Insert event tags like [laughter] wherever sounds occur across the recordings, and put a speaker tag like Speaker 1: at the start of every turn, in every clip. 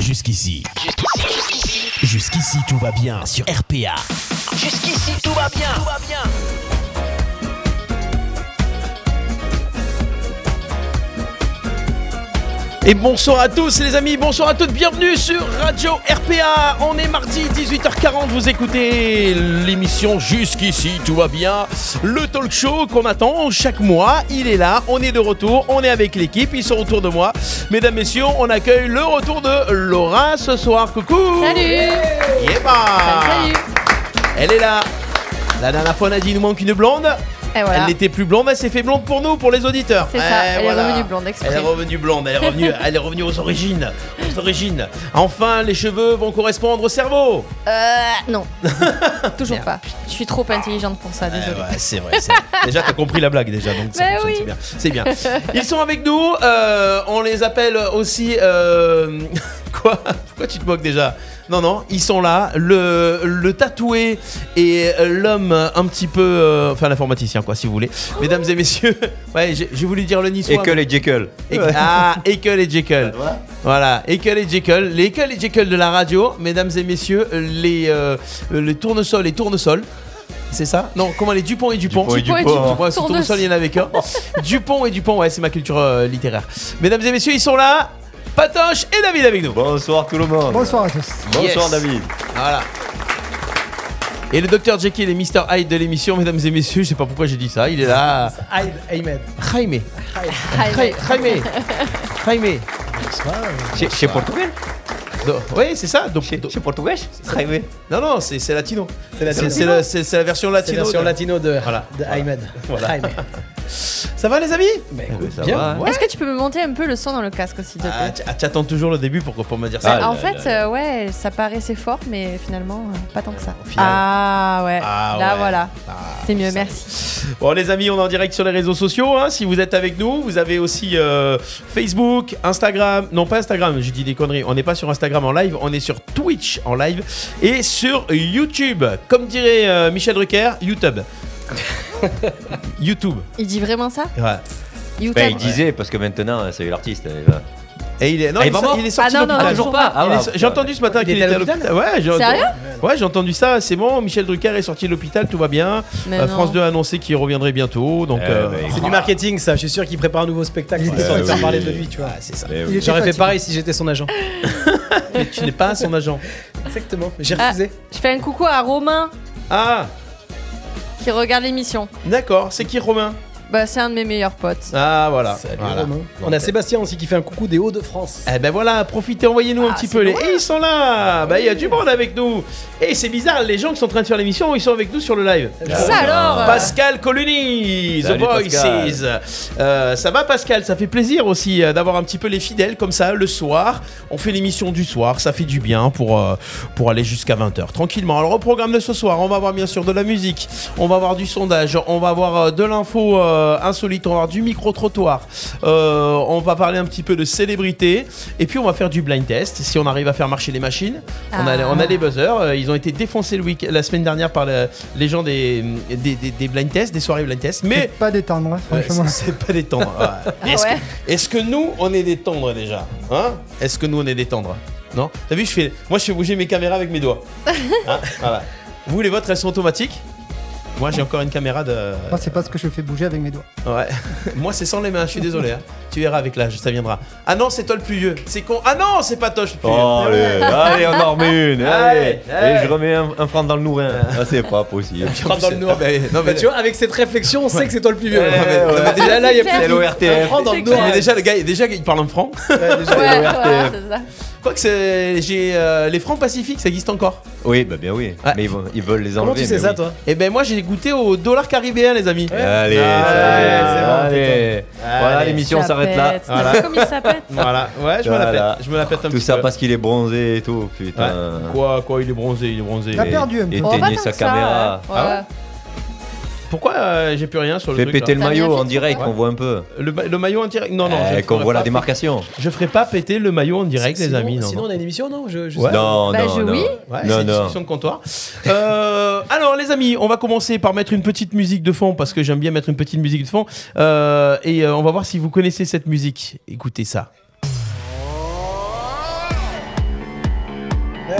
Speaker 1: Jusqu'ici. Jusqu'ici, tout va bien sur RPA.
Speaker 2: Jusqu'ici, tout va bien. Tout va bien.
Speaker 3: Et bonsoir à tous les amis, bonsoir à toutes, bienvenue sur Radio RPA. On est mardi 18h40, vous écoutez l'émission Jusqu'ici, tout va bien. Le talk show qu'on attend chaque mois, il est là, on est de retour, on est avec l'équipe, ils sont autour de moi. Mesdames, messieurs, on accueille le retour de Laura ce soir, coucou
Speaker 4: Salut
Speaker 3: Yeah, bah.
Speaker 4: Salut, salut.
Speaker 3: Elle est là La dernière fois on a dit il nous manque une blonde
Speaker 4: Et voilà.
Speaker 3: Elle n'était plus blonde, elle s'est fait blonde pour nous, pour les auditeurs.
Speaker 4: C'est ça,
Speaker 3: Eh,
Speaker 4: elle est revenue blonde exprès.
Speaker 3: Elle est revenue blonde, elle est
Speaker 4: [laughs]
Speaker 3: revenue, elle est revenue aux origines. Aux origines. Enfin, les cheveux vont correspondre au cerveau.
Speaker 4: Euh,
Speaker 3: [laughs]
Speaker 4: non. Toujours pas. Je suis trop intelligente pour ça,
Speaker 3: Eh
Speaker 4: désolée.
Speaker 3: ouais, c'est vrai. c'est vrai.
Speaker 4: [laughs]
Speaker 3: déjà, t'as compris la blague déjà, donc c'est c'est-
Speaker 4: Mais Bah oui.
Speaker 3: c'est bien. C'est bien.
Speaker 4: [laughs]
Speaker 3: Ils sont avec nous. euh, on les appelle aussi. euh, [laughs] quoi Pourquoi tu te moques déjà Non, non, ils sont là. Le, le tatoué et l'homme un petit peu, euh, enfin l'informaticien quoi, si vous voulez. Mesdames et messieurs, [laughs] ouais, j'ai j'ai voulu dire le niçois.
Speaker 5: Ekel et Jekyll.
Speaker 3: Et- Ah, Ekel et
Speaker 5: Bah,
Speaker 3: Jekyll. Voilà, Ekel et Jekyll. Les Ekel et Jekyll de la radio, mesdames et messieurs, les, euh, les tournesols et tournesols. C'est ça Non, comment les Dupont et Dupont
Speaker 5: Dupont et
Speaker 4: Dupont et
Speaker 5: Dupont.
Speaker 4: Dupont.
Speaker 3: Ouais, c'est
Speaker 4: Tournesol.
Speaker 3: tournesol, il y en a avec un. Dupont et Dupont, ouais, c'est ma culture euh, littéraire. Mesdames et messieurs, ils sont là. Patoche et David avec nous.
Speaker 5: Bonsoir tout le monde.
Speaker 6: Bonsoir à tous.
Speaker 5: Bonsoir
Speaker 3: Yes.
Speaker 5: David.
Speaker 3: Voilà. Et le docteur Jekyll et Mr Hyde de l'émission, mesdames et messieurs, je sais pas pourquoi j'ai dit ça, il est là.
Speaker 6: Hyde Ahmed.
Speaker 3: Jaime.
Speaker 4: Ah,
Speaker 3: Jaime. Jaime. Jaime.
Speaker 5: C'est c'est portugais
Speaker 3: Do- Oui, c'est ça. Donc, do-
Speaker 5: C'est portugais Très bien.
Speaker 3: Non, non, c'est c'est latino.
Speaker 6: C'est la,
Speaker 3: C'est- C'est la, c'est- c'est la version
Speaker 6: c'est
Speaker 3: latino.
Speaker 6: la version
Speaker 3: de-
Speaker 6: latino de,
Speaker 3: Voilà.
Speaker 6: de Ahmed. Jaime.
Speaker 3: Ça va, les amis
Speaker 6: Bah,
Speaker 5: Ouais,
Speaker 6: écoute,
Speaker 5: Ah, ça
Speaker 6: bien.
Speaker 5: va. hein.
Speaker 4: Est-ce que tu peux me monter un peu le son dans le casque, s'il te plaît
Speaker 3: Ah, tu- ah, T'attends toujours le début pour, pour me dire
Speaker 5: Ah,
Speaker 3: ça.
Speaker 4: En fait, euh, ouais, ça paraissait fort, mais finalement, euh, pas tant que ça.
Speaker 3: Au final.
Speaker 4: Ah ouais,
Speaker 3: Ah,
Speaker 4: là
Speaker 3: ouais.
Speaker 4: voilà.
Speaker 3: Ah,
Speaker 4: C'est mieux, merci.
Speaker 3: Bon, les amis, on est en direct sur les réseaux sociaux. hein. Si vous êtes avec nous, vous avez aussi euh, Facebook, Instagram. Non, pas Instagram, j'ai dit des conneries. On n'est pas sur Instagram en live, on est sur Twitch en live et sur YouTube. Comme dirait euh, Michel Drucker,
Speaker 4: [laughs]
Speaker 3: YouTube. YouTube.
Speaker 4: Il dit vraiment ça
Speaker 3: Ouais.
Speaker 4: YouTube
Speaker 5: Ben, il disait parce que maintenant hein, c'est l'artiste. elle va-
Speaker 3: Et il est, non,
Speaker 5: Ah, il
Speaker 3: il,
Speaker 5: va
Speaker 3: est-
Speaker 5: mort
Speaker 3: il est sorti
Speaker 4: Ah, non, non,
Speaker 3: d'hôpital.
Speaker 4: toujours pas.
Speaker 5: Ah,
Speaker 3: Il est
Speaker 5: ouais.
Speaker 3: so- J'ai entendu ce matin
Speaker 6: Il
Speaker 3: qu'il
Speaker 6: était
Speaker 3: était
Speaker 6: à
Speaker 3: à l'hôpital. Ouais, j'ai
Speaker 4: Sérieux
Speaker 3: ouais, j'ai entendu ça. C'est bon, Michel Drucker est sorti de l'hôpital, tout va bien.
Speaker 4: Mais
Speaker 3: Euh,
Speaker 4: non.
Speaker 3: France 2 a annoncé qu'il reviendrait bientôt. Donc,
Speaker 5: Eh
Speaker 3: euh,
Speaker 5: ben,
Speaker 6: C'est du marketing, ça. Je suis sûr qu'il prépare un nouveau spectacle.
Speaker 5: Ouais,
Speaker 6: C'était sûr de
Speaker 5: oui.
Speaker 6: faire parler de lui, tu vois.
Speaker 3: ah, c'est ça.
Speaker 5: Mais bah, ben oui.
Speaker 6: Il était J'aurais fait pareil si j'étais son [laughs] agent.
Speaker 3: Mais tu n'es pas son agent.
Speaker 6: Exactement. J'ai
Speaker 4: Ah.
Speaker 6: refusé.
Speaker 4: Je fais un coucou à Romain
Speaker 3: Ah,
Speaker 4: qui regarde l'émission.
Speaker 3: d'accord. C'est qui Romain
Speaker 4: Bah, c'est un de mes meilleurs potes.
Speaker 3: Ah, voilà. Voilà.
Speaker 6: Romain. On a Sébastien aussi qui fait un coucou des Hauts-de-France.
Speaker 3: Eh ben voilà, profitez, envoyez-nous un
Speaker 4: Ah,
Speaker 3: petit
Speaker 4: c'est
Speaker 3: peu. Les...
Speaker 4: loin.
Speaker 3: Et ils sont
Speaker 6: Ah,
Speaker 3: là Bah, il y a du monde avec nous Et c'est bizarre, les gens qui sont en train de faire l'émission, ils sont avec nous sur le live.
Speaker 6: Ah,
Speaker 4: Ça alors euh,
Speaker 3: Pascal Colony, The
Speaker 5: Salut,
Speaker 3: Voices. Euh, ça va Pascal, ça fait plaisir aussi euh, d'avoir un petit peu les fidèles comme ça le soir. On fait l'émission du soir, ça fait du bien pour, euh, pour aller jusqu'à 20h tranquillement. Alors au programme de ce soir, on va avoir bien sûr de la musique, on va avoir du sondage, on va avoir euh, de l'info euh, insolite, on va avoir du micro-trottoir, Euh, on va parler un petit peu de célébrité et puis on va faire du blind test si on arrive à faire marcher les machines. On, a,
Speaker 4: Ah.
Speaker 3: on a les buzzers, euh, ils ont été défoncés le week- la semaine dernière par la- les gens des, des, des- des blind tests, des soirées blind tests, mais
Speaker 7: C'est pas détendre, hein,
Speaker 3: Ouais,
Speaker 7: franchement.
Speaker 3: c'est- c'est pas des tendres. ouais.
Speaker 4: Ah
Speaker 3: Est-ce
Speaker 4: ouais.
Speaker 3: que, est-ce que nous, on est des tendres déjà hein Est-ce que nous, on est des tendres Non T'as vu, je fais, moi, je fais bouger mes caméras avec mes doigts. Hein voilà. Vous, les vôtres, elles sont automatiques Moi, j'ai encore une caméra de.
Speaker 7: Moi, c'est pas ce que je fais bouger avec mes doigts.
Speaker 3: Ouais. [laughs] moi, c'est sans les mains, je suis désolé. hein. Tu verras avec l'âge, ça viendra. Ah non, c'est toi le plus vieux. C'est con. Ah non, c'est pas toi le plus vieux.
Speaker 5: Oh, allez, allez, on en remet une. Allez,
Speaker 3: Allez, allez.
Speaker 5: Et je remets un, un franc dans le nourrin. Ah, c'est pas possible.
Speaker 3: Puis en plus,
Speaker 6: dans le noir.
Speaker 3: ah ben, non, mais
Speaker 6: Bah, tu vois, avec cette réflexion, on sait que c'est toi le plus vieux.
Speaker 5: Ouais,
Speaker 6: Non, mais-
Speaker 5: ouais.
Speaker 6: non, mais Déjà là, il y a
Speaker 4: C'est
Speaker 6: plus un
Speaker 5: l'ORTF.
Speaker 6: franc dans le dos.
Speaker 3: mais déjà, le gars, déjà, il parle en franc.
Speaker 4: Ouais, voilà, c'est ça.
Speaker 3: Quoique, c'est- j'ai, euh, les francs pacifiques, ça existe encore.
Speaker 5: Oui, bah bien oui.
Speaker 3: Ouais.
Speaker 5: Mais ils, vont- ils veulent les enlever.
Speaker 6: Comment tu sais
Speaker 5: mais
Speaker 6: ça,
Speaker 5: oui.
Speaker 6: toi
Speaker 3: Et ben, moi, j'ai goûté au dollar caribéen, les amis.
Speaker 5: Allez,
Speaker 3: Ah,
Speaker 5: ça y est,
Speaker 3: c'est bon,
Speaker 5: allez. Voilà,
Speaker 3: Allez.
Speaker 5: l'émission s'arrête là.
Speaker 4: Sapette. T'as vu Comme il s'appelle
Speaker 3: Voilà, ouais, je me la
Speaker 5: Voilà.
Speaker 3: pète. Je me la pète un
Speaker 5: Tout
Speaker 3: petit
Speaker 5: ça
Speaker 3: peu.
Speaker 5: parce qu'il est bronzé et tout, putain.
Speaker 3: Ouais. Quoi, quoi, il est bronzé, il est bronzé.
Speaker 7: T'as perdu un peu.
Speaker 5: Et
Speaker 7: Oh,
Speaker 4: Oh, pas
Speaker 5: éteignez
Speaker 4: tant
Speaker 5: sa
Speaker 4: que ça,
Speaker 5: caméra.
Speaker 4: ouais.
Speaker 3: Ah Pourquoi euh, j'ai plus rien sur le
Speaker 5: Fais
Speaker 3: truc, là
Speaker 5: péter le
Speaker 4: T'as
Speaker 5: maillot
Speaker 4: bien fait
Speaker 5: en
Speaker 4: de
Speaker 5: direct,
Speaker 4: faire.
Speaker 5: qu'on voit un peu.
Speaker 3: le, ma- le maillot en direct Non, non, je
Speaker 5: Eh,
Speaker 3: ne
Speaker 5: Qu'on
Speaker 3: ferai
Speaker 5: voit la
Speaker 3: pas-
Speaker 5: démarcation.
Speaker 3: Je ferai pas péter le maillot en direct, les
Speaker 6: Sinon-
Speaker 3: amis. Non,
Speaker 6: Sinon, on a une émission, non Je- je sais
Speaker 3: Ouais.
Speaker 6: pas.
Speaker 5: Non,
Speaker 4: Bah,
Speaker 5: non,
Speaker 4: je-
Speaker 5: non.
Speaker 4: oui.
Speaker 3: Ouais,
Speaker 5: Non,
Speaker 3: c'est une
Speaker 5: non.
Speaker 3: discussion de comptoir. Euh, alors, les amis, on va commencer par mettre une petite musique de fond parce que j'aime bien mettre une petite musique de fond. Euh, et euh, on va voir si vous connaissez cette musique. Écoutez ça.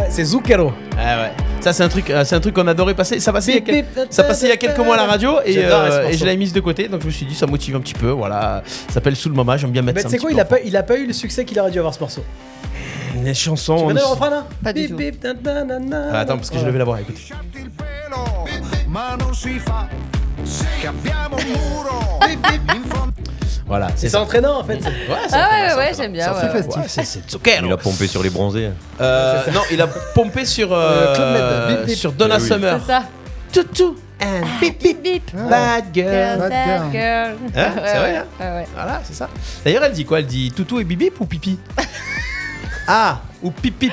Speaker 6: C'est Zucchero.
Speaker 3: Ah ouais. Ça, c'est un truc, euh, c'est un truc qu'on adorait passer. Ça passait, il y a quel- ça passait il y a quelques mois à la radio et,
Speaker 6: J'adore ce
Speaker 3: euh, et
Speaker 6: morceau.
Speaker 3: je l'avais mise de côté. Donc je me suis dit, ça motive un petit peu. Voilà. Ça s'appelle Sous le Mama. J'aime bien mettre
Speaker 6: Mais
Speaker 3: ça.
Speaker 6: tu
Speaker 3: un
Speaker 6: sais
Speaker 3: petit
Speaker 6: quoi,
Speaker 3: peu
Speaker 6: il a,
Speaker 3: en fond.
Speaker 6: pas, il a pas eu le succès qu'il aurait dû avoir ce morceau.
Speaker 3: Les
Speaker 6: Tu
Speaker 3: chansons.
Speaker 6: connais le refrain là
Speaker 4: Pas du tout.
Speaker 3: Ah, attends, parce que je devais l'avoir. Écoute.
Speaker 8: il pelo, ma non si fa. Che abbiamo un muro in fronte
Speaker 3: Voilà.
Speaker 6: C'est
Speaker 3: C'est
Speaker 6: ça
Speaker 3: ça.
Speaker 6: entraînant en fait.
Speaker 3: Ouais, c'est
Speaker 4: Ah ouais,
Speaker 3: intéressant,
Speaker 4: ouais,
Speaker 3: ça.
Speaker 4: j'aime bien.
Speaker 3: Ça
Speaker 4: ouais,
Speaker 3: fait
Speaker 4: ouais.
Speaker 3: festif, c'est- c'est
Speaker 5: Il a
Speaker 3: Zucchero.
Speaker 5: pompé sur les bronzés.
Speaker 3: Euh, non, il a pompé sur euh,
Speaker 6: Euh, Club Med, bip, bip.
Speaker 3: sur Donna
Speaker 5: Eh oui.
Speaker 3: Summer.
Speaker 4: C'est ça. Ah.
Speaker 3: Toutou and bip bip
Speaker 4: Bip.
Speaker 7: Ah,
Speaker 3: bad girl.
Speaker 4: Girl,
Speaker 7: Bad girl.
Speaker 4: girl.
Speaker 3: Hein, c'est
Speaker 4: Ouais,
Speaker 3: vrai,
Speaker 4: ouais,
Speaker 3: hein
Speaker 4: ouais, ouais.
Speaker 3: Voilà, c'est ça. D'ailleurs, elle dit quoi Elle dit toutou et bibip ou pipi
Speaker 4: [laughs]
Speaker 3: Ah, ou pip pip.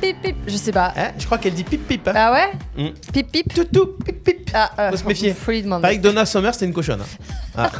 Speaker 4: Pip, pip. Je sais pas.
Speaker 3: Hein, je crois qu'elle dit pip pip. hein.
Speaker 4: Ah ouais
Speaker 3: Mm.
Speaker 4: Pip, pip.
Speaker 3: Toutou, pip pip.
Speaker 4: Ah, euh,
Speaker 3: Faut se méfier.
Speaker 4: Faut lui demander.
Speaker 3: Pareil que Donna Summer, c'était une cochonne. hein. Ah.
Speaker 6: [laughs]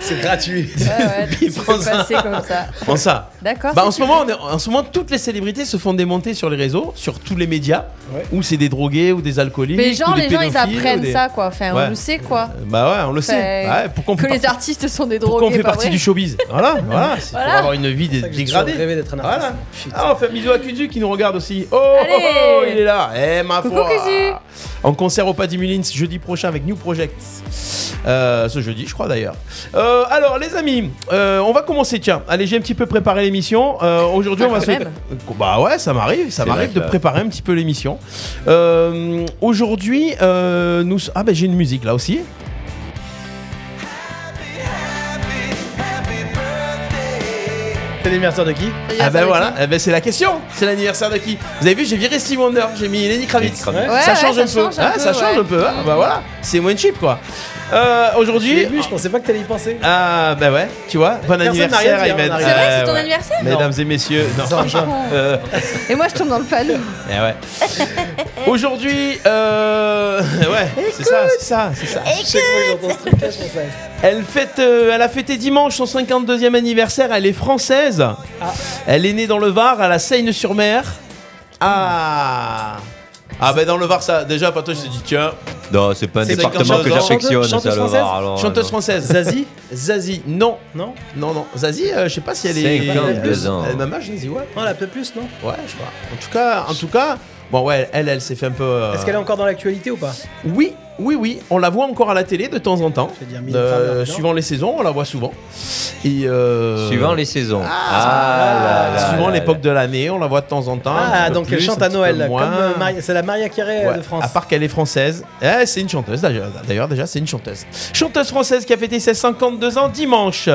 Speaker 6: C'est gratuit.
Speaker 4: Ouais,
Speaker 3: [laughs]
Speaker 4: ouais,
Speaker 3: Bip,
Speaker 4: c'est
Speaker 3: prends ça.
Speaker 4: passé comme ça.
Speaker 3: Bon, ça.
Speaker 4: D'accord.
Speaker 3: Bah,
Speaker 4: c'est
Speaker 3: en, ce
Speaker 4: cool.
Speaker 3: moment, on est- en ce moment, toutes les célébrités se font démonter sur les réseaux, sur tous les médias,
Speaker 6: Ouais.
Speaker 3: où c'est des drogués ou des alcooliques.
Speaker 4: Mais genre,
Speaker 3: ou des
Speaker 4: les gens, ils
Speaker 3: pédophiles, ou
Speaker 4: apprennent
Speaker 3: des-
Speaker 4: ça, quoi. Enfin,
Speaker 3: Ouais.
Speaker 4: on le sait, quoi.
Speaker 3: Euh, Bah ouais, on le sait.
Speaker 4: Enfin,
Speaker 3: Ouais, pourquoi on
Speaker 4: Que
Speaker 3: fait
Speaker 4: les
Speaker 3: partie,
Speaker 4: artistes sont des drogués.
Speaker 3: pourquoi on fait
Speaker 4: pas
Speaker 3: partie
Speaker 4: vrai
Speaker 3: du showbiz Voilà,
Speaker 4: [laughs]
Speaker 3: voilà. c'est Pour
Speaker 4: Voilà.
Speaker 3: avoir une vie dé- dégradée.
Speaker 6: rêvé d'être un artiste.
Speaker 3: Voilà. Ah, on fait un bisou à Kuzu qui nous regarde aussi. Oh, oh,
Speaker 4: Allez.
Speaker 3: oh, il est là. Eh, ma
Speaker 4: Coucou,
Speaker 3: foi.
Speaker 4: Kuzu.
Speaker 3: En concert au Paddy Mullins jeudi prochain avec New Project. Euh, ce jeudi, je crois d'ailleurs. Euh, alors, les amis, euh, on va commencer. Tiens, allez, j'ai un petit peu préparé l'émission. Euh, Aujourd'hui,
Speaker 4: Ah,
Speaker 3: on va
Speaker 4: quand
Speaker 3: se.
Speaker 4: même.
Speaker 3: Bah ouais, ça m'arrive, ça
Speaker 5: C'est
Speaker 3: m'arrive
Speaker 5: vrai
Speaker 3: de
Speaker 5: que-
Speaker 3: préparer un petit peu l'émission. Euh, Aujourd'hui, euh, nous. Ah, bah j'ai une musique là aussi.
Speaker 6: C'est l'anniversaire de qui
Speaker 3: Ah ben voilà, eh ben, c'est la question. C'est l'anniversaire de qui Vous avez vu, j'ai viré Steve Wonder, j'ai mis Lenny Kravitz.
Speaker 5: Lenny Kravitz.
Speaker 4: Ouais,
Speaker 3: ça
Speaker 4: ouais,
Speaker 3: change
Speaker 4: ça
Speaker 3: un peu.
Speaker 4: change un
Speaker 3: Hein,
Speaker 4: peu,
Speaker 3: ça change
Speaker 4: ouais.
Speaker 3: un peu. hein. Bah voilà, c'est moins cheap quoi. Euh,
Speaker 6: Je l'ai
Speaker 3: Aujourd'hui,
Speaker 6: vu, je pensais pas que t'allais y penser.
Speaker 3: ah bah ouais, tu vois, bon
Speaker 6: Personne n'a rien
Speaker 3: anniversaire,
Speaker 6: dit, hein,
Speaker 3: Ayman.
Speaker 6: on a
Speaker 4: C'est
Speaker 6: rien
Speaker 4: vrai, c'est ton
Speaker 3: Euh, ouais.
Speaker 4: anniversaire
Speaker 3: Mesdames et messieurs, [laughs] non. [laughs] Euh,
Speaker 4: Et moi, je tombe dans le panneau.
Speaker 3: eh ouais. Aujourd'hui, euh, [laughs] ouais, c'est ça, c'est ça, c'est ça.
Speaker 6: Chaque fois que j'entends ce truc-là, je pense à elle.
Speaker 3: Elle, fête, euh, elle a fêté dimanche son 52e anniversaire. Elle est française.
Speaker 6: Ah.
Speaker 3: Elle est née dans le Var, à la Seine-sur-Mer. Ah Ah, bah dans le Var, ça, déjà, Patoche s'est dit tiens.
Speaker 5: Non, c'est pas un
Speaker 3: C'est
Speaker 5: département
Speaker 3: 52
Speaker 5: que
Speaker 3: ans.
Speaker 5: j'affectionne,
Speaker 6: Chanteuse-
Speaker 5: ça le
Speaker 6: chanteuse
Speaker 5: var. alors,
Speaker 3: Chanteuse
Speaker 5: Oh, non.
Speaker 3: française. Zazie Zazie, non.
Speaker 6: Non
Speaker 3: Non, non. Zazie, euh, je sais pas si elle est.
Speaker 5: 52 ans.
Speaker 3: Elle a même âge, Zazie, ouais.
Speaker 6: Non, elle a un peu plus, non
Speaker 3: Ouais, je sais pas. En tout cas, en tout cas. Bon, ouais, elle, elle s'est fait un peu. euh,
Speaker 6: Est-ce qu'elle est encore dans l'actualité ou pas
Speaker 3: Oui, oui, oui. On la voit encore à la télé de temps en temps.
Speaker 6: Je vais dire mille
Speaker 3: Euh,
Speaker 6: femmes là-dedans.
Speaker 3: suivant les saisons, on la voit souvent. Et euh,
Speaker 5: Suivant les saisons.
Speaker 3: Ah,
Speaker 5: Ah, là, là,
Speaker 3: suivant
Speaker 5: là,
Speaker 3: l'époque de l'année, on la voit de temps en temps. un
Speaker 6: Ah,
Speaker 3: petit peu
Speaker 6: donc elle
Speaker 3: plus,
Speaker 6: chante
Speaker 3: un
Speaker 6: à
Speaker 3: petit peu
Speaker 6: Noël, comme
Speaker 3: moins.
Speaker 6: euh, Maria- c'est la Maria Carré euh,
Speaker 3: Ouais,
Speaker 6: de France.
Speaker 3: À part qu'elle est française. Eh, c'est une chanteuse d'ailleurs, d'ailleurs, déjà, c'est une chanteuse. Chanteuse française qui a fêté ses 52 ans dimanche.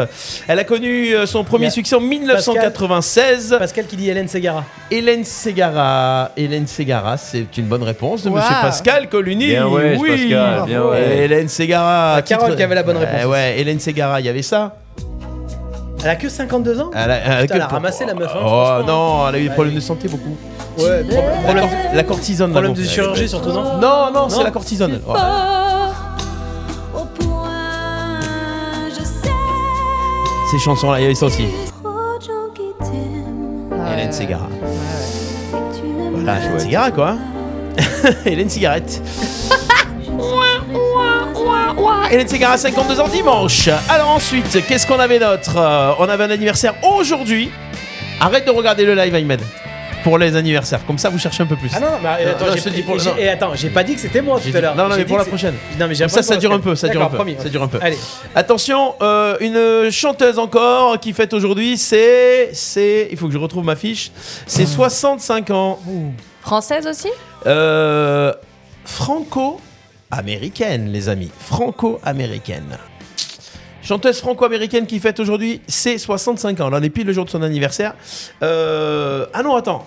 Speaker 3: Elle a connu euh, son premier
Speaker 6: Yeah.
Speaker 3: succès en 1996.
Speaker 6: Pascal qui dit Hélène Segara.
Speaker 3: Hélène Ségara. Hélène Ségara, c'est une bonne réponse de
Speaker 4: Wow.
Speaker 3: monsieur Pascal Coluni.
Speaker 5: Bien ouais,
Speaker 3: oui,
Speaker 5: Pascal, bien ouais.
Speaker 3: Hélène Ségara.
Speaker 6: Carole qui avait la bonne
Speaker 3: Eh
Speaker 6: réponse.
Speaker 3: ouais, Hélène Ségara, il y avait ça.
Speaker 6: Elle a que 52 ans
Speaker 3: Elle a,
Speaker 6: Putain, elle a ramassé, la meuf, hein,
Speaker 3: oh
Speaker 6: franchement.
Speaker 3: non, elle a eu des
Speaker 6: Ouais.
Speaker 3: problèmes de santé beaucoup.
Speaker 6: Ouais, pro- problème,
Speaker 3: La cortisone.
Speaker 6: problème
Speaker 3: là,
Speaker 6: de
Speaker 3: bon.
Speaker 6: chirurgie surtout, non
Speaker 3: Non, non, c'est
Speaker 6: Non.
Speaker 3: la cortisone. Ouais.
Speaker 9: Au point, je sais
Speaker 3: Ces chansons-là, il y avait ça aussi.
Speaker 9: trop de gens qui t'aiment
Speaker 4: Ah ouais,
Speaker 3: Hélène
Speaker 4: ouais.
Speaker 3: Ségara.
Speaker 9: et tu ne
Speaker 3: Voilà, Hélène Ségara, quoi. [laughs] Hélène Cigarette. Ouah, ouah. Hélène Ségara, 52 ans dimanche. Alors ensuite, qu'est-ce qu'on avait d'autre Euh, On avait un anniversaire aujourd'hui. Arrête de regarder le live, Ahmed, pour les anniversaires. Comme ça, vous cherchez un peu plus.
Speaker 6: Ah non, mais attends,
Speaker 3: Non, je
Speaker 6: j'ai-
Speaker 3: te dis pour-
Speaker 6: j'ai-
Speaker 3: non.
Speaker 6: et attends, j'ai pas dit que c'était moi
Speaker 3: J'ai dit-
Speaker 6: tout à l'heure.
Speaker 3: non, non,
Speaker 6: J'ai
Speaker 3: mais
Speaker 6: dit
Speaker 3: pour la
Speaker 6: que
Speaker 3: prochaine.
Speaker 6: c'est- Non, mais j'ai
Speaker 3: Comme ça, ça
Speaker 6: pas
Speaker 3: dure un
Speaker 6: compris.
Speaker 3: peu, ça dure un
Speaker 6: D'accord,
Speaker 3: peu.
Speaker 6: promis,
Speaker 3: Ça
Speaker 6: ok.
Speaker 3: dure un peu.
Speaker 6: Allez,
Speaker 3: Attention, euh, une chanteuse encore qui fête aujourd'hui, c'est. c'est Il faut que je retrouve ma fiche. C'est 65 ans.
Speaker 4: Française aussi
Speaker 3: Euh, franco-américaine, les amis. Franco-américaine. Chanteuse franco-américaine qui fête aujourd'hui ses 65 ans. Là, on est pile le jour de son anniversaire. Euh, Ah non, attends.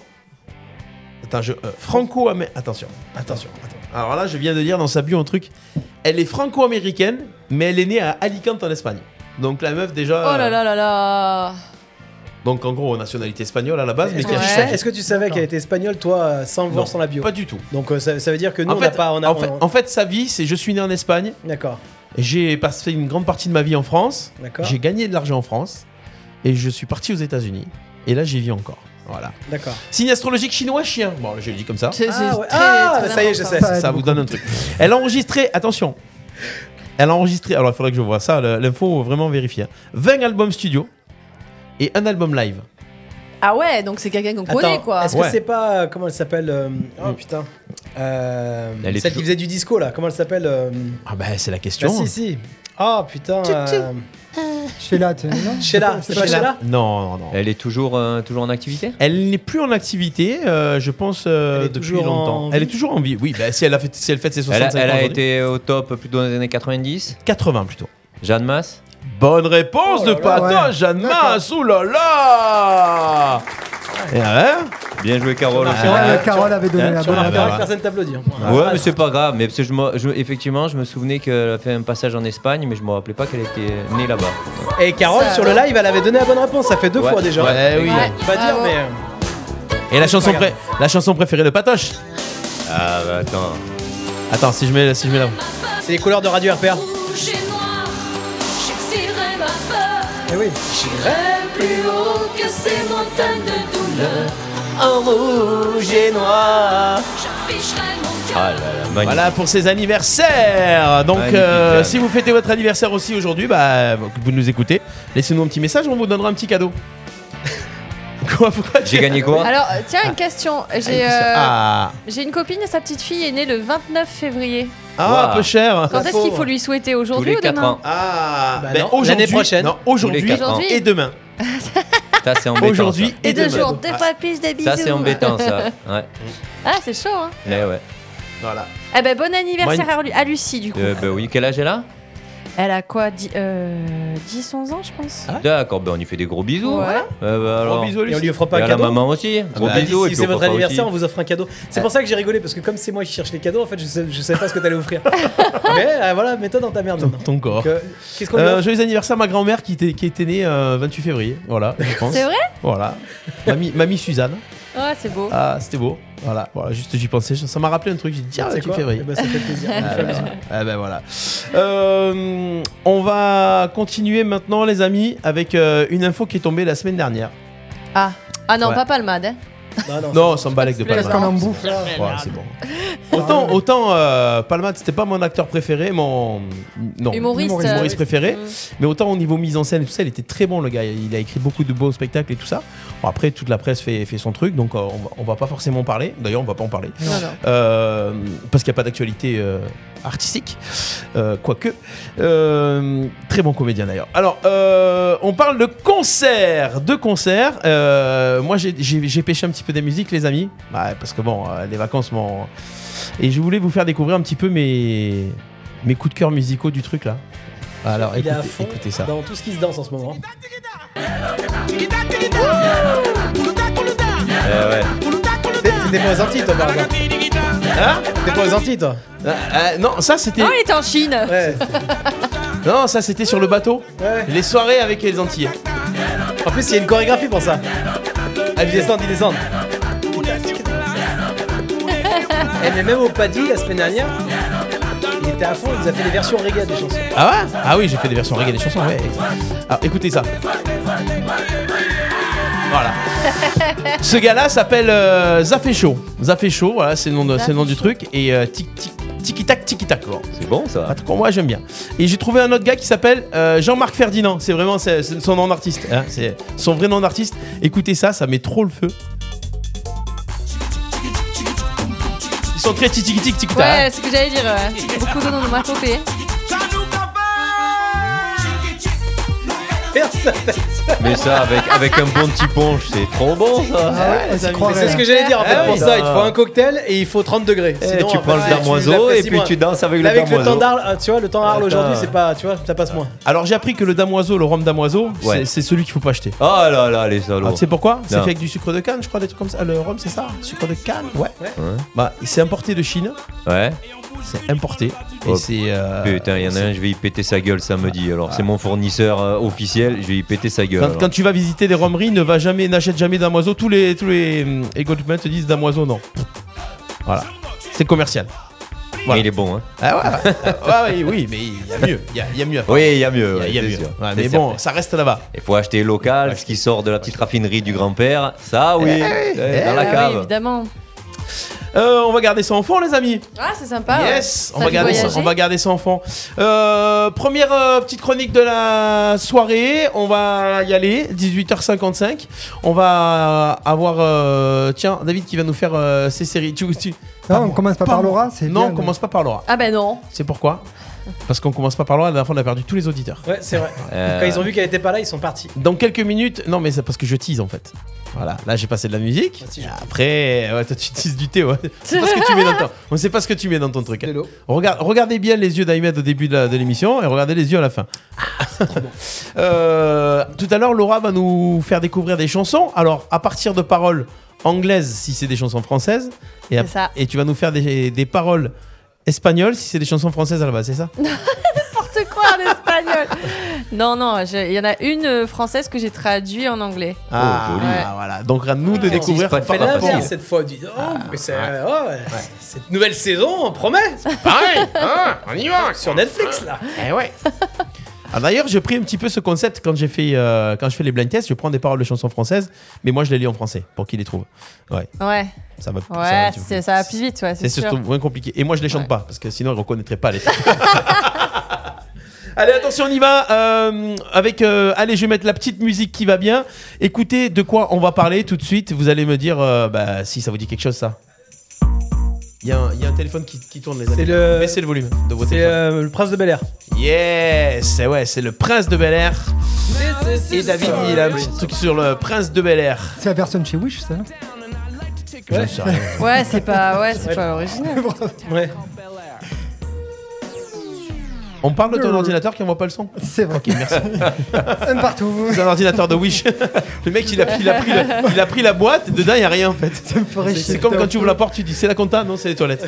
Speaker 3: Attends, je. euh, franco-américaine. Attention, attention, attention. Alors là, je viens de dire dans sa bio un truc. Elle est franco-américaine, mais elle est née à Alicante en Espagne. Donc la meuf déjà.
Speaker 4: Oh là là là là
Speaker 3: Ah Donc en gros, nationalité espagnole à la base, mais
Speaker 6: Est-ce
Speaker 3: qui
Speaker 6: que
Speaker 3: a-
Speaker 6: tu
Speaker 4: Ouais.
Speaker 6: sais- est-ce que tu savais qu'elle était espagnole, toi, euh, sans
Speaker 3: Non,
Speaker 6: voir sans la bio
Speaker 3: Pas du tout.
Speaker 6: Donc euh, ça ça veut dire que nous,
Speaker 3: en,
Speaker 6: on
Speaker 3: fait,
Speaker 6: n'a pas. on a-
Speaker 3: en fait-
Speaker 6: on-
Speaker 3: en fait, sa vie, c'est je suis né en Espagne.
Speaker 6: D'accord,
Speaker 3: J'ai passé une grande partie de ma vie en France.
Speaker 6: d'accord,
Speaker 3: J'ai gagné de l'argent en France. Et je suis parti aux États-Unis. Et là, j'y vis encore. Voilà.
Speaker 6: d'accord.
Speaker 3: Signe astrologique chinois chien. Bon, je le dis comme ça.
Speaker 4: C'est-
Speaker 6: Ah,
Speaker 4: c'est
Speaker 6: ouais.
Speaker 4: très,
Speaker 6: Ah,
Speaker 4: très
Speaker 6: ça y est, je
Speaker 4: important.
Speaker 6: sais.
Speaker 7: Ça aide
Speaker 3: Ça vous donne un truc. Elle a enregistré, attention, elle a enregistré, alors il faudrait que je vois ça, le- l'info, vraiment vérifier. hein. 20 albums studio et un album live.
Speaker 4: Ah ouais, donc c'est quelqu'un qu'on connaît,
Speaker 6: Attends,
Speaker 4: quoi.
Speaker 6: est-ce
Speaker 3: Ouais.
Speaker 6: que c'est pas euh, comment elle s'appelle euh, Oh putain. Euh,
Speaker 5: Elle est
Speaker 6: celle
Speaker 5: toujours-
Speaker 6: qui faisait du disco là, comment elle s'appelle euh,
Speaker 3: Ah bah c'est la
Speaker 6: Ah
Speaker 3: question.
Speaker 6: si si. Ah putain. euh,
Speaker 7: Sheila, tu non
Speaker 6: Sheila, Bah, c'est pas Sheila
Speaker 3: Non, non, non.
Speaker 5: Elle est toujours, euh, toujours en activité
Speaker 3: Elle n'est plus en activité, euh, je pense, euh,
Speaker 6: Elle est
Speaker 3: depuis
Speaker 6: toujours
Speaker 3: longtemps.
Speaker 6: en
Speaker 3: Elle est
Speaker 6: vie
Speaker 3: toujours en vie. Oui, bah, si elle a fait, si elle fête ses
Speaker 5: Elle a,
Speaker 3: 65
Speaker 5: elle
Speaker 3: ans
Speaker 5: a
Speaker 3: aujourd'hui.
Speaker 5: été au top plutôt dans les années 90
Speaker 3: 80 plutôt.
Speaker 5: Jeanne Masse
Speaker 3: Bonne réponse
Speaker 6: Oh
Speaker 3: de
Speaker 6: là là,
Speaker 3: Patoche,
Speaker 7: ouais.
Speaker 3: Jeanne Masse, oh là là Et hein, ouais
Speaker 5: Bien joué, Carole.
Speaker 3: Ah,
Speaker 6: Sur
Speaker 7: Ouais,
Speaker 6: la-
Speaker 7: la
Speaker 6: sur-
Speaker 7: Carole avait donné
Speaker 5: Hein,
Speaker 7: la
Speaker 5: sur
Speaker 6: On
Speaker 7: bonne
Speaker 6: a
Speaker 7: réponse.
Speaker 6: repéré que
Speaker 3: bah.
Speaker 6: personne hein. t'applaudit.
Speaker 5: Ouais, mais c'est pas grave. Mais parce que je, me- je- effectivement, je me souvenais qu'elle a fait un passage en Espagne, mais je me rappelais pas qu'elle était née là-bas.
Speaker 6: Et Carole
Speaker 4: Ça-
Speaker 6: sur le live, elle avait donné la bonne réponse, ça fait deux
Speaker 5: Ouais,
Speaker 6: fois déjà.
Speaker 5: ouais.
Speaker 3: Eh oui.
Speaker 4: Ouais.
Speaker 6: Faut Pas dire
Speaker 4: Bravo.
Speaker 6: mais euh,
Speaker 3: Et la chanson,
Speaker 6: pas
Speaker 3: pré-
Speaker 6: grave.
Speaker 3: la chanson préférée de Patoche
Speaker 5: Ah bah attends.
Speaker 3: Attends, si je mets, si je mets là.
Speaker 6: c'est les couleurs de Radio RPR.
Speaker 9: Rouge et noir, j'exilerai ma peur.
Speaker 6: Eh oui.
Speaker 9: J'irai plus haut que ces montagnes de douleur.
Speaker 2: En rouge et noir.
Speaker 9: J'afficherai mon
Speaker 5: Ah
Speaker 9: cœur.
Speaker 5: là là, magnifique.
Speaker 3: Voilà pour ses anniversaires. Donc,
Speaker 5: Magnifique,
Speaker 3: euh,
Speaker 5: Jeanne.
Speaker 3: si vous fêtez votre anniversaire aussi aujourd'hui, bah, vous nous écoutez. Laissez-nous un petit message, on vous donnera un petit cadeau. [laughs] Quoi Pourquoi tu-
Speaker 5: J'ai
Speaker 3: [laughs]
Speaker 5: gagné quoi
Speaker 4: Alors, euh, tiens, une question. J'ai euh,
Speaker 3: Ah,
Speaker 4: j'ai une copine, sa petite fille est née le 29 février.
Speaker 3: ah,
Speaker 5: Wow.
Speaker 3: peu cher.
Speaker 4: Quand
Speaker 6: La
Speaker 4: est-ce qu'il
Speaker 6: pauvre.
Speaker 4: faut lui souhaiter
Speaker 5: Tous
Speaker 4: aujourd'hui
Speaker 5: les
Speaker 4: ou
Speaker 5: 4
Speaker 4: demain
Speaker 5: ans.
Speaker 3: Ah,
Speaker 6: Bah
Speaker 3: ben,
Speaker 6: non,
Speaker 3: aujourd'hui-
Speaker 6: l'année prochaine.
Speaker 3: Non, aujourd'hui
Speaker 5: Tous les quatre ans.
Speaker 3: et demain.
Speaker 5: Ça c'est embêtant.
Speaker 3: Aujourd'hui
Speaker 4: Et
Speaker 3: et
Speaker 4: deux
Speaker 3: demain. Ah,
Speaker 4: jours, deux fois plus de bisous.
Speaker 5: Ça, Ça, c'est embêtant ça.
Speaker 4: [laughs]
Speaker 5: Ouais.
Speaker 4: Ah, c'est chaud, hein.
Speaker 5: Eh ouais.
Speaker 3: Voilà.
Speaker 4: Eh ben, bon anniversaire à Lu- à Lucie, du coup.
Speaker 5: Euh, bah oui, quel âge elle a
Speaker 4: Elle a quoi dix- euh, 10, 11 ans, je pense
Speaker 5: D'accord, bah on lui fait des gros bisous.
Speaker 4: Ouais.
Speaker 5: Euh, bah, alors.
Speaker 3: Gros bisous à
Speaker 6: Et on
Speaker 3: Lucie.
Speaker 6: lui offre
Speaker 5: Et
Speaker 6: pas
Speaker 5: à
Speaker 6: un
Speaker 5: la
Speaker 6: cadeau. Ah
Speaker 5: maman aussi. Gros
Speaker 3: bah,
Speaker 5: bisous. et
Speaker 6: si
Speaker 5: puis
Speaker 6: c'est
Speaker 5: au
Speaker 6: votre
Speaker 5: papa
Speaker 6: anniversaire, on
Speaker 5: aussi.
Speaker 6: vous offre un cadeau. C'est pour ça que j'ai rigolé parce que comme c'est moi qui cherche les cadeaux, en fait, je sais, je savais pas ce que t'allais offrir. mais euh, voilà, mets-toi dans ta merde maintenant.
Speaker 3: Ton corps.
Speaker 6: Donc, euh, Qu'est-ce qu'on lui
Speaker 3: Euh,
Speaker 6: offre
Speaker 3: joyeux anniversaire à ma grand-mère qui, était- qui était née euh, 28 février. Voilà, je pense.
Speaker 4: C'est vrai
Speaker 3: Voilà. Mamie, mamie Suzanne.
Speaker 4: Ouais, c'est beau.
Speaker 3: Ah, c'était beau. Voilà, voilà juste j'y pensais. Ça m'a rappelé un truc. J'ai dit, tiens,
Speaker 6: C'est
Speaker 3: 28
Speaker 6: quoi
Speaker 3: février.
Speaker 6: Eh ben, ça fait plaisir.
Speaker 3: Ah, bah, voilà. Ah, bah, voilà. Euh, on va continuer maintenant, les amis, avec euh, une info qui est tombée la semaine dernière.
Speaker 4: Ah. Ah non,
Speaker 3: Ouais.
Speaker 4: pas Palmade. Hein.
Speaker 6: Non, non,
Speaker 3: Non, ça me balèque de
Speaker 4: Qu'est-ce
Speaker 7: Qu'est-ce
Speaker 3: Palma.
Speaker 7: qu'on en bouffe Ah là
Speaker 3: Ouais, c'est bon. Autant, autant euh, Palma, c'était pas mon acteur préféré, mon non,
Speaker 4: Humoriste,
Speaker 3: humoriste
Speaker 4: euh, oui.
Speaker 3: préféré.
Speaker 4: Mm.
Speaker 3: Mais autant au niveau mise en scène et tout ça, il était très bon le gars. Il a écrit beaucoup de beaux spectacles et tout ça. Bon, après, toute la presse fait, fait son truc, donc euh, on, va, on va pas forcément parler. D'ailleurs, on va pas en parler.
Speaker 4: Non, non.
Speaker 3: Euh, parce qu'il n'y a pas d'actualité euh, artistique, euh, quoique. Euh, très bon comédien d'ailleurs. Alors, euh, on parle de concert, de concert. Euh, moi, j'ai- j'ai j'ai pêché un petit peu des musiques, les amis, Ouais, parce que bon, euh, les vacances m'ont. Et je voulais vous faire découvrir un petit peu mes mes coups de cœur musicaux du truc là. Alors,
Speaker 6: il est à
Speaker 3: écoutez,
Speaker 6: fond
Speaker 3: écoutez ça.
Speaker 6: dans tout ce qui se danse en ce moment. hein.
Speaker 5: Eh ouais.
Speaker 6: T'es t'es pas aux Antilles, toi, par exemple.
Speaker 3: Hein
Speaker 6: T'es pas aux Ah Antilles, toi.
Speaker 3: Euh, euh, non, ça c'était
Speaker 4: Oh, il était en Chine.
Speaker 6: Ouais,
Speaker 3: non, ça c'était sur le bateau.
Speaker 6: ouais.
Speaker 3: Les soirées avec les Antillais.
Speaker 6: En plus, il y a une chorégraphie pour ça. Ah, ils descendent, ils descendent. Eh, mais même au Paddy, la semaine dernière, il était à fond, il nous a fait des versions reggae des chansons. [laughs]
Speaker 3: Ah ouais Ah oui, j'ai fait des versions reggae des chansons, ouais. Ah, écoutez ça. Voilà. Ce gars-là s'appelle euh, Zafécho. Zafécho, voilà, c'est le nom, de- c'est le nom du truc. Et euh, tic, tic, tiki-tac, tiki-tac. quoi.
Speaker 5: C'est bon ça.
Speaker 3: En Ah, tout cas, moi, j'aime bien. Et j'ai trouvé un autre gars qui s'appelle euh, Jean-Marc Ferdinand. C'est vraiment c'est- c'est son nom d'artiste. hein. C'est son vrai nom d'artiste. Écoutez ça, ça met trop le feu. Ils sont très tiki tic tiki tac
Speaker 4: Ouais, c'est ce que j'allais dire. ouais. Beaucoup de noms de ma côté.
Speaker 6: Personne.
Speaker 5: Mais ça, avec, avec un bon petit punch, c'est trop bon ça.
Speaker 7: Ah ouais, on s'y
Speaker 6: Mais C'est
Speaker 7: croirait.
Speaker 6: ce que
Speaker 5: hein.
Speaker 6: j'allais dire en fait.
Speaker 3: Ah
Speaker 6: Pour
Speaker 3: oui.
Speaker 6: ça, il te faut un cocktail et il faut 30 degrés.
Speaker 5: Eh,
Speaker 6: Sinon,
Speaker 5: tu
Speaker 6: en
Speaker 5: prends
Speaker 6: fait,
Speaker 5: le
Speaker 6: tu
Speaker 5: darmoiseau et
Speaker 6: l'apprécies
Speaker 5: puis
Speaker 6: moins.
Speaker 5: tu danses avec le
Speaker 6: Là, avec le temps
Speaker 5: darmoiseau.
Speaker 6: d'Arles, euh, tu vois, le temps d'Arles aujourd'hui,
Speaker 5: Attends.
Speaker 6: c'est pas, tu vois, ça passe moins.
Speaker 3: Alors j'ai appris que le damoiseau, le rhum damoiseau, c'est-
Speaker 5: Ouais.
Speaker 3: c'est celui qu'il faut pas acheter.
Speaker 5: Oh là là, les salauds.
Speaker 3: Ah, tu sais pourquoi C'est fait
Speaker 5: Non.
Speaker 3: avec du sucre de canne, je crois, des trucs comme ça. Le rhum, c'est ça Sucre de canne Ouais. Bah, c'est importé de Chine,
Speaker 5: ouais.
Speaker 3: c'est importé. Et
Speaker 5: Oh,
Speaker 3: c'est. euh,
Speaker 5: Putain, il y en a un, je vais y péter sa gueule samedi. Alors, c'est mon fournisseur euh, officiel, je vais y péter sa gueule.
Speaker 3: Quand,
Speaker 5: alors.
Speaker 3: quand tu vas visiter des romeries, ne va jamais, n'achète jamais d'amoiseau. Tous les tous les hum, égouttements te disent d'amoiseau, non. Voilà, c'est commercial. voilà.
Speaker 5: Mais Il est bon, hein.
Speaker 3: Ah ouais, ouais, [laughs] ouais, ouais, oui, mais il y a mieux, il y a, il y a mieux. à faire.
Speaker 5: Oui, il y a mieux.
Speaker 3: Il y a-
Speaker 5: ouais,
Speaker 3: il y a
Speaker 5: c'est
Speaker 3: mieux.
Speaker 5: sûr,
Speaker 3: Ouais,
Speaker 5: c'est
Speaker 3: mais
Speaker 5: sûr.
Speaker 3: bon, ça reste là-bas.
Speaker 5: Il faut acheter local, ce qui sort de la petite raffinerie du grand-père. Ça, oui, eh, dans la
Speaker 4: Ah oui,
Speaker 5: cave.
Speaker 4: évidemment.
Speaker 3: Euh, on va garder ça en fond, les amis.
Speaker 4: Ah, c'est sympa. ouais.
Speaker 3: Yes, on
Speaker 4: Ça
Speaker 3: va,
Speaker 4: fait
Speaker 3: garder ça,
Speaker 4: voyager.
Speaker 3: on va garder ça en fond. Euh, première euh, petite chronique de la soirée, on va y aller, 18h55. On va avoir, euh, tiens, David qui va nous faire euh, ses séries. Tu- tu-
Speaker 7: Non, on commence pas
Speaker 3: Pas
Speaker 7: par
Speaker 3: moi.
Speaker 7: Laura, c'est
Speaker 3: Non,
Speaker 7: bien,
Speaker 3: on commence pas par Laura.
Speaker 4: Ah ben non.
Speaker 3: C'est pourquoi Parce qu'on commence pas par Laura, la dernière fois on a perdu tous les auditeurs.
Speaker 6: Ouais, c'est vrai.
Speaker 5: Euh,
Speaker 6: Quand ils ont vu qu'elle était pas là, ils sont partis.
Speaker 3: Dans quelques minutes, non mais c'est parce que je tease en fait. Voilà, là j'ai passé de la musique.
Speaker 6: Ah, si, je-
Speaker 3: Après, ouais, toi tu teases du thé,
Speaker 7: [laughs]
Speaker 3: ouais. C'est pas ce que tu mets dans ton... On sait pas ce que tu mets dans ton truc. hein.
Speaker 7: De l'eau.
Speaker 3: Regarde, regardez bien les yeux d'Ahmed au début de la- de l'émission et regardez les yeux à la fin.
Speaker 7: Ah,
Speaker 3: [laughs] Euh, tout à l'heure, Laura va nous faire découvrir des chansons. Alors, à partir de paroles anglaises, si c'est des chansons françaises, et, à-
Speaker 4: C'est
Speaker 7: Ah.
Speaker 4: ça.
Speaker 3: et tu vas nous faire des, des paroles espagnoles, si c'est des chansons françaises à la base, c'est ça
Speaker 4: N'importe quoi en espagnol. [laughs] non, non, je- il y en a une euh, française que j'ai traduite en anglais.
Speaker 3: Ah,
Speaker 5: joli.
Speaker 3: voilà. Donc, à nous de
Speaker 5: Tease
Speaker 3: découvrir.
Speaker 5: pas de
Speaker 3: par
Speaker 5: fête,
Speaker 3: rapport-
Speaker 5: pas
Speaker 6: Bien
Speaker 5: facile.
Speaker 6: cette fois, dis donc,
Speaker 5: Ah,
Speaker 6: mais c'est- oh, ouais. cette nouvelle saison, on promet,
Speaker 3: Pareil, hein, on y va.
Speaker 6: sur Netflix là.
Speaker 3: Eh ouais. [laughs] Ah, D'ailleurs, j'ai pris un petit peu ce concept quand j'ai fait euh, quand je fais les blind tests. Je prends des paroles de chansons françaises, mais moi je les lis en français pour qu'ils les trouvent.
Speaker 4: Ouais,
Speaker 3: Ça va. ça va un
Speaker 4: ouais,
Speaker 3: petit peu
Speaker 4: c'est- ça va plus vite, ouais, c'est
Speaker 3: C'est
Speaker 4: sûr.
Speaker 3: surtout moins compliqué. Et moi, je les chante
Speaker 4: Ouais.
Speaker 3: pas parce que sinon, ils reconnaîtraient pas les textes. [laughs] Allez, attention, on y va. euh, avec, euh, allez, je vais mettre la petite musique qui va bien. Écoutez, de quoi on va parler tout de suite. Vous allez me dire, euh, bah, si ça vous dit quelque chose, ça. Il y, a un- il y a un téléphone qui, qui tourne, les amis.
Speaker 6: le-
Speaker 3: Baissez le volume de votre
Speaker 6: C'est
Speaker 3: téléphone.
Speaker 6: euh, le prince de Bel Air.
Speaker 3: Yes, c'est ouais, c'est le prince de Bel Air. Et David, il a un petit truc sur le prince de Bel Air.
Speaker 7: C'est la personne chez Wish, ça non
Speaker 6: Ouais.
Speaker 3: Je sais rien.
Speaker 4: Ouais, c'est pas, ouais, c'est
Speaker 6: Ouais.
Speaker 4: pas
Speaker 7: [laughs]
Speaker 4: original.
Speaker 6: Ouais.
Speaker 3: On parle de ton ordinateur qui envoie pas le son.
Speaker 7: C'est vrai. Un partout.
Speaker 3: [laughs] C'est un ordinateur de Wish.
Speaker 7: [laughs]
Speaker 3: Le mec, il a, il a pris, le- il a pris la boîte, dedans, il n'y a rien en fait.
Speaker 7: Ça me ferait
Speaker 3: C'est-
Speaker 7: chier.
Speaker 3: C'est comme quand tu ouvres la porte, tu dis c'est la compta, non, c'est les
Speaker 7: [laughs]
Speaker 3: toilettes.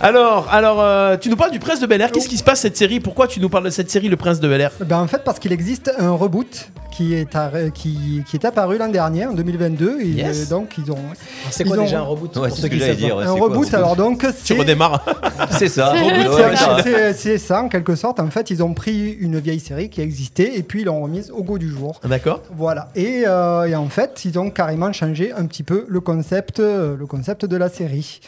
Speaker 3: alors, alors euh, tu nous parles du Prince de Bel Air. Qu'est-ce qui se passe cette série Pourquoi tu nous parles de cette série, le Prince de Bel Air
Speaker 7: Ben, en fait, parce qu'il existe un reboot qui est, arr- qui, qui est apparu l'an dernier, en 2022. Et
Speaker 3: Yes.
Speaker 7: euh, donc, ils ont.
Speaker 6: Alors, C'est
Speaker 7: Ils
Speaker 6: quoi
Speaker 7: ont-
Speaker 6: déjà un reboot
Speaker 5: Ouais,
Speaker 6: pour
Speaker 5: c'est ce
Speaker 6: ceux
Speaker 5: que
Speaker 6: qui
Speaker 5: j'allais
Speaker 6: savent
Speaker 5: dire. ouais,
Speaker 7: un
Speaker 5: c'est quoi,
Speaker 7: reboot,
Speaker 5: c'est-
Speaker 7: alors donc, c'est.
Speaker 3: Tu redémarres.
Speaker 5: [laughs]
Speaker 3: [laughs]
Speaker 5: C'est ça.
Speaker 7: [laughs] C'est-
Speaker 5: reboot, ouais, ça.
Speaker 7: c'est- C'est ça, en quelque sorte. En fait, ils ont pris une vieille série qui existait et puis ils l'ont remise au goût du jour.
Speaker 3: D'accord.
Speaker 7: Voilà. Et, euh, et en fait, ils ont carrément changé un petit peu le concept, euh, le concept de la série.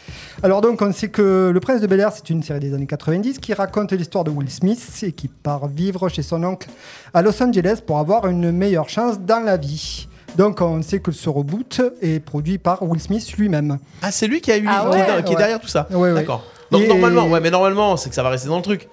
Speaker 7: Alors donc, on sait que Le Prince de Bel Air, c'est une série des années 90 qui raconte l'histoire de Will Smith et qui part vivre chez son oncle à Los Angeles pour avoir une meilleure chance dans la vie. Donc, on sait que ce reboot est produit par Will Smith lui-même.
Speaker 3: Ah, c'est lui qui a eu,
Speaker 4: Ah
Speaker 3: qui, est-
Speaker 7: ouais,
Speaker 3: qui est
Speaker 7: ouais.
Speaker 3: derrière tout ça.
Speaker 7: Ouais, ouais.
Speaker 3: D'accord. Donc
Speaker 7: Et-
Speaker 3: normalement, ouais, mais normalement, c'est que ça va rester dans le truc.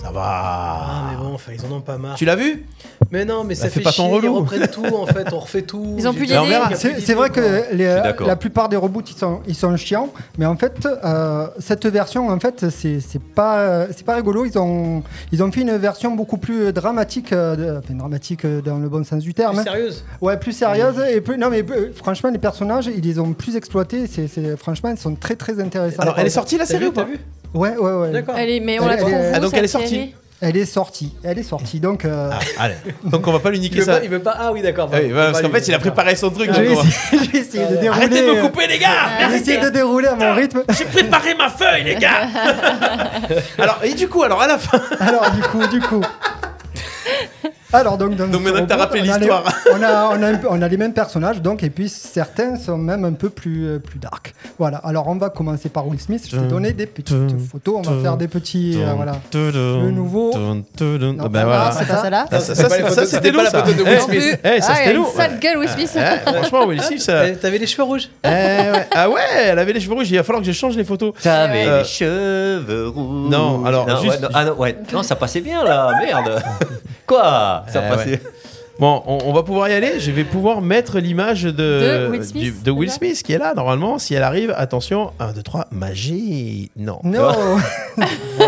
Speaker 3: Ça
Speaker 6: Ah, mais
Speaker 3: va.
Speaker 6: bon, enfin, ils en ont pas marre.
Speaker 3: Tu l'as vu
Speaker 6: Mais non, mais ça,
Speaker 3: Bah, fais
Speaker 6: fait
Speaker 3: pas
Speaker 6: chier,
Speaker 3: ton
Speaker 6: ils
Speaker 3: relou.
Speaker 6: reprennent tout en fait, on refait tout.
Speaker 4: Ils ont plus
Speaker 6: J'ai-
Speaker 4: d'idées.
Speaker 6: Ah,
Speaker 7: C'est c'est vrai que les- euh,
Speaker 5: d'accord.
Speaker 7: la plupart des reboots ils sont, ils sont chiants, mais en fait euh, cette version en fait c'est c'est pas euh, c'est pas rigolo. Ils ont ils ont fait une version beaucoup plus dramatique, euh, de- enfin, dramatique euh, dans le bon sens du terme.
Speaker 6: Plus sérieuse.
Speaker 7: Ouais, plus sérieuse et plus non mais euh, franchement les personnages ils les ont plus exploités. C'est c'est- franchement ils sont très très intéressants.
Speaker 3: Alors, elle est sortie la
Speaker 6: T'as
Speaker 3: série
Speaker 6: vu,
Speaker 3: ou
Speaker 6: t'as
Speaker 3: pas
Speaker 6: vu
Speaker 7: Ouais ouais ouais.
Speaker 6: D'accord.
Speaker 4: Elle est- mais on la
Speaker 7: Elle est-
Speaker 4: trouve. où,
Speaker 7: Ah,
Speaker 3: donc
Speaker 4: cette
Speaker 3: elle est sortie.
Speaker 4: série
Speaker 7: Elle est sortie, elle est sortie donc. euh,
Speaker 3: Ah,
Speaker 6: [laughs]
Speaker 3: Allez. Donc on va pas lui
Speaker 6: Il
Speaker 3: niquer
Speaker 6: veut,
Speaker 3: ça.
Speaker 6: pas, il veut pas. Ah oui, d'accord.
Speaker 3: Ah oui,
Speaker 6: pardon.
Speaker 3: voilà, parce
Speaker 6: Pas
Speaker 3: qu'en
Speaker 6: lui, Ah
Speaker 3: fait, il a
Speaker 6: d'accord.
Speaker 3: préparé son truc.
Speaker 7: J'ai
Speaker 3: donc on va-
Speaker 7: essayé, [laughs] j'ai essayé de
Speaker 6: Ah,
Speaker 7: dérouler.
Speaker 3: Arrêtez de me
Speaker 7: euh,
Speaker 3: couper, les
Speaker 6: [laughs]
Speaker 3: gars
Speaker 7: J'ai essayé de dérouler à mon rythme.
Speaker 3: J'ai préparé ma feuille, les
Speaker 6: [laughs]
Speaker 3: gars Alors, et du coup, alors à la fin,
Speaker 7: Alors, du coup, du coup. Alors, donc, dans
Speaker 3: Donc,
Speaker 7: ce
Speaker 3: maintenant que t'as
Speaker 7: robot,
Speaker 3: rappelé
Speaker 7: on a les-
Speaker 3: l'histoire.
Speaker 7: On a, on, a, un peu- on a les mêmes personnages, donc, et puis certains sont même un peu plus, euh, plus dark. Voilà, alors on va commencer par Will Smith. Je vais
Speaker 3: Tum,
Speaker 7: donner des petites
Speaker 3: tum,
Speaker 7: photos, on va
Speaker 3: tum,
Speaker 7: faire des petits. euh, voilà.
Speaker 3: Le
Speaker 7: nouveau. Non,
Speaker 3: ben
Speaker 7: ça
Speaker 3: voilà.
Speaker 7: va,
Speaker 4: Ah, C'est pas celle-là
Speaker 3: Ça, ça, ça,
Speaker 6: pas les
Speaker 3: ça,
Speaker 6: photos-
Speaker 3: c'était
Speaker 6: pas
Speaker 3: lourd,
Speaker 6: la
Speaker 3: ça.
Speaker 6: photo de
Speaker 3: Eh,
Speaker 6: Will Smith.
Speaker 3: eh, ça,
Speaker 4: Ah,
Speaker 3: c'était
Speaker 4: elle a une
Speaker 3: lourd.
Speaker 4: sale gueule, Will Smith.
Speaker 3: Eh, franchement, Will Smith, ça.
Speaker 6: T'avais- T'avais les cheveux rouges.
Speaker 3: [laughs] Eh, ouais. Ah ouais, elle avait les cheveux rouges. Il va falloir que je change les photos.
Speaker 5: T'avais
Speaker 3: Euh,
Speaker 5: les cheveux rouges.
Speaker 3: non, alors,
Speaker 5: ouais,
Speaker 3: juste-
Speaker 5: non, ah non, ouais. Non, ça passait bien là, merde. [laughs] Quoi Ça
Speaker 3: Eh,
Speaker 5: passait. [laughs]
Speaker 3: Bon, on, on va pouvoir y aller. Je vais pouvoir mettre l'image de,
Speaker 4: De Will Smith,
Speaker 3: du- de Will
Speaker 4: c'est ça
Speaker 3: Smith qui est là, normalement. Si elle arrive, attention. 1, 2, 3, magie. Non. [laughs]
Speaker 7: Non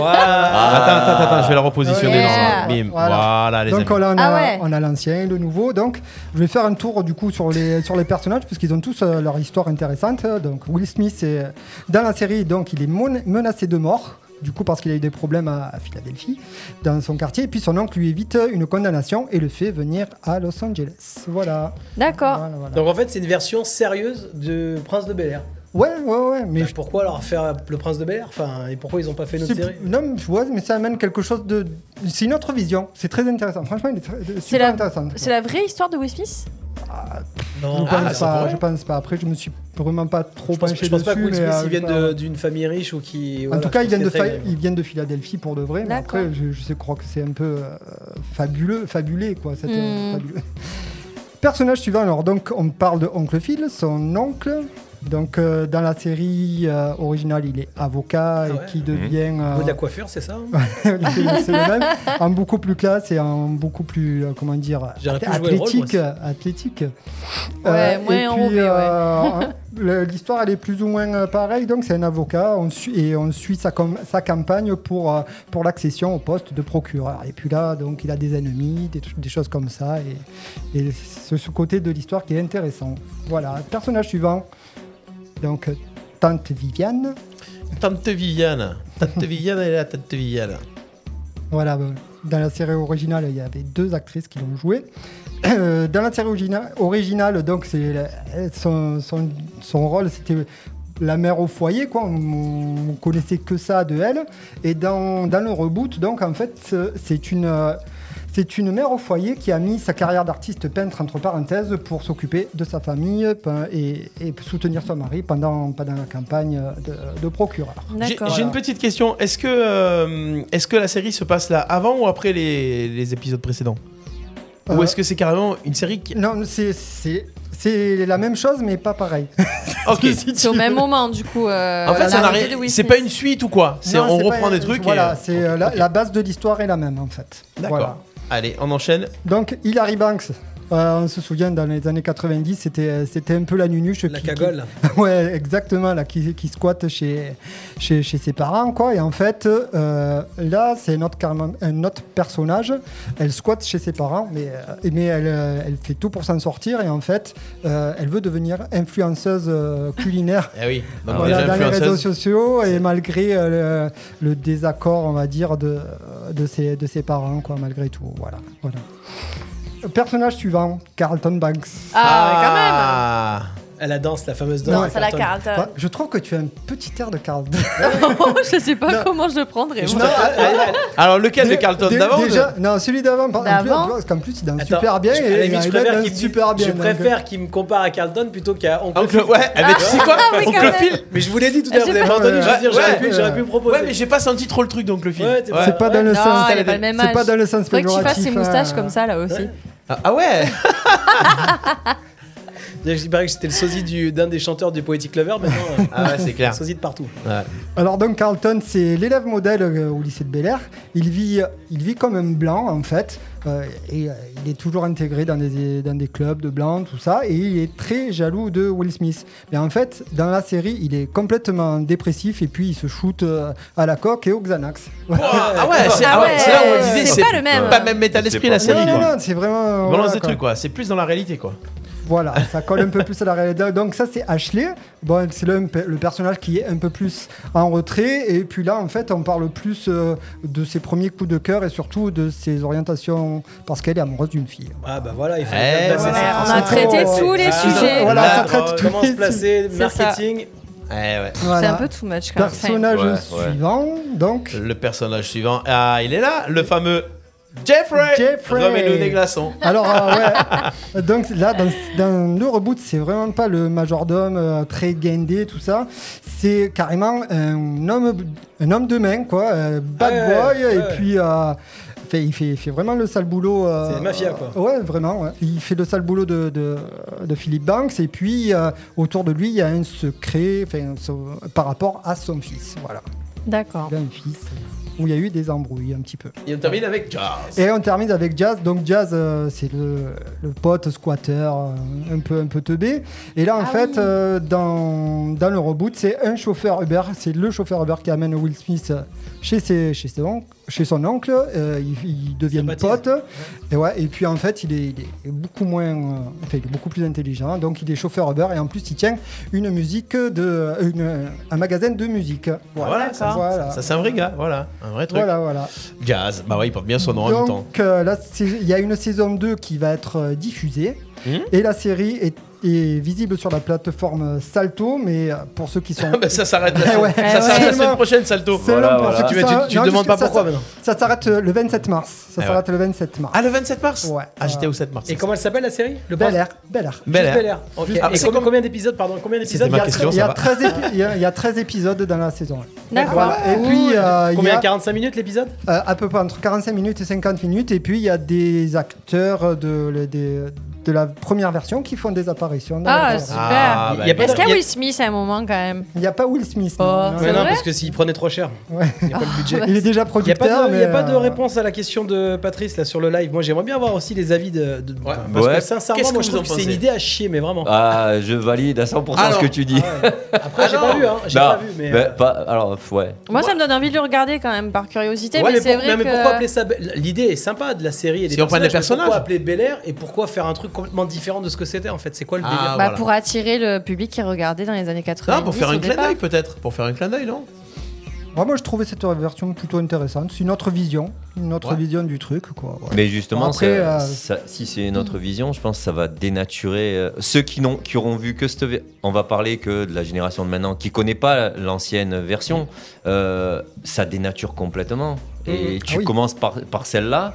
Speaker 3: Ah, Attends, attends, attends, je vais la repositionner.
Speaker 4: Yeah.
Speaker 3: normalement. Bim. Voilà.
Speaker 7: Voilà.
Speaker 3: les amis.
Speaker 7: Donc on a,
Speaker 4: Ah ouais.
Speaker 7: on a l'ancien et le nouveau. Donc je vais faire un tour du coup sur les, sur les personnages parce qu'ils ont tous euh, leur histoire intéressante. Donc Will Smith est, dans la série donc il est mon- menacé de mort. Du coup, parce qu'il a eu des problèmes à à Philadelphie, dans son quartier, et puis son oncle lui évite une condamnation et le fait venir à Los Angeles. Voilà.
Speaker 4: D'accord.
Speaker 7: Voilà, voilà.
Speaker 6: Donc en fait, c'est une version sérieuse de Prince de Bel Air.
Speaker 7: Ouais, ouais, ouais. Mais
Speaker 6: Mais pourquoi alors faire le Prince de Bel Air Enfin, et pourquoi ils ont pas fait notre
Speaker 7: c'est-
Speaker 6: série
Speaker 7: non, mais, ouais, mais ça amène quelque chose de. C'est une autre vision. C'est très intéressant. Franchement, il est très- super
Speaker 4: la-
Speaker 7: intéressant.
Speaker 4: C'est la vraie histoire de Will Smith
Speaker 6: Non.
Speaker 7: je,
Speaker 3: Ah,
Speaker 7: pense
Speaker 3: c'est
Speaker 7: pas,
Speaker 3: vrai
Speaker 7: je pense pas. Après, je me suis vraiment pas trop
Speaker 6: Je pense,
Speaker 7: penché
Speaker 6: je pense
Speaker 7: dessus.
Speaker 6: pas que Will
Speaker 7: mais,
Speaker 6: Smith
Speaker 7: euh,
Speaker 6: il
Speaker 7: je
Speaker 6: vienne
Speaker 7: sais pas.
Speaker 6: de- d'une famille riche ou qui.
Speaker 7: En
Speaker 6: voilà,
Speaker 7: tout cas,
Speaker 6: je
Speaker 7: ils
Speaker 6: pense
Speaker 7: viennent, de
Speaker 6: qu'il y a
Speaker 7: Fa-
Speaker 6: très-
Speaker 7: ils viennent de Philadelphie pour de vrai. Mais
Speaker 4: D'accord.
Speaker 7: après, je, je sais- crois que c'est un peu euh, fabuleux, fabulé, quoi. cette, euh,
Speaker 4: Hmm.
Speaker 7: fabuleux. [laughs] Personnage suivant, alors, donc, on parle de Oncle Phil, son oncle. Donc, euh, dans la série euh, originale, il est
Speaker 6: Ah
Speaker 7: avocat
Speaker 6: ouais.
Speaker 7: et qui devient.
Speaker 6: Au niveau de
Speaker 7: euh,
Speaker 6: la coiffure, c'est ça hein
Speaker 7: [laughs] c'est le même, en beaucoup plus classe et en beaucoup plus, euh, comment dire,
Speaker 6: J'aurais pu jouer le rôle, moi
Speaker 7: athlétique.
Speaker 6: aussi.
Speaker 7: athlétique.
Speaker 4: Ouais, moins
Speaker 7: et
Speaker 4: enrobé,
Speaker 7: puis,
Speaker 4: [laughs]
Speaker 7: euh, le- l'histoire, elle est plus ou moins euh, pareille. Donc, c'est un avocat on suit, et on suit sa, com- sa campagne pour, euh, pour l'accession au poste de procureur. Et puis là, donc, il a des ennemis, des, tr- des choses comme ça. Et, et c'est ce côté de l'histoire qui est intéressant. Voilà, personnage suivant. Donc, Tante Viviane.
Speaker 3: Tante Viviane. Tante Viviane, elle est là, Tante Viviane.
Speaker 7: Voilà, ben, dans la série originale, il y avait deux actrices qui l'ont joué. [clears throat] Euh, dans la série origina- originale, donc, c'est la- elle, son, son- son rôle, c'était la mère au foyer, quoi. On, on connaissait que ça de elle. Et dans, dans le reboot, donc, en fait, c'est- c'est une. euh, c'est une mère au foyer qui a mis sa carrière d'artiste peintre entre parenthèses pour s'occuper de sa famille pe- et, et soutenir son mari pendant, pendant la campagne de, de procureur.
Speaker 3: J'ai
Speaker 4: D'accord.
Speaker 3: j'ai une petite question. Est-ce que, euh, est-ce que la série se passe là avant ou après les, les épisodes précédents Ou
Speaker 7: Euh,
Speaker 3: est-ce que c'est carrément une série
Speaker 7: [laughs]
Speaker 3: qui.
Speaker 7: Non, c'est- c'est c'est la même chose, mais pas pareil.
Speaker 3: Ok.
Speaker 4: C'est au même moment, du coup. euh,
Speaker 3: En fait, ça n'a
Speaker 4: l'arrivée de
Speaker 3: rien-
Speaker 4: Will
Speaker 3: c'est
Speaker 4: Smith.
Speaker 3: pas une suite ou quoi [laughs] C'est
Speaker 7: Non,
Speaker 3: on
Speaker 7: c'est
Speaker 3: reprend
Speaker 7: pas-
Speaker 3: des trucs. et-
Speaker 7: Voilà, c'est euh, la,
Speaker 3: Ok.
Speaker 7: la base de l'histoire est la même en fait.
Speaker 3: D'accord.
Speaker 7: Voilà.
Speaker 3: Allez, on enchaîne.
Speaker 7: Donc Hilary Banks. euh, on se souvient dans les années 90, c'était euh, c'était un peu la nunuche.
Speaker 6: La
Speaker 7: qui-
Speaker 6: cagole.
Speaker 7: qui- [laughs] ouais, exactement, là, qui, qui squatte chez, chez, chez ses parents, quoi. Et en fait, euh, là, c'est un, autre carrément- un autre personnage. Elle squatte chez ses parents, mais, euh, et- mais elle, euh, elle fait tout pour s'en sortir. Et en fait, euh, elle veut devenir influenceuse euh, culinaire
Speaker 3: Eh oui.
Speaker 6: Ah,
Speaker 3: Donc
Speaker 7: Voilà,
Speaker 3: déjà
Speaker 7: dans les réseaux
Speaker 3: influenceuse.
Speaker 7: sociaux et malgré euh, le, le désaccord, on va dire, de, de, ses, de ses parents, quoi, malgré tout. Voilà, voilà. Personnage suivant, Carlton Banks.
Speaker 4: Ah,
Speaker 6: À la danse, la fameuse
Speaker 4: quand
Speaker 6: danse.
Speaker 4: même. Non, ça la
Speaker 6: Carlton.
Speaker 4: carte.
Speaker 7: Bah, je trouve que tu as un petit air
Speaker 6: [laughs]
Speaker 7: de Carlton.
Speaker 4: [laughs] je sais pas
Speaker 7: Non.
Speaker 4: comment je le prendrais.
Speaker 7: Non,
Speaker 3: ah,
Speaker 7: euh,
Speaker 3: Alors lequel de
Speaker 7: dé-
Speaker 3: Carlton
Speaker 7: dé-
Speaker 3: d'avant ou de-
Speaker 7: déjà- Non, celui d'avant. par- en plus-
Speaker 4: D'avant
Speaker 7: Parce qu'en plus, il danse
Speaker 6: Attends,
Speaker 7: super bien.
Speaker 6: je- à
Speaker 7: et,
Speaker 6: la
Speaker 7: et
Speaker 6: limite, je
Speaker 7: il
Speaker 6: préfère
Speaker 7: danse
Speaker 6: qu'il me-
Speaker 7: super bien.
Speaker 6: Je
Speaker 7: donc, euh.
Speaker 6: préfère qu'il me compare à Carlton plutôt qu'à Oncle
Speaker 3: Oncle-
Speaker 6: Phil.
Speaker 3: Ah, Ouais, eh, mais tu sais quoi
Speaker 4: mais Ah. quand
Speaker 3: Oncle
Speaker 4: même.
Speaker 3: Phil
Speaker 6: Mais je vous l'ai dit tout à l'heure,
Speaker 4: J'ai
Speaker 6: vous n'avez pas
Speaker 7: pas-
Speaker 6: entendu, je veux dire,
Speaker 3: Ouais,
Speaker 6: j'aurais pu,
Speaker 7: ouais.
Speaker 6: j'aurais pu me proposer.
Speaker 3: Ouais, mais j'ai pas senti trop le truc d'oncle Phil.
Speaker 6: Ouais, t'es-
Speaker 7: euh, C'est pas dans le
Speaker 4: Non,
Speaker 7: sens.
Speaker 4: elle a pas le même
Speaker 7: C'est pas
Speaker 4: âge.
Speaker 7: dans le sens
Speaker 4: Faudrait que tu fasses
Speaker 7: péjoratif,
Speaker 4: ses moustaches
Speaker 7: euh,
Speaker 4: comme ça là aussi.
Speaker 3: Ah ah ouais
Speaker 6: Il paraît que c'était le sosie du- d'un des chanteurs du Poetic Lover maintenant. euh,
Speaker 3: Ah ouais, c'est [laughs] clair.
Speaker 6: Sosie de partout.
Speaker 7: Alors donc Carlton, c'est l'élève modèle euh, au lycée de Bel Air. Il vit, euh, il vit comme un blanc en fait, euh, et euh, il est toujours intégré dans des, dans des clubs de blancs, tout ça, et il est très jaloux de Will Smith. Mais en fait, dans la série, il est complètement dépressif et puis il se shoot euh, à la coque et au Xanax.
Speaker 3: Ouah, Ah ouais, c'est
Speaker 4: Ah
Speaker 3: ah ouais,
Speaker 4: ouais,
Speaker 3: c'est là où on disait
Speaker 4: c'est pas le même.
Speaker 3: Pas même état d'esprit la série.
Speaker 7: non, non,
Speaker 3: quoi.
Speaker 7: non, c'est vraiment. voilà,
Speaker 3: Balance des
Speaker 7: quoi.
Speaker 3: trucs quoi, c'est plus dans la réalité quoi.
Speaker 7: Voilà, ça colle un peu plus à la réalité. Donc ça, c'est Ashley. Bon, c'est le, le personnage qui est un peu plus en retrait. Et puis là, en fait, on parle plus euh, de ses premiers coups de cœur et surtout de ses orientations parce qu'elle est amoureuse d'une fille.
Speaker 6: Ah bah voilà, il faut.
Speaker 3: Eh,
Speaker 6: bien placer
Speaker 3: voilà,
Speaker 6: ses
Speaker 4: on a
Speaker 6: chansons.
Speaker 4: traité tous les
Speaker 6: Ah,
Speaker 4: sujets.
Speaker 7: Voilà,
Speaker 3: la
Speaker 7: ça traite
Speaker 6: Alors,
Speaker 7: tous
Speaker 6: Comment
Speaker 7: les
Speaker 6: se placer,
Speaker 4: C'est ça.
Speaker 6: marketing.
Speaker 3: Eh ouais.
Speaker 4: C'est
Speaker 7: Voilà.
Speaker 4: un peu too much quand même. Enfin,
Speaker 7: Personnage
Speaker 5: Ouais, ouais.
Speaker 7: suivant, donc.
Speaker 3: Le personnage suivant, ah il est là, le fameux Jeffrey.
Speaker 7: Jeffrey.
Speaker 3: Remets-nous des glaçons.
Speaker 7: Alors, euh, ouais. Donc là, dans, dans le reboot, c'est vraiment pas le majordome euh, très guindé, tout ça. C'est carrément un homme, un homme de main, quoi. euh, bad
Speaker 6: Ah ouais,
Speaker 7: boy.
Speaker 6: ouais,
Speaker 7: Et
Speaker 6: ouais.
Speaker 7: puis, euh, fait- il, fait, il fait vraiment le sale boulot. euh,
Speaker 6: C'est la mafia, quoi.
Speaker 7: euh, Ouais, vraiment. ouais. Il fait le sale boulot de, de, de Philippe Banks. Et puis, euh, autour de lui, il y a un secret enfin, son- par rapport à son fils. Voilà.
Speaker 4: D'accord.
Speaker 7: Il a un fils où il y a eu des embrouilles un petit peu.
Speaker 3: Et on termine avec Charles.
Speaker 7: Et on termine avec Jazz. Donc Jazz, euh, c'est le, le pote squatter euh, un peu un peu teubé. Et là, en
Speaker 4: Ah
Speaker 7: fait,
Speaker 4: oui.
Speaker 7: euh, dans, dans le reboot, c'est un chauffeur Uber. C'est le chauffeur Uber qui amène Will Smith chez ses, chez ses on- chez son oncle. Euh, ils, ils deviennent
Speaker 6: Sympathise.
Speaker 7: potes. Et ouais. Et puis en fait, il est, il est beaucoup moins, euh, enfin, il est beaucoup plus intelligent. Donc il est chauffeur Uber et en plus, il tient une musique de, une- un magasin de musique.
Speaker 3: Voilà, ça,
Speaker 7: Voilà.
Speaker 3: ça, c'est un vrai gars, voilà, un vrai truc.
Speaker 7: Voilà, voilà.
Speaker 3: Jazz, bah ouais, il porte bien son nom en même temps.
Speaker 7: Donc euh, là, c'est- il y a une saison 2 qui va être euh, diffusée.
Speaker 3: Hmm.
Speaker 7: Et la série est, est visible sur la plateforme Salto, mais euh, pour ceux qui sont.
Speaker 3: Ah [laughs] bah, ça s'arrête la,
Speaker 7: Eh ouais.
Speaker 3: ça s'arrête la
Speaker 7: Seulement-
Speaker 3: semaine prochaine, Salto.
Speaker 7: seulement
Speaker 5: Voilà,
Speaker 7: pour
Speaker 5: voilà.
Speaker 7: ceux qui
Speaker 3: Tu,
Speaker 7: sont-
Speaker 3: tu- tu
Speaker 7: non,
Speaker 3: te demandes
Speaker 7: juste
Speaker 3: pas
Speaker 7: que ça-
Speaker 3: pourquoi maintenant
Speaker 7: Ça s'arrête euh, le 27 mars. Ça
Speaker 3: Eh
Speaker 7: s'arrête le 27 mars.
Speaker 3: Ah, le 27 mars
Speaker 7: Ouais.
Speaker 3: Ah, j'étais au 7 mars.
Speaker 6: Et comment elle s'appelle la série Le
Speaker 7: Bel Air, Bel Air.
Speaker 3: Bel Air.
Speaker 6: Juste Bel Air.
Speaker 3: Ok.
Speaker 6: Juste-
Speaker 3: Ah,
Speaker 6: et
Speaker 3: c'est
Speaker 6: combien,
Speaker 3: comme-
Speaker 6: combien d'épisodes Pardon, combien d'épisodes
Speaker 3: C'était ma
Speaker 6: il y a
Speaker 3: question,
Speaker 7: Il y,
Speaker 3: ça
Speaker 7: a
Speaker 3: va.
Speaker 7: 13 épi- il y a- il y a 13 épisodes dans la saison.
Speaker 4: D'accord.
Speaker 7: Voilà. Et puis, euh, il y
Speaker 6: Combien
Speaker 7: a
Speaker 6: 45 minutes l'épisode
Speaker 7: euh, à peu près entre 45 minutes et 50 minutes. Et puis, il y a des acteurs de, le- des- de la première version qui font des apparitions. dans
Speaker 4: Ah,
Speaker 7: la
Speaker 4: c'est-
Speaker 7: série.
Speaker 3: Ah,
Speaker 6: Il y a
Speaker 3: bah,
Speaker 6: pas-
Speaker 4: Est-ce qu'il y
Speaker 6: Il y
Speaker 4: a
Speaker 6: a-
Speaker 4: Will Smith à un moment quand même
Speaker 7: Il n'y a pas Will Smith.
Speaker 4: Oh,
Speaker 7: non, non,
Speaker 4: c'est
Speaker 6: Mais
Speaker 7: non.
Speaker 6: non,
Speaker 4: vrai
Speaker 6: parce que s'il prenait trop cher,
Speaker 7: Ouais.
Speaker 6: il n'y a pas le budget.
Speaker 7: Il est déjà
Speaker 6: Il n'y a,
Speaker 7: producteur.
Speaker 6: pas de- il y a
Speaker 7: mais,
Speaker 6: pas de
Speaker 7: euh,
Speaker 6: réponse à la question de Patrice là sur le live. Moi j'aimerais bien avoir aussi les avis de. de-
Speaker 3: Ouais.
Speaker 6: Parce
Speaker 5: Ouais.
Speaker 6: que sincèrement,
Speaker 3: Qu'est-ce
Speaker 6: moi
Speaker 3: que
Speaker 6: je
Speaker 3: vous en
Speaker 6: trouve que c'est une
Speaker 3: pensez
Speaker 6: idée à chier, mais vraiment.
Speaker 5: Ah, je valide à 100%
Speaker 3: Alors,
Speaker 5: ce que tu dis.
Speaker 6: Après, j'ai
Speaker 3: Ah
Speaker 6: pas
Speaker 3: non.
Speaker 6: vu, hein. J'ai
Speaker 5: Non,
Speaker 6: pas vu, mais.
Speaker 5: bah,
Speaker 6: euh,
Speaker 5: pas- alors, f- ouais.
Speaker 4: Moi, ça me donne envie de le regarder quand même par curiosité,
Speaker 6: ouais,
Speaker 4: mais,
Speaker 6: mais,
Speaker 4: c'est
Speaker 6: pour-
Speaker 4: vrai
Speaker 6: mais
Speaker 4: que.
Speaker 6: pourquoi appeler ça Bel- L'idée est sympa de la série et des
Speaker 3: Si on prend des
Speaker 6: mais Pourquoi
Speaker 3: personnages.
Speaker 6: appeler Bel Air et pourquoi faire un truc complètement différent de ce que c'était en fait C'est quoi le
Speaker 3: Ah,
Speaker 6: délire
Speaker 4: Bah,
Speaker 3: voilà.
Speaker 4: pour attirer le public qui regardait dans les années 90.
Speaker 3: Non, pour faire
Speaker 4: au
Speaker 3: un clin
Speaker 4: départ.
Speaker 3: d'œil peut-être. Pour faire un clin d'œil, non
Speaker 7: ouais, moi, je trouvais cette version plutôt intéressante. C'est une autre vision. Une autre
Speaker 3: Ouais.
Speaker 7: vision du truc. Quoi. Ouais.
Speaker 5: Mais justement,
Speaker 7: Bon, après,
Speaker 5: ça-
Speaker 7: euh,
Speaker 5: ça- si c'est notre vision, je pense que ça va dénaturer euh, ceux qui, n'ont, qui auront vu que cette. vé- On va parler que de la génération de maintenant qui connaît pas l'ancienne version. euh, ça dénature complètement.
Speaker 6: Mm.
Speaker 5: Et tu
Speaker 7: Ah oui.
Speaker 5: commences par, par celle-là.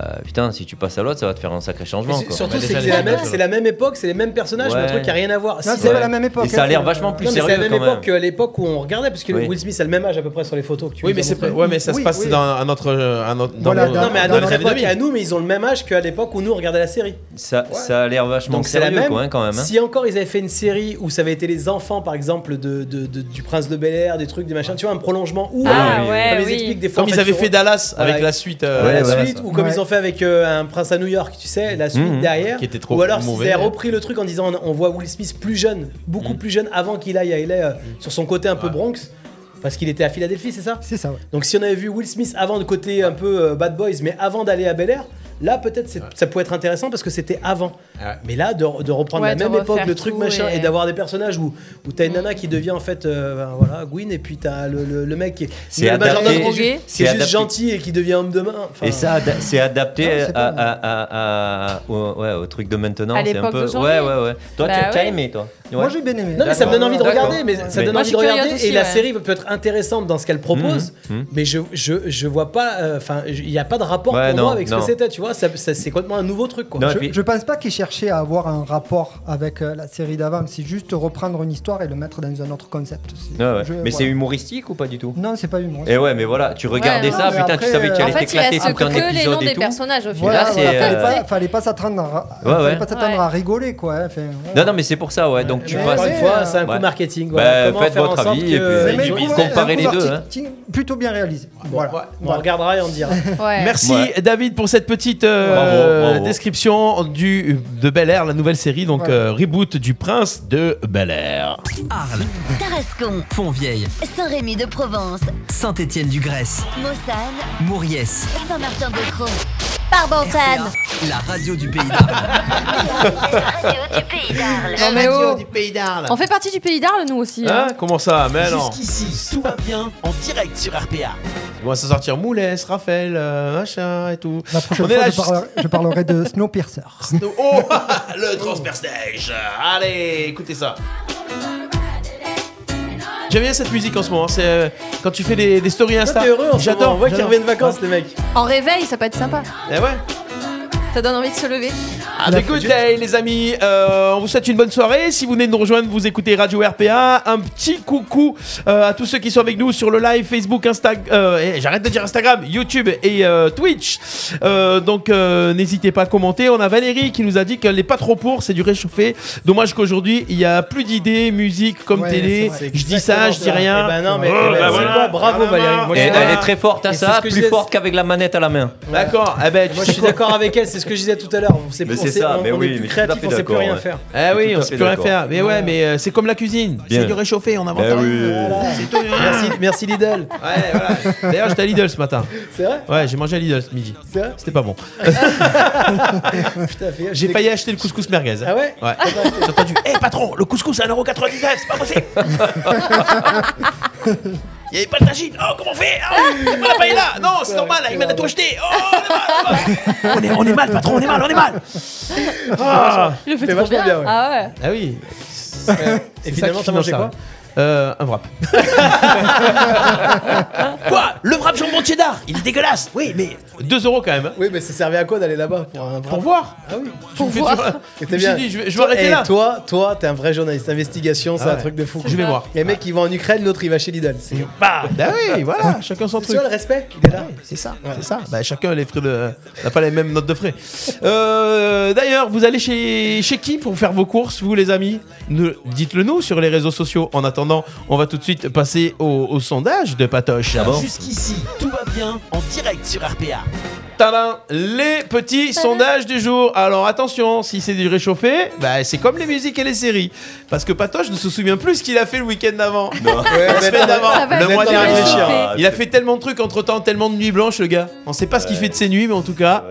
Speaker 5: euh, putain, si tu passes à l'autre, ça va te faire un sacré
Speaker 6: Mais
Speaker 5: changement.
Speaker 6: c'est-
Speaker 5: quoi.
Speaker 6: Surtout,
Speaker 3: On a
Speaker 6: c'est
Speaker 3: déjà
Speaker 6: que
Speaker 3: les
Speaker 6: c'est la,
Speaker 3: images,
Speaker 6: même-
Speaker 3: là.
Speaker 6: c'est la même époque, c'est les mêmes personnages, mais un
Speaker 5: Ouais.
Speaker 6: truc qui a rien à voir. Si,
Speaker 7: Non,
Speaker 6: ouais.
Speaker 7: c'est pas la même époque.
Speaker 5: Et ça a
Speaker 7: hein,
Speaker 5: l'air
Speaker 7: c'est-
Speaker 5: vachement plus
Speaker 6: Non, mais c'est
Speaker 5: sérieux
Speaker 6: la même
Speaker 5: quand même.
Speaker 6: époque que l'époque où on regardait, parce que
Speaker 5: Oui.
Speaker 6: Will Smith a le même âge à peu près sur les photos que tu
Speaker 3: Oui,
Speaker 6: nous
Speaker 3: mais
Speaker 6: as
Speaker 3: c'est
Speaker 6: montrées.
Speaker 3: ouais, mais ça se
Speaker 7: Oui,
Speaker 3: passe
Speaker 7: oui.
Speaker 3: dans un autre euh, un autre dans
Speaker 7: Voilà,
Speaker 3: le-
Speaker 7: dans-
Speaker 6: Non, mais à
Speaker 7: dans
Speaker 3: le
Speaker 6: notre
Speaker 7: notre
Speaker 3: rêve
Speaker 6: époque,
Speaker 3: de nuit.
Speaker 6: à nous, mais ils ont le même âge qu'à l'époque où nous on regardait la série.
Speaker 5: Ça, ça a l'air vachement
Speaker 6: Donc c'est la
Speaker 5: sérieux
Speaker 6: même.
Speaker 5: quoi, hein, quand même. hein.
Speaker 6: Si encore ils avaient fait une série où ça avait été les enfants, par exemple, de, de- de- du Prince de Bel Air, des trucs, des machins, tu vois, un prolongement ou
Speaker 4: Ah,
Speaker 6: euh,
Speaker 4: ouais,
Speaker 6: comme ils
Speaker 4: oui.
Speaker 6: expliquent des fois.
Speaker 3: Comme
Speaker 6: en
Speaker 3: ils
Speaker 6: fait,
Speaker 3: avaient
Speaker 6: tu
Speaker 3: fait Dallas avec
Speaker 6: Ouais.
Speaker 3: la suite
Speaker 6: vois,
Speaker 3: euh,
Speaker 5: Ouais,
Speaker 6: la
Speaker 5: voilà,
Speaker 6: suite,
Speaker 5: ça.
Speaker 6: ou comme
Speaker 7: Ouais.
Speaker 6: ils ont fait avec euh, un prince à New York, tu sais, la suite
Speaker 5: Mhm.
Speaker 6: derrière.
Speaker 3: Qui était trop
Speaker 6: ou alors s'ils
Speaker 3: mauvais. Mhm.
Speaker 6: avaient repris le truc en disant on voit Will Smith plus jeune, beaucoup plus jeune avant qu'il aille à LA euh, sur son côté un peu Bronx, parce qu'il était à Philadelphie, c'est ça
Speaker 7: C'est ça, ouais.
Speaker 6: donc si on avait vu Will Smith avant de côté un peu euh, Bad Boys, mais avant d'aller à Bel Air, là peut-être c'est- ça pouvait être intéressant parce que c'était avant.
Speaker 3: Ouais.
Speaker 6: Mais là, de, de reprendre
Speaker 4: Ouais,
Speaker 6: la
Speaker 4: de
Speaker 6: même époque,
Speaker 4: refaire
Speaker 6: le truc
Speaker 4: tout
Speaker 6: machin,
Speaker 4: et- Mm.
Speaker 6: et, d'avoir des personnages où, où t'as une nana qui devient en fait, euh, ben, voilà, Gwyn, et puis t'as le, le, le mec qui est,
Speaker 5: C'est
Speaker 6: le majordome
Speaker 5: adapté.
Speaker 6: qui est ju-
Speaker 4: Drogué.
Speaker 6: qui
Speaker 5: C'est
Speaker 6: est juste
Speaker 5: adapté.
Speaker 6: gentil et qui devient homme de main. Enfin,
Speaker 5: Et ça, ada- c'est adapté
Speaker 7: euh, Non, c'est
Speaker 5: à,
Speaker 7: pas
Speaker 5: à-
Speaker 7: mal.
Speaker 5: à- à- au, ouais, au truc de maintenant.
Speaker 4: À
Speaker 5: c'est un
Speaker 4: l'époque
Speaker 5: peu.
Speaker 4: d'aujourd'hui.
Speaker 5: Ouais, ouais, ouais. Toi,
Speaker 4: Bah
Speaker 5: tu as
Speaker 4: ouais.
Speaker 5: aimé, toi. Ouais.
Speaker 7: Moi, j'ai bien aimé.
Speaker 6: Non mais ça me donne envie de
Speaker 5: D'accord.
Speaker 6: regarder, mais ça me
Speaker 5: Mais-
Speaker 6: donne
Speaker 5: Moi,
Speaker 6: envie
Speaker 4: je
Speaker 6: de
Speaker 4: suis
Speaker 6: regarder
Speaker 4: curieuse
Speaker 6: et
Speaker 4: aussi,
Speaker 6: la
Speaker 4: ouais.
Speaker 6: série peut être intéressante dans ce qu'elle propose,
Speaker 5: Mhm, mhm.
Speaker 6: mais je, je, je vois pas, euh, enfin il n'y a pas de rapport
Speaker 5: Ouais,
Speaker 6: pour
Speaker 5: non,
Speaker 6: moi avec ce que
Speaker 5: non.
Speaker 6: c'était, tu vois, ça, ça- c'est complètement un nouveau truc quoi.
Speaker 5: Non, et
Speaker 6: Je-
Speaker 5: puis-
Speaker 7: Je pense pas qu'ils cherchaient à avoir un rapport avec euh, la série d'avant. C'est juste reprendre une histoire et le mettre dans un autre concept. C'est-
Speaker 5: Ouais, ouais.
Speaker 7: je-
Speaker 5: mais
Speaker 7: voilà.
Speaker 5: c'est humoristique ou pas du tout
Speaker 7: Non, c'est pas humour.
Speaker 5: Et ouais, mais voilà, tu regardais
Speaker 4: non,
Speaker 5: ça,
Speaker 7: mais
Speaker 5: putain,
Speaker 7: après,
Speaker 5: tu savais que tu
Speaker 7: euh,
Speaker 4: En
Speaker 5: allais
Speaker 4: fait, il
Speaker 5: t'éclater
Speaker 4: reste
Speaker 5: tout un
Speaker 4: que les noms
Speaker 5: épisode et
Speaker 4: des
Speaker 5: tout.
Speaker 4: personnages au
Speaker 5: Voilà,
Speaker 4: final.
Speaker 5: là, c'est,
Speaker 7: fallait,
Speaker 5: euh,
Speaker 7: pas, fallait pas s'attendre à,
Speaker 5: Ouais,
Speaker 7: fallait
Speaker 5: ouais.
Speaker 7: pas s'attendre
Speaker 4: Ouais.
Speaker 7: à rigoler quoi. hein. Enfin, voilà.
Speaker 5: Non, non, mais c'est pour ça, ouais.
Speaker 3: Eh
Speaker 5: Donc tu
Speaker 3: ben,
Speaker 7: Mais
Speaker 6: Mais
Speaker 5: passes.
Speaker 6: Encore
Speaker 7: ouais,
Speaker 6: une fois,
Speaker 7: euh,
Speaker 6: c'est un
Speaker 5: ouais.
Speaker 6: coup marketing.
Speaker 5: Bah,
Speaker 6: Voilà. Comment
Speaker 5: faites
Speaker 6: faire
Speaker 5: votre
Speaker 6: ensemble
Speaker 5: avis et
Speaker 6: que-
Speaker 5: puis-
Speaker 7: mais
Speaker 5: euh, ils
Speaker 7: le
Speaker 5: ont-
Speaker 7: coup-
Speaker 5: ils comparaient
Speaker 7: un coup
Speaker 5: les deux, hein.
Speaker 7: marketing Plutôt bien réalisé. Voilà.
Speaker 6: On regardera et on
Speaker 3: [laughs]
Speaker 6: dira.
Speaker 4: Ouais.
Speaker 3: Merci
Speaker 5: Ouais.
Speaker 3: David pour cette petite euh,
Speaker 5: Bravo, bravo.
Speaker 3: description du, de Bel Air, la nouvelle série, donc
Speaker 7: Ouais.
Speaker 3: euh, reboot du prince de Bel Air.
Speaker 2: Arles,
Speaker 10: Tarascon,
Speaker 2: Fontvieille,
Speaker 10: Saint-Rémy de Provence,
Speaker 2: Saint-Étienne du Grèce,
Speaker 10: Mossane,
Speaker 2: Mouriès,
Speaker 10: Saint-Martin-de-Croix, Barbanzane,
Speaker 2: la radio du pays d'Arles.
Speaker 10: [laughs] radio du pays d'Arles.
Speaker 4: Non, mais oh,
Speaker 3: pays d'Arles.
Speaker 4: On fait partie du pays d'Arles, nous aussi.
Speaker 3: Hein
Speaker 4: hein.
Speaker 3: Comment ça Mais non.
Speaker 2: Jusqu'ici, tout va bien en direct sur RPA.
Speaker 3: On va s'en sortir Moulès, Raphaël, euh, machin et tout.
Speaker 7: La prochaine
Speaker 3: On est
Speaker 7: fois,
Speaker 3: là
Speaker 7: je, parlerai, je parlerai de Snowpiercer.
Speaker 3: Oh
Speaker 6: [laughs]
Speaker 3: Le transpersonnage Allez, écoutez ça J'aime bien cette musique en ce moment, c'est euh, quand tu fais des, des stories
Speaker 6: Toi,
Speaker 3: Insta.
Speaker 6: T'es heureux en ce moment,
Speaker 3: J'adore,
Speaker 6: On voit qu'ils
Speaker 3: j'adore.
Speaker 6: reviennent de vacances, les mecs.
Speaker 4: En réveil, ça peut être sympa.
Speaker 3: Eh ouais.
Speaker 4: Ça donne envie de se lever.
Speaker 3: Ah, mais good day les amis, Euh, on vous souhaite une bonne soirée. Si vous venez de nous rejoindre, vous écoutez Radio RPA. Un petit coucou euh, à tous ceux qui sont avec nous sur le live Facebook, Instagram, j'arrête de dire Instagram, YouTube et euh, Twitch. Euh, donc euh, n'hésitez pas à commenter. On a Valérie qui nous a dit qu'elle n'est pas trop pour, c'est du réchauffé. Dommage qu'aujourd'hui il y a plus d'idées, musique comme
Speaker 7: Ouais,
Speaker 3: télé.
Speaker 7: c'est vrai.
Speaker 3: Je dis ça, je dis rien.
Speaker 6: Eh ben non, mais
Speaker 3: Oh,
Speaker 6: eh ben,
Speaker 3: bah
Speaker 6: c'est
Speaker 3: voilà.
Speaker 6: quoi Bravo,
Speaker 3: Ah,
Speaker 6: Valérie. Moi,
Speaker 5: Et
Speaker 6: je suis
Speaker 5: elle
Speaker 6: d'accord.
Speaker 5: est très forte à
Speaker 6: Et c'est
Speaker 5: ça,
Speaker 6: ce que je
Speaker 5: plus
Speaker 6: disais.
Speaker 5: forte qu'avec la manette à la main.
Speaker 3: D'accord. Eh ben tu
Speaker 6: Moi, je
Speaker 3: sais
Speaker 6: suis
Speaker 3: quoi
Speaker 6: d'accord avec elle, c'est ce que je disais tout à l'heure. On sait
Speaker 5: Mais
Speaker 6: on
Speaker 5: c'est
Speaker 6: sait-
Speaker 5: ça,
Speaker 6: on-
Speaker 5: mais
Speaker 6: on
Speaker 5: oui,
Speaker 6: est
Speaker 5: mais
Speaker 6: plus
Speaker 5: je suis tout à
Speaker 6: créatif,
Speaker 5: fait
Speaker 6: on sait plus
Speaker 5: d'accord,
Speaker 6: rien
Speaker 5: ouais.
Speaker 6: faire.
Speaker 3: Eh oui,
Speaker 5: Tout à
Speaker 3: on
Speaker 5: fait
Speaker 3: sait plus rien
Speaker 5: d'accord.
Speaker 3: faire. Mais ouais, mais euh, c'est comme la cuisine.
Speaker 5: Bien.
Speaker 3: C'est du réchauffé, on invente
Speaker 5: Eh
Speaker 3: rien.
Speaker 5: oui.
Speaker 3: C'est tout.
Speaker 6: Merci, merci Lidl.
Speaker 3: Ouais, voilà. D'ailleurs, j'étais à Lidl ce matin.
Speaker 6: C'est vrai
Speaker 3: Ouais, j'ai mangé à Lidl ce midi.
Speaker 6: C'est vrai
Speaker 3: C'était pas
Speaker 6: [laughs]
Speaker 3: bon.
Speaker 6: Putain, fais gaffe.
Speaker 3: J'ai failli acheter le couscous merguez. hein.
Speaker 6: Ah ouais
Speaker 3: Ouais. J'ai Eh,
Speaker 6: [laughs]
Speaker 3: entendu, hé patron, le couscous à 1,99€, c'est pas possible! Il n'y avait pas de tagine. Oh, comment on fait Ah, il y a pas la paella. Non, c'est normal, il m'a tout acheté. Oh, on est, on est mal, patron, on est mal, on est mal. Ah,
Speaker 4: Il le fait
Speaker 6: C'était
Speaker 4: trop bien.
Speaker 6: vachement bien, ouais.
Speaker 4: Ah ouais.
Speaker 3: Ah oui.
Speaker 6: Et finalement, t'as
Speaker 3: ça
Speaker 6: mangé quoi
Speaker 3: euh, un wrap. quoi Le wrap jambon cheddar Il est dégueulasse Oui, mais 2 euros quand même. hein.
Speaker 6: Oui, mais ça servait à quoi d'aller là-bas pour un
Speaker 3: Pour voir
Speaker 6: Ah oui.
Speaker 3: Pour
Speaker 4: voir.
Speaker 3: Je me suis dit, je vais, je vais arrêter
Speaker 6: Eh,
Speaker 3: là.
Speaker 6: Toi, toi, t'es un vrai journaliste. Investigation, c'est
Speaker 3: Ah
Speaker 6: un
Speaker 3: ouais.
Speaker 6: truc de fou.
Speaker 3: Je vais voir.
Speaker 6: Il y a un mec qui va en Ukraine, l'autre il va chez Lidl. C'est
Speaker 3: Bah, bah oui, voilà, chacun son
Speaker 6: tu
Speaker 3: truc.
Speaker 6: vois le respect Il est là.
Speaker 3: C'est ça, c'est ça. Bah, chacun a les frais de... n'a pas les mêmes notes de frais. Euh, D'ailleurs, vous allez chez... chez qui pour faire vos courses, vous les amis Ne- Dites-le nous sur les réseaux sociaux. En attendant, on va tout de suite passer au, au sondage de Patoche.
Speaker 2: Jusqu'ici, tout va bien en direct sur RPA.
Speaker 3: Tadam Les petits sondages du jour. Alors attention, si c'est du réchauffé, bah, c'est comme les musiques et les séries. Parce que Patoche ne se souvient plus ce qu'il a fait le week-end d'avant.
Speaker 5: [laughs]
Speaker 3: La semaine d'avant,
Speaker 4: Ça va
Speaker 3: le
Speaker 4: être
Speaker 3: mois
Speaker 4: dans
Speaker 3: dernier.
Speaker 4: les réchauffés.
Speaker 5: Ah,
Speaker 3: Il a fait tellement de trucs entre temps, tellement de nuits blanches, le gars. On sait pas ce qu'il fait de ses nuits, mais en tout cas,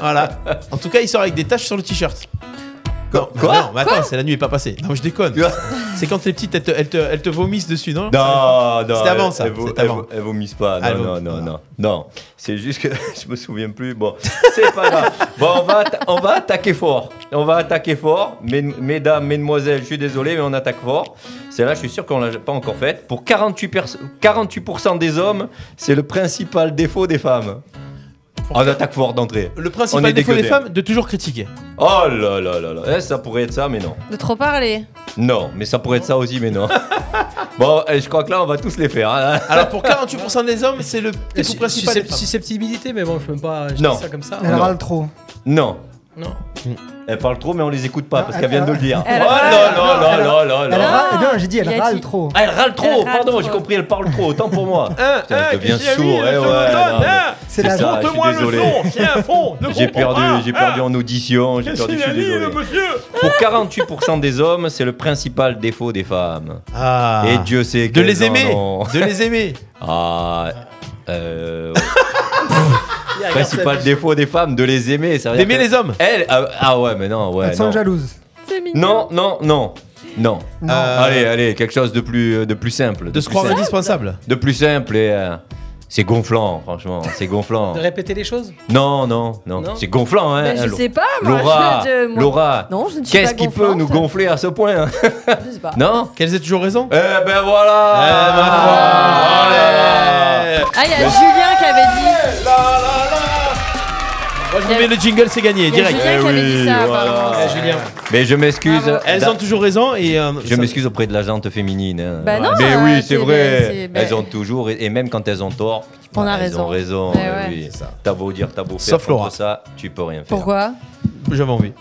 Speaker 3: voilà. En tout cas, il sort avec des taches sur le t-shirt. Quoi, non, non, mais attends, c'est la nuit est pas passée. Non, mais je déconne.
Speaker 5: Quoi
Speaker 3: c'est quand les petites, elles te, elles te- elles te vomissent dessus, non
Speaker 5: Non, non.
Speaker 3: C'était avant,
Speaker 5: elle-
Speaker 3: ça,
Speaker 5: Elle, vaut-
Speaker 3: c'était
Speaker 5: elle
Speaker 3: avant.
Speaker 5: vaut- elle vomisse pas. Non,
Speaker 3: Ah, elle
Speaker 5: non,
Speaker 3: vaut-
Speaker 5: non, non. Non. C'est juste que [laughs] je me souviens plus. Bon, c'est pas grave. Bon, on va, atta- on va attaquer fort. On va attaquer fort. Mes- mesdames, mesdemoiselles, je suis désolé, mais on attaque fort. Celle-là, je suis sûr qu'on l'a pas encore faite. Pour 48%, perso- 48 des hommes, c'est le principal défaut des femmes. On attaque fort d'entrée.
Speaker 3: Le
Speaker 5: On est
Speaker 3: principal défaut des
Speaker 5: dégoûté.
Speaker 3: femmes, de toujours critiquer.
Speaker 5: Oh là là là là. Eh, ça pourrait être ça, mais non.
Speaker 4: De trop parler.
Speaker 5: Non, mais ça pourrait être ça aussi, mais non. [laughs] bon, eh, je crois que là, on va tous les faire. hein.
Speaker 3: Alors pour 48% des hommes, c'est le défaut principal des
Speaker 6: Suscept-
Speaker 3: femmes.
Speaker 6: Susceptibilité, mais bon, je peux même pas. Je
Speaker 5: Non.
Speaker 6: dis ça comme ça.
Speaker 7: Elle
Speaker 5: Non.
Speaker 7: râle trop.
Speaker 5: Non.
Speaker 6: Non.
Speaker 5: Elle parle trop, mais on les écoute pas
Speaker 7: Non,
Speaker 5: parce
Speaker 7: elle-
Speaker 5: qu'elle vient de le
Speaker 7: elle-
Speaker 5: dire.
Speaker 4: elle
Speaker 5: oh
Speaker 4: râle.
Speaker 5: là là là
Speaker 7: Elle-
Speaker 5: là là
Speaker 7: Elle
Speaker 5: là.
Speaker 7: râle- eh bien, j'ai dit,
Speaker 4: Il
Speaker 7: elle
Speaker 4: a
Speaker 7: râle
Speaker 4: dit-
Speaker 7: trop.
Speaker 5: Ah, elle râle trop,
Speaker 4: Elle râle
Speaker 5: pardon,
Speaker 4: trop.
Speaker 5: j'ai compris, elle parle trop, autant pour moi.
Speaker 3: Hein,
Speaker 5: Putain,
Speaker 3: hein,
Speaker 5: je deviens
Speaker 3: qu'est-ce qu'il y a
Speaker 5: sourd,
Speaker 3: mis,
Speaker 5: eh,
Speaker 3: le fond
Speaker 5: ouais,
Speaker 3: de
Speaker 5: non,
Speaker 3: tonne,
Speaker 5: mais-
Speaker 3: hein
Speaker 7: C'est la
Speaker 5: C'est ça.
Speaker 7: joie.
Speaker 5: Ah, je suis
Speaker 3: Montre-moi le
Speaker 5: désolé.
Speaker 3: son, tiens, à fond, ne
Speaker 5: J'ai
Speaker 3: comprends pas.
Speaker 5: perdu, j'ai perdu en audition, j'ai
Speaker 3: Qu'est-ce
Speaker 5: perdu,
Speaker 3: qu'il
Speaker 5: je
Speaker 3: a
Speaker 5: suis
Speaker 3: mis,
Speaker 5: désolé.
Speaker 3: le monsieur
Speaker 5: Pour 48% des hommes, c'est le principal défaut des femmes.
Speaker 3: Ah.
Speaker 5: Et Dieu sait
Speaker 3: de
Speaker 5: qu'elles
Speaker 3: les
Speaker 5: en
Speaker 3: aimer,
Speaker 5: ont.
Speaker 3: de les
Speaker 5: [laughs]
Speaker 3: aimer.
Speaker 5: Ah.
Speaker 3: [laughs]
Speaker 5: Euh.
Speaker 6: Il [laughs] regarde
Speaker 5: principal
Speaker 6: sa-
Speaker 5: défaut des femmes, de les aimer. ça veut dire
Speaker 3: D'aimer
Speaker 5: que-
Speaker 3: les hommes.
Speaker 5: Elles, ah, ah ouais, mais non, ouais.
Speaker 7: Elles sont
Speaker 5: non.
Speaker 7: jalouses.
Speaker 4: C'est mignon.
Speaker 5: Non, non, non, non.
Speaker 7: Non.
Speaker 3: Euh,
Speaker 5: Allez, allez, quelque chose de plus, euh, de plus simple.
Speaker 3: De se
Speaker 5: plus
Speaker 3: croire
Speaker 5: simple.
Speaker 3: indispensable.
Speaker 5: De plus simple et. euh, c'est gonflant, franchement,
Speaker 3: [laughs]
Speaker 5: c'est gonflant.
Speaker 6: De répéter les choses
Speaker 5: Non, non, non,
Speaker 6: Non.
Speaker 5: c'est gonflant, hein.
Speaker 4: Ben,
Speaker 5: hein,
Speaker 4: je
Speaker 5: Lo-
Speaker 4: sais pas, moi.
Speaker 5: Laura,
Speaker 4: je, je- moi-
Speaker 5: Laura,
Speaker 4: Non, je ne suis
Speaker 5: qu'est-ce
Speaker 4: pas
Speaker 5: qui peut nous
Speaker 4: gonflante.
Speaker 5: gonfler à ce point
Speaker 4: [laughs]
Speaker 5: hein
Speaker 4: Je sais pas.
Speaker 5: Non
Speaker 3: Qu'elles aient toujours raison.
Speaker 5: Eh ben voilà
Speaker 3: Eh, ma foi. Eh,
Speaker 5: Oh là là.
Speaker 4: Ah, il y a Julien qui avait dit.
Speaker 3: Moi, je vous mets le jingle, c'est gagné,
Speaker 4: Il y a
Speaker 3: direct.
Speaker 4: Julien qui avait
Speaker 5: Eh
Speaker 4: dit
Speaker 5: oui,
Speaker 4: ça,
Speaker 5: voilà.
Speaker 4: apparemment.
Speaker 5: Eh,
Speaker 6: Julien.
Speaker 5: Mais je m'excuse.
Speaker 4: Bravo.
Speaker 3: Elles
Speaker 5: Da-
Speaker 3: ont toujours raison et euh,
Speaker 5: Je
Speaker 3: ça-
Speaker 5: m'excuse auprès de la gente féminine. hein.
Speaker 4: Bah non,
Speaker 5: mais
Speaker 4: euh,
Speaker 5: oui,
Speaker 4: c'est-
Speaker 5: c'est vrai.
Speaker 4: c'est-
Speaker 5: Elles ont toujours, et et même quand elles ont tort,
Speaker 4: On a
Speaker 5: elles
Speaker 4: raison.
Speaker 5: ont raison.
Speaker 4: Mais ouais.
Speaker 5: eh oui. T'as beau dire, t'as beau faire.
Speaker 3: Sauf
Speaker 5: contre
Speaker 3: Laura.
Speaker 5: ça, tu peux rien faire.
Speaker 4: Pourquoi
Speaker 3: J'avais envie.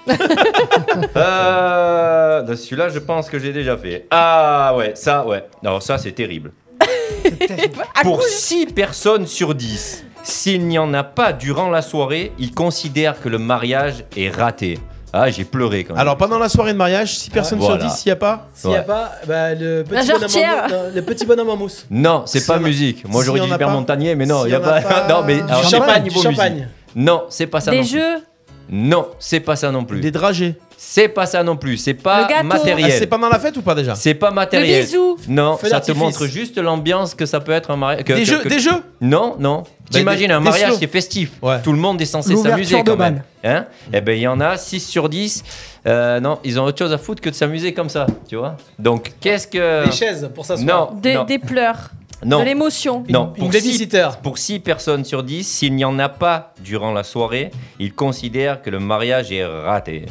Speaker 5: Euh, de Celui-là, je pense que j'ai déjà fait. Ah ouais, ça, ouais. Alors ça, c'est terrible.
Speaker 4: Ah,
Speaker 5: Pour 6 personnes sur 10, s'il n'y en a pas durant la soirée, ils considèrent que le mariage est raté. Ah, j'ai pleuré quand même.
Speaker 3: Alors pendant la soirée de mariage, si personne sur
Speaker 5: Voilà.
Speaker 3: 10, s'il n'y a pas,
Speaker 6: S'il n'y a
Speaker 5: Ouais.
Speaker 6: pas, bah, le,
Speaker 4: La
Speaker 6: petit bonhomme en
Speaker 4: jarretière.
Speaker 6: mousse, non, le petit bonhomme en mousse.
Speaker 5: non, c'est
Speaker 3: S'il
Speaker 5: pas
Speaker 3: y en a-
Speaker 5: musique. Moi,
Speaker 3: s'il y
Speaker 5: j'aurais dit
Speaker 3: en a
Speaker 5: Hubert
Speaker 3: pas-
Speaker 5: Montagnier, mais non,
Speaker 3: s'il
Speaker 5: il n'y a
Speaker 3: y en a
Speaker 5: pas.
Speaker 3: pas-
Speaker 5: [laughs] non, mais
Speaker 3: Du
Speaker 5: alors,
Speaker 6: du
Speaker 5: c'est pas
Speaker 6: champagne, du
Speaker 5: niveau musique.
Speaker 6: champagne.
Speaker 5: Non, c'est pas ça
Speaker 4: Des
Speaker 5: non plus.
Speaker 4: jeux
Speaker 5: Non, c'est pas ça non plus.
Speaker 3: des dragées.
Speaker 5: C'est pas ça non plus. C'est
Speaker 4: Le
Speaker 5: pas
Speaker 4: gâteau.
Speaker 3: Ah, c'est
Speaker 5: matériel.
Speaker 3: pendant la fête ou pas déjà
Speaker 5: C'est pas
Speaker 4: Le
Speaker 5: matériel.
Speaker 4: bisou
Speaker 5: Non,
Speaker 6: Feu
Speaker 5: ça te
Speaker 6: d'artifice.
Speaker 5: montre juste l'ambiance que ça peut être un mariage. que-
Speaker 3: Des
Speaker 5: que-
Speaker 3: jeux,
Speaker 5: que-
Speaker 3: des jeux.
Speaker 5: Non, non.
Speaker 3: Bah,
Speaker 5: T'imagines
Speaker 3: des-
Speaker 5: un
Speaker 3: des
Speaker 5: mariage,
Speaker 3: slow.
Speaker 5: c'est festif.
Speaker 3: Ouais.
Speaker 5: Tout le monde est censé
Speaker 7: L'ouverture
Speaker 5: s'amuser
Speaker 7: de
Speaker 5: quand même. Hein Eh ben, il y en a 6 sur 10. euh, non, ils ont autre chose à foutre que de s'amuser comme ça, tu vois. Donc, qu'est-ce que
Speaker 6: Des chaises pour s'asseoir.
Speaker 5: Non,
Speaker 4: des,
Speaker 5: non,
Speaker 4: des pleurs,
Speaker 5: non.
Speaker 4: de l'émotion.
Speaker 5: non.
Speaker 6: Une
Speaker 5: Pour six-
Speaker 6: babysitter.
Speaker 5: pour 6 personnes sur 10, s'il n'y en a pas durant la soirée, ils considèrent que le mariage est raté.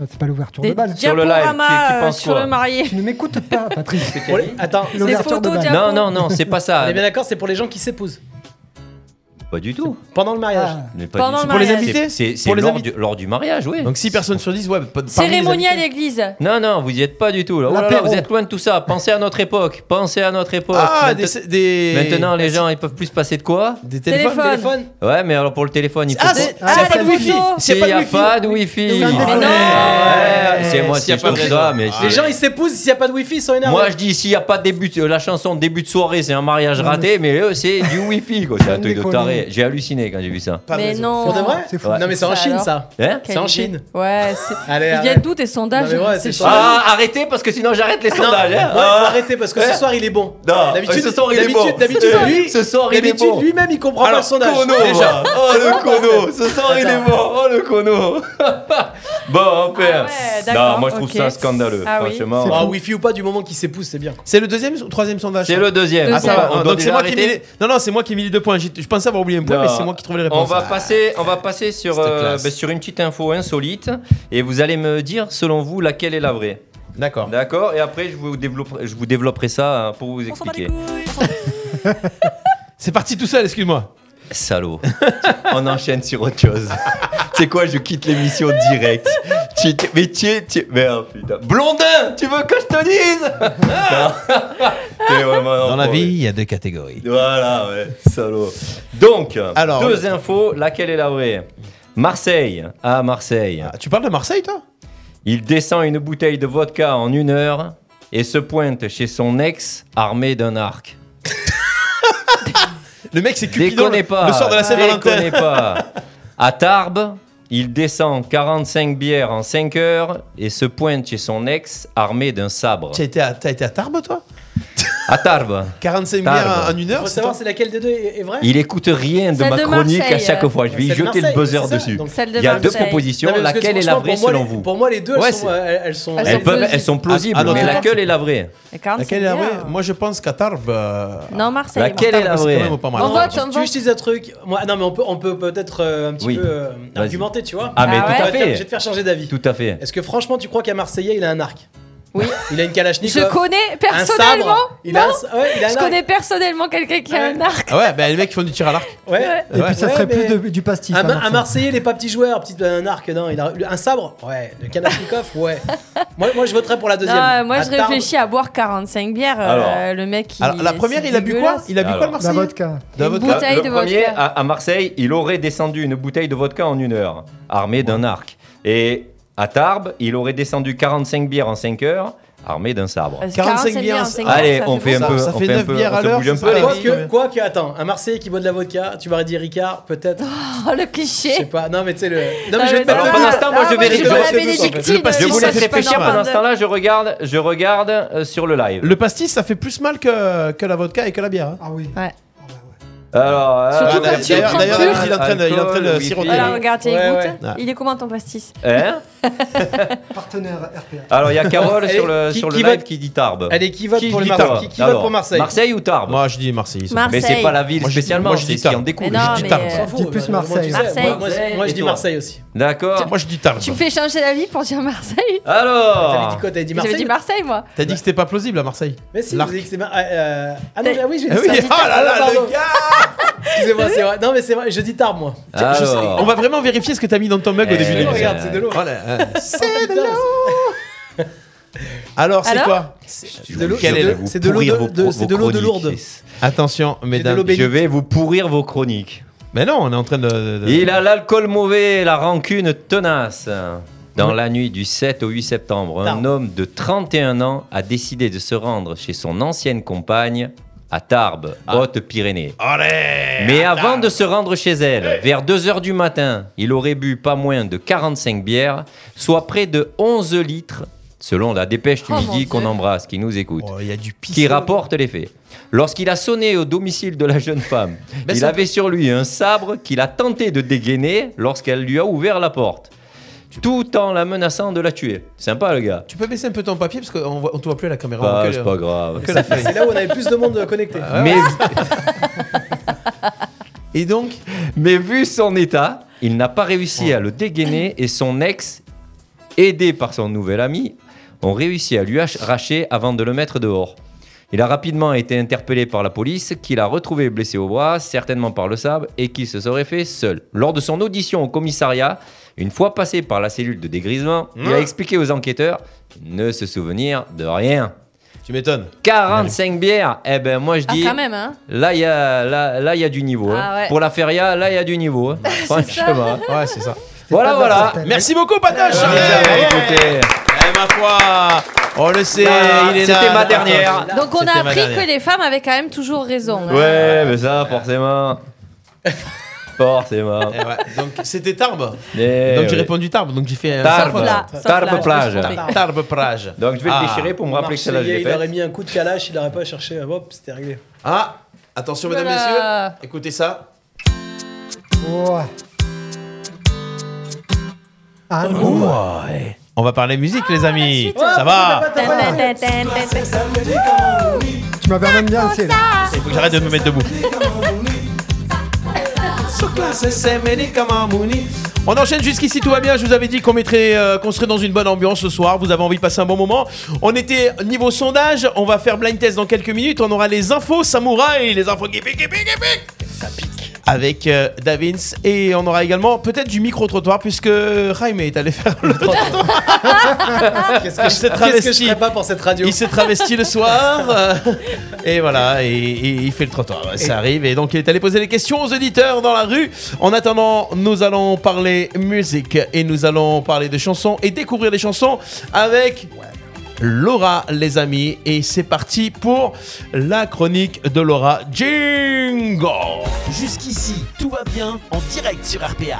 Speaker 7: Bah, C'est pas l'ouverture
Speaker 4: Des
Speaker 7: de balle.
Speaker 5: Sur le live,
Speaker 4: diaporamas
Speaker 5: tu- tu
Speaker 4: euh,
Speaker 5: penses
Speaker 4: sur
Speaker 5: quoi
Speaker 4: le marié.
Speaker 7: Tu ne m'écoutes pas,
Speaker 4: [laughs]
Speaker 7: Patrice.
Speaker 6: Pour les- Attends,
Speaker 4: Des
Speaker 7: Le- L'ouverture de
Speaker 4: photos
Speaker 7: balle.
Speaker 4: diapo.
Speaker 5: Non, non, non, c'est pas ça.
Speaker 6: [laughs] on est bien d'accord, c'est pour les gens qui s'épousent
Speaker 5: Pas
Speaker 4: [laughs]
Speaker 5: du tout.
Speaker 6: pendant le mariage.
Speaker 7: Ah.
Speaker 5: Mais
Speaker 4: Pendant
Speaker 5: du-
Speaker 4: le Pour les mariage.
Speaker 3: invités
Speaker 5: C'est- C'est
Speaker 3: Pour les
Speaker 5: lors,
Speaker 3: invités.
Speaker 5: du- lors du mariage, oui.
Speaker 3: Donc 6 personnes sur 10, ouais, pas- parmi les
Speaker 4: Cérémonie à l'église.
Speaker 5: Non, non, vous y êtes pas du tout. Là. Oh là là,
Speaker 7: L'apéro.
Speaker 5: vous êtes loin de tout ça. Pensez à notre époque. Pensez à notre époque.
Speaker 3: Ah,
Speaker 5: Mainte-
Speaker 3: des, des-
Speaker 5: Maintenant, les gens, ils peuvent plus se passer de quoi
Speaker 3: des téléphones.
Speaker 4: Téléphone.
Speaker 6: Téléphone.
Speaker 5: Ouais, mais alors pour le téléphone, il faut.
Speaker 3: Ah, c'est
Speaker 4: Ah,
Speaker 3: c'est pas
Speaker 4: les
Speaker 3: de wifi.
Speaker 4: photos.
Speaker 3: C'est
Speaker 5: S'il
Speaker 3: pas
Speaker 5: y
Speaker 3: de
Speaker 5: a
Speaker 3: wifi.
Speaker 5: pas de wifi.
Speaker 7: Mais non.
Speaker 5: Ah Ouais, C'est moi,
Speaker 3: s'il y a
Speaker 5: c'est
Speaker 3: pas
Speaker 5: pour
Speaker 3: de
Speaker 5: ça,
Speaker 3: réseau.
Speaker 5: mais
Speaker 6: Les
Speaker 5: c'est-
Speaker 6: gens, ils s'épousent s'il n'y a pas de wifi, ils sont énervés.
Speaker 5: Moi, je dis, s'il n'y a pas début, de- la chanson début de soirée, c'est un mariage raté, mais eux, c'est du wifi, quoi. C'est un
Speaker 7: Sans
Speaker 5: truc de
Speaker 7: déconner.
Speaker 5: taré. J'ai halluciné quand j'ai vu ça.
Speaker 3: Pas de
Speaker 4: Mais
Speaker 3: raison.
Speaker 4: non.
Speaker 6: Pour de vrai
Speaker 7: C'est fou.
Speaker 5: Ouais.
Speaker 6: Non, mais c'est en
Speaker 4: Ça,
Speaker 6: Chine,
Speaker 4: alors
Speaker 6: ça.
Speaker 5: Hein
Speaker 4: Quelle
Speaker 6: C'est en
Speaker 4: idée.
Speaker 6: Chine.
Speaker 4: Ouais. c'est-
Speaker 6: Allez,
Speaker 4: Ils
Speaker 6: arrête.
Speaker 4: viennent d'où tes sondages
Speaker 6: Non, mais ouais,
Speaker 4: C'est
Speaker 6: c'est
Speaker 4: chelou.
Speaker 6: ça.
Speaker 5: Ah, arrêtez, parce que sinon j'arrête les sondages. hein.
Speaker 6: Ouais, faut
Speaker 5: Ah.
Speaker 6: arrêter parce que ce soir il est bon.
Speaker 5: Non,
Speaker 6: D'habitude-
Speaker 5: ce soir il est
Speaker 6: d'habitude-
Speaker 5: bon.
Speaker 6: D'habitude, lui,
Speaker 5: ce soir il est
Speaker 6: d'habitude,
Speaker 5: bon.
Speaker 6: lui-même, il comprend pas le sondage.
Speaker 5: Kono,
Speaker 6: Déjà.
Speaker 5: voilà. Oh le Kono, ce soir il est
Speaker 6: Attends.
Speaker 5: mort. Oh le Kono. [laughs] bon,
Speaker 4: Ah
Speaker 5: père.
Speaker 4: ouais, d'accord,
Speaker 5: non, moi je trouve
Speaker 4: ok.
Speaker 5: ça scandaleux.
Speaker 4: Ah oui.
Speaker 5: franchement.
Speaker 6: Ah, wifi ou pas, du moment qu'il s'épouse, c'est bien.
Speaker 3: C'est le deuxième ou troisième sondage
Speaker 5: C'est le deuxième.
Speaker 4: Ah,
Speaker 5: Bon,
Speaker 4: ça va.
Speaker 5: on doit
Speaker 3: Donc c'est
Speaker 5: déjà
Speaker 3: moi qui ai mis
Speaker 5: arrêter.
Speaker 3: les- Non, non, c'est moi qui ai mis les deux points. J'ai- Je pensais avoir oublié un point,
Speaker 5: Non.
Speaker 3: mais c'est moi qui trouvais les
Speaker 5: On
Speaker 3: réponses.
Speaker 5: va passer, on va passer sur
Speaker 3: C'était
Speaker 5: euh,
Speaker 3: classe.
Speaker 5: bah, sur une petite info insolite et vous allez me dire selon vous laquelle est la vraie.
Speaker 3: D'accord.
Speaker 5: D'accord. Et après je vous développerai, je vous développerai ça hein, pour vous expliquer.
Speaker 3: C'est parti tout seul, excuse-moi.
Speaker 5: Salaud. [laughs] on enchaîne sur autre chose. C'est quoi Je quitte l'émission direct. Tu- tu- mais tu es, tu- merde putain. Blondin, tu veux que je te dise Non. [laughs] T'es vraiment
Speaker 3: Dans la
Speaker 5: enfoiré.
Speaker 3: vie, il y a deux catégories.
Speaker 5: Voilà, ouais, salaud. Donc,
Speaker 3: Alors,
Speaker 5: deux infos, laquelle est la vraie Marseille, à Marseille,
Speaker 3: Ah, tu parles de Marseille, toi
Speaker 5: il descend une bouteille de vodka en une heure et se pointe chez son ex armé d'un arc.
Speaker 3: Le mec, c'est Cupidon.
Speaker 5: Déconnez
Speaker 3: Le,
Speaker 5: pas,
Speaker 3: le sort de la Saint-Valentin.
Speaker 5: déconnez pas.
Speaker 6: [laughs]
Speaker 5: À Tarbes, il descend 45 bières en 5 heures et se pointe chez son ex armé d'un sabre.
Speaker 3: T'as été, à- t'as été à Tarbes, toi
Speaker 5: À Tarbes,
Speaker 3: 45
Speaker 5: Tarbes.
Speaker 3: bières en une heure
Speaker 6: Faut
Speaker 3: c'est
Speaker 6: savoir,
Speaker 3: toi
Speaker 6: c'est laquelle des deux est est vraie
Speaker 5: il écoute rien de
Speaker 4: Celle
Speaker 5: ma
Speaker 4: de
Speaker 5: chronique à
Speaker 4: Marseille,
Speaker 5: chaque
Speaker 4: euh.
Speaker 5: fois. Je vais
Speaker 6: Celle de
Speaker 5: jeter le
Speaker 6: Marseille,
Speaker 5: buzzer
Speaker 6: c'est ça.
Speaker 5: dessus.
Speaker 6: Donc,
Speaker 4: Celle de
Speaker 5: Il y a deux
Speaker 4: Marseille.
Speaker 5: propositions.
Speaker 6: Non, mais parce que
Speaker 5: Laquelle est la
Speaker 6: franchement,
Speaker 5: vraie
Speaker 6: pour moi,
Speaker 5: selon
Speaker 6: les-
Speaker 5: vous
Speaker 6: Pour moi, les deux,
Speaker 5: Ouais,
Speaker 6: elles sont-
Speaker 5: c'est-
Speaker 6: elles elles sont.
Speaker 4: Elles
Speaker 5: Elles,
Speaker 4: sont
Speaker 5: peuvent-
Speaker 4: plausibles.
Speaker 5: elles sont plausibles,
Speaker 3: Ah, non,
Speaker 5: mais
Speaker 3: t'es
Speaker 5: laquelle est la vraie
Speaker 4: Et 45
Speaker 3: Laquelle est la
Speaker 4: bières.
Speaker 3: vraie Moi, je pense qu'à Tarbes. euh,
Speaker 4: Non, Marseille.
Speaker 5: Laquelle-
Speaker 3: à Tarbes,
Speaker 5: est la
Speaker 3: c'est
Speaker 5: vraie
Speaker 3: quand même pas mal.
Speaker 4: On
Speaker 6: Non,
Speaker 4: vote,
Speaker 6: tu-
Speaker 4: on
Speaker 6: tu
Speaker 4: vote.
Speaker 6: utilises un truc. Moi, non, mais on peut, on peut peut-être euh, un petit
Speaker 5: Oui.
Speaker 6: peu euh,
Speaker 5: Vas-y.
Speaker 6: argumenter, tu vois.
Speaker 5: Ah, mais
Speaker 4: Ah
Speaker 5: tout
Speaker 4: ouais.
Speaker 5: à
Speaker 6: Je vais te faire- je vais
Speaker 5: fait.
Speaker 6: te faire changer d'avis.
Speaker 5: Tout à fait.
Speaker 6: Est-ce que franchement, tu crois qu'un Marseillais, il a un arc
Speaker 4: Oui.
Speaker 6: Il a une kalachnikov
Speaker 4: Je connais
Speaker 6: Un
Speaker 4: personnellement.
Speaker 6: sabre Il a un, sa- ouais, il a un
Speaker 4: Je
Speaker 6: arc.
Speaker 4: connais personnellement quelqu'un qui a un arc.
Speaker 3: Ah ouais, bah, les mecs qui font du tir à l'arc.
Speaker 6: Ouais.
Speaker 4: Ouais.
Speaker 7: Et
Speaker 3: Ouais.
Speaker 7: puis ça
Speaker 6: Ouais,
Speaker 7: serait
Speaker 6: mais-
Speaker 7: plus de- du pastis.
Speaker 6: Un,
Speaker 7: à
Speaker 6: Ma- un
Speaker 7: Marseille.
Speaker 6: Marseillais, il est pas petit joueur, petit, un arc, non. Il a, un sabre Ouais. Le Kalachnikov Ouais. moi, moi, je voterais pour la deuxième.
Speaker 4: Non, Ah, moi, je
Speaker 6: À Tarbes.
Speaker 4: réfléchis à boire 45 bières. euh,
Speaker 5: Alors.
Speaker 4: le mec, il,
Speaker 3: Alors, la première,
Speaker 4: c'est
Speaker 3: il a bu quoi
Speaker 4: dégueulasse.
Speaker 3: Il a bu quoi, le
Speaker 5: Alors.
Speaker 7: La
Speaker 3: Marseillais
Speaker 7: vodka.
Speaker 3: De la
Speaker 4: Une
Speaker 3: vodka.
Speaker 4: Bouteille
Speaker 5: Le
Speaker 4: de vodka.
Speaker 5: premier, à, à Marseille, il aurait descendu une bouteille de vodka en une heure, armé d'un arc. Et à Tarbes, il aurait descendu 45 bières en 5 heures, armé d'un sabre.
Speaker 4: Parce que
Speaker 3: 45
Speaker 4: 45
Speaker 3: bières,
Speaker 4: bières, en cinq heures,
Speaker 5: Allez,
Speaker 4: Ah, ça
Speaker 5: on fait un
Speaker 3: bon.
Speaker 5: peu,
Speaker 3: Ça
Speaker 5: on
Speaker 3: fait
Speaker 5: fait un
Speaker 3: neuf
Speaker 5: peu,
Speaker 3: bières
Speaker 5: on
Speaker 3: à
Speaker 5: se
Speaker 3: l'heure,
Speaker 5: bouge un
Speaker 3: c'est
Speaker 5: peu
Speaker 3: ça
Speaker 5: les
Speaker 3: Ouais.
Speaker 5: mecs.
Speaker 6: Quoique, quoi que, attends, un Marseillais qui boit de la vodka, tu m'aurais dit Ricard, peut-être
Speaker 4: beau. Oh, le
Speaker 6: Je sais
Speaker 4: cliché.
Speaker 6: pas, non mais tu sais le. Non mais
Speaker 4: Ah,
Speaker 6: je vais te
Speaker 4: mais ça
Speaker 6: mettre un
Speaker 5: Alors,
Speaker 4: va.
Speaker 5: pendant ce temps, moi,
Speaker 4: Ah,
Speaker 5: je vais
Speaker 4: moi, je
Speaker 5: réfléchir.
Speaker 4: bois la
Speaker 3: Je
Speaker 4: bénédictine.
Speaker 3: passe-
Speaker 5: Je vous
Speaker 4: ça,
Speaker 5: laisse
Speaker 4: c'est pas
Speaker 5: réfléchir. Pendant
Speaker 4: normal. euh,
Speaker 5: ce temps-là, je regarde, je regarde euh, sur le live.
Speaker 3: Le pastis, ça fait plus mal que, que la vodka et que la bière. hein.
Speaker 7: Ah oui.
Speaker 4: Ouais.
Speaker 5: Alors,
Speaker 4: Surtout
Speaker 5: euh,
Speaker 4: quand tu
Speaker 5: d'ailleurs-
Speaker 4: prends
Speaker 5: d'ailleurs,
Speaker 4: plus.
Speaker 5: il est en train de- il est en train de siroter.
Speaker 4: Voilà, regarde, il
Speaker 6: Ouais,
Speaker 4: goûte.
Speaker 3: ouais.
Speaker 4: Il est comment ton pastis
Speaker 5: Hein
Speaker 7: Partenaire RPA.
Speaker 5: Alors, il y a Carole
Speaker 6: Allez,
Speaker 5: sur le,
Speaker 6: qui-
Speaker 5: sur le
Speaker 6: qui
Speaker 5: live
Speaker 6: vote
Speaker 5: qui dit Tarbes.
Speaker 6: Allez, qui vote
Speaker 5: Qui
Speaker 6: pour le
Speaker 5: dit
Speaker 6: Maroc
Speaker 5: Tarbes
Speaker 6: Qui- qui vote
Speaker 5: Alors,
Speaker 6: pour Marseille
Speaker 5: Marseille ou Tarbes
Speaker 3: Moi, je dis Marseille. c'est
Speaker 4: Marseille.
Speaker 5: Mais c'est pas la ville
Speaker 3: Moi, je dis-
Speaker 5: spécialement,
Speaker 3: moi, je
Speaker 5: c'est
Speaker 3: dis
Speaker 5: ce qui en
Speaker 3: Tarbes.
Speaker 5: découle.
Speaker 4: Mais non,
Speaker 3: je dis
Speaker 4: mais,
Speaker 3: Tarbes,
Speaker 4: euh,
Speaker 3: ça.
Speaker 6: S'en fout,
Speaker 7: Dis
Speaker 6: euh,
Speaker 7: plus
Speaker 6: moi, tu sais,
Speaker 7: Marseille.
Speaker 6: moi-
Speaker 4: Marseille.
Speaker 6: Moi, je- moi, je
Speaker 5: Et
Speaker 6: dis
Speaker 5: toi
Speaker 6: Marseille aussi.
Speaker 3: bon.
Speaker 5: D'accord.
Speaker 3: Moi, je dis Tarbes.
Speaker 4: Tu me fais changer d'avis pour dire Marseille
Speaker 6: T'avais
Speaker 5: Alors,
Speaker 6: dit quoi T'avais dit
Speaker 4: J'avais dit
Speaker 6: Marseille
Speaker 4: Marseille, moi.
Speaker 3: T'as dit que c'était pas plausible à Marseille.
Speaker 6: Mais si, vous
Speaker 3: L'arc.
Speaker 6: avez dit que c'est Mar- ah, euh, Ah non, j'ai- ah oui, j'ai dit
Speaker 3: Eh oui,
Speaker 6: ça.
Speaker 3: oh là là,
Speaker 6: Pardon.
Speaker 3: le gars
Speaker 6: Excusez-moi, c'est vrai. Non mais c'est vrai, je dis Tarbes moi.
Speaker 3: Je sais-
Speaker 5: alors.
Speaker 3: on va vraiment vérifier ce que t'as mis dans ton mug au
Speaker 5: Eh,
Speaker 3: début de
Speaker 5: ouais.
Speaker 3: l'émission.
Speaker 6: Regarde, c'est de l'eau.
Speaker 3: Oh là, hein.
Speaker 6: Oh, putain,
Speaker 3: Alors, c'est
Speaker 4: Alors
Speaker 3: quoi
Speaker 6: c'est de l'eau-
Speaker 3: Quelle est
Speaker 6: c'est
Speaker 3: la-
Speaker 6: de- C'est de l'eau de- de- c'est de l'eau de Lourdes.
Speaker 3: Attention, mesdames.
Speaker 6: l'eau
Speaker 5: Je vais vous pourrir vos chroniques.
Speaker 3: Mais non, on est en train de. de-
Speaker 5: Il a l'alcool mauvais, la rancune tenace. Dans la nuit du 7 au 8 septembre, un
Speaker 6: Tarbes.
Speaker 5: homme de 31 ans a décidé de se rendre chez son ancienne compagne à Tarbes, Haute-Pyrénées.
Speaker 3: Ah. Allez
Speaker 5: Mais avant de se rendre chez elle, vers 2h du matin, il aurait bu pas moins de 45 bières, soit près de 11 litres, selon la dépêche du
Speaker 4: Oh, mon
Speaker 5: midi
Speaker 4: Dieu.
Speaker 5: qu'on embrasse, qui nous écoute
Speaker 3: Oh, Il y a du pisse.
Speaker 5: qui rapporte les faits. Lorsqu'il a sonné au domicile de la jeune femme,
Speaker 3: Ben,
Speaker 5: il
Speaker 3: ça-
Speaker 5: avait sur lui un sabre qu'il a tenté de dégainer lorsqu'elle lui a ouvert la porte, tout en la menaçant de la tuer. Sympa le gars.
Speaker 3: Tu peux baisser un peu ton papier parce qu'on voit- on te voit plus à la caméra. euh,
Speaker 5: Bah,
Speaker 3: on voit que
Speaker 5: c'est
Speaker 3: le-
Speaker 5: pas grave.
Speaker 3: que la feuille.
Speaker 6: C'est là où on avait plus de monde connecté.
Speaker 5: Mais,
Speaker 3: Et donc,
Speaker 5: mais vu son état, il n'a pas réussi à le dégainer et son ex, aidé par son nouvel ami, ont réussi à lui arracher avant de le mettre dehors. Il a rapidement été interpellé par la police, qu'il a retrouvé blessé au bras, certainement par le sabre, et qu'il se serait fait seul. Lors de son audition au commissariat, une fois passé par la cellule de dégrisement, il a expliqué aux enquêteurs ne se souvenir de rien.
Speaker 3: tu m'étonnes.
Speaker 5: 45 bières Eh ben moi je
Speaker 4: Ah,
Speaker 5: dis,
Speaker 4: quand même, hein.
Speaker 5: là il y, a- là, là, il y a du niveau. hein.
Speaker 4: Ah ouais.
Speaker 5: Pour la feria, là il y a du niveau. hein.
Speaker 4: [laughs]
Speaker 5: Franchement.
Speaker 3: Ouais, c'est ça.
Speaker 5: Voilà,
Speaker 7: pas de
Speaker 5: voilà.
Speaker 7: portable.
Speaker 3: Merci beaucoup, Patoche
Speaker 5: Allez, écoutez.
Speaker 3: Eh ma foi. On le sait,
Speaker 5: Voilà,
Speaker 3: il est
Speaker 5: Bah, c'était
Speaker 3: là.
Speaker 5: ma dernière.
Speaker 4: Donc
Speaker 3: Ah,
Speaker 4: on
Speaker 3: C'était
Speaker 4: a
Speaker 3: ma
Speaker 4: appris
Speaker 3: dernière.
Speaker 4: que les femmes avaient quand même toujours raison. hein.
Speaker 5: Ouais, mais ça, forcément.
Speaker 6: [laughs]
Speaker 5: forcément.
Speaker 3: Eh ouais, donc c'était Tarbes.
Speaker 5: Eh
Speaker 3: donc j'ai
Speaker 5: ouais.
Speaker 3: répondu Tarbes, donc j'ai fait euh,
Speaker 5: Tarbes.
Speaker 4: Sauf là, sauf
Speaker 5: Tarbes
Speaker 4: là, je
Speaker 5: plage.
Speaker 4: me suis trompée.
Speaker 3: Tarbes plage.
Speaker 5: Donc je vais
Speaker 3: Ah.
Speaker 5: le déchirer pour me rappeler que celle-là, je
Speaker 6: Marseillais,
Speaker 5: l'ai
Speaker 6: il aurait
Speaker 5: faite.
Speaker 6: mis un coup de calache, il n'aurait pas cherché. euh, Hop, c'était réglé.
Speaker 3: Ah, attention mesdames
Speaker 4: Voilà.
Speaker 3: messieurs, écoutez ça.
Speaker 7: Ouais. Ah non.
Speaker 3: Ouais. On va parler musique les amis.
Speaker 4: Ah, la suite.
Speaker 3: ça va.
Speaker 7: Tu m'avais même dansé là.
Speaker 4: Ah,
Speaker 3: Il faut que j'arrête de me mettre debout. On enchaîne jusqu'ici, tout va bien. Je vous avais dit qu'on mettrait, euh, qu'on serait dans une bonne ambiance ce soir. Vous avez envie de passer un bon moment. On était niveau sondage. On va faire blind test dans quelques minutes. On aura les infos samouraï, les infos qui piquent, qui piquent, qui piquent. Avec euh, Davins et on aura également peut-être du micro trottoir puisque Jaime est allé faire le trottoir.
Speaker 6: Qu'est-ce que,
Speaker 3: s'est
Speaker 6: Ah, je- qu'est-ce que je
Speaker 3: travesti.
Speaker 6: ferais pas pour cette radio
Speaker 3: Il s'est travesti le soir. euh, et voilà, et, et il fait le trottoir. Ouais, Ça arrive. Et donc, il est allé poser des questions aux auditeurs dans la rue. En attendant, nous allons parler musique et nous allons parler de chansons et découvrir les chansons avec. Laura, les amis, et c'est parti pour la chronique de Laura Jingo.
Speaker 2: Jusqu'ici, tout va bien en direct sur RPA.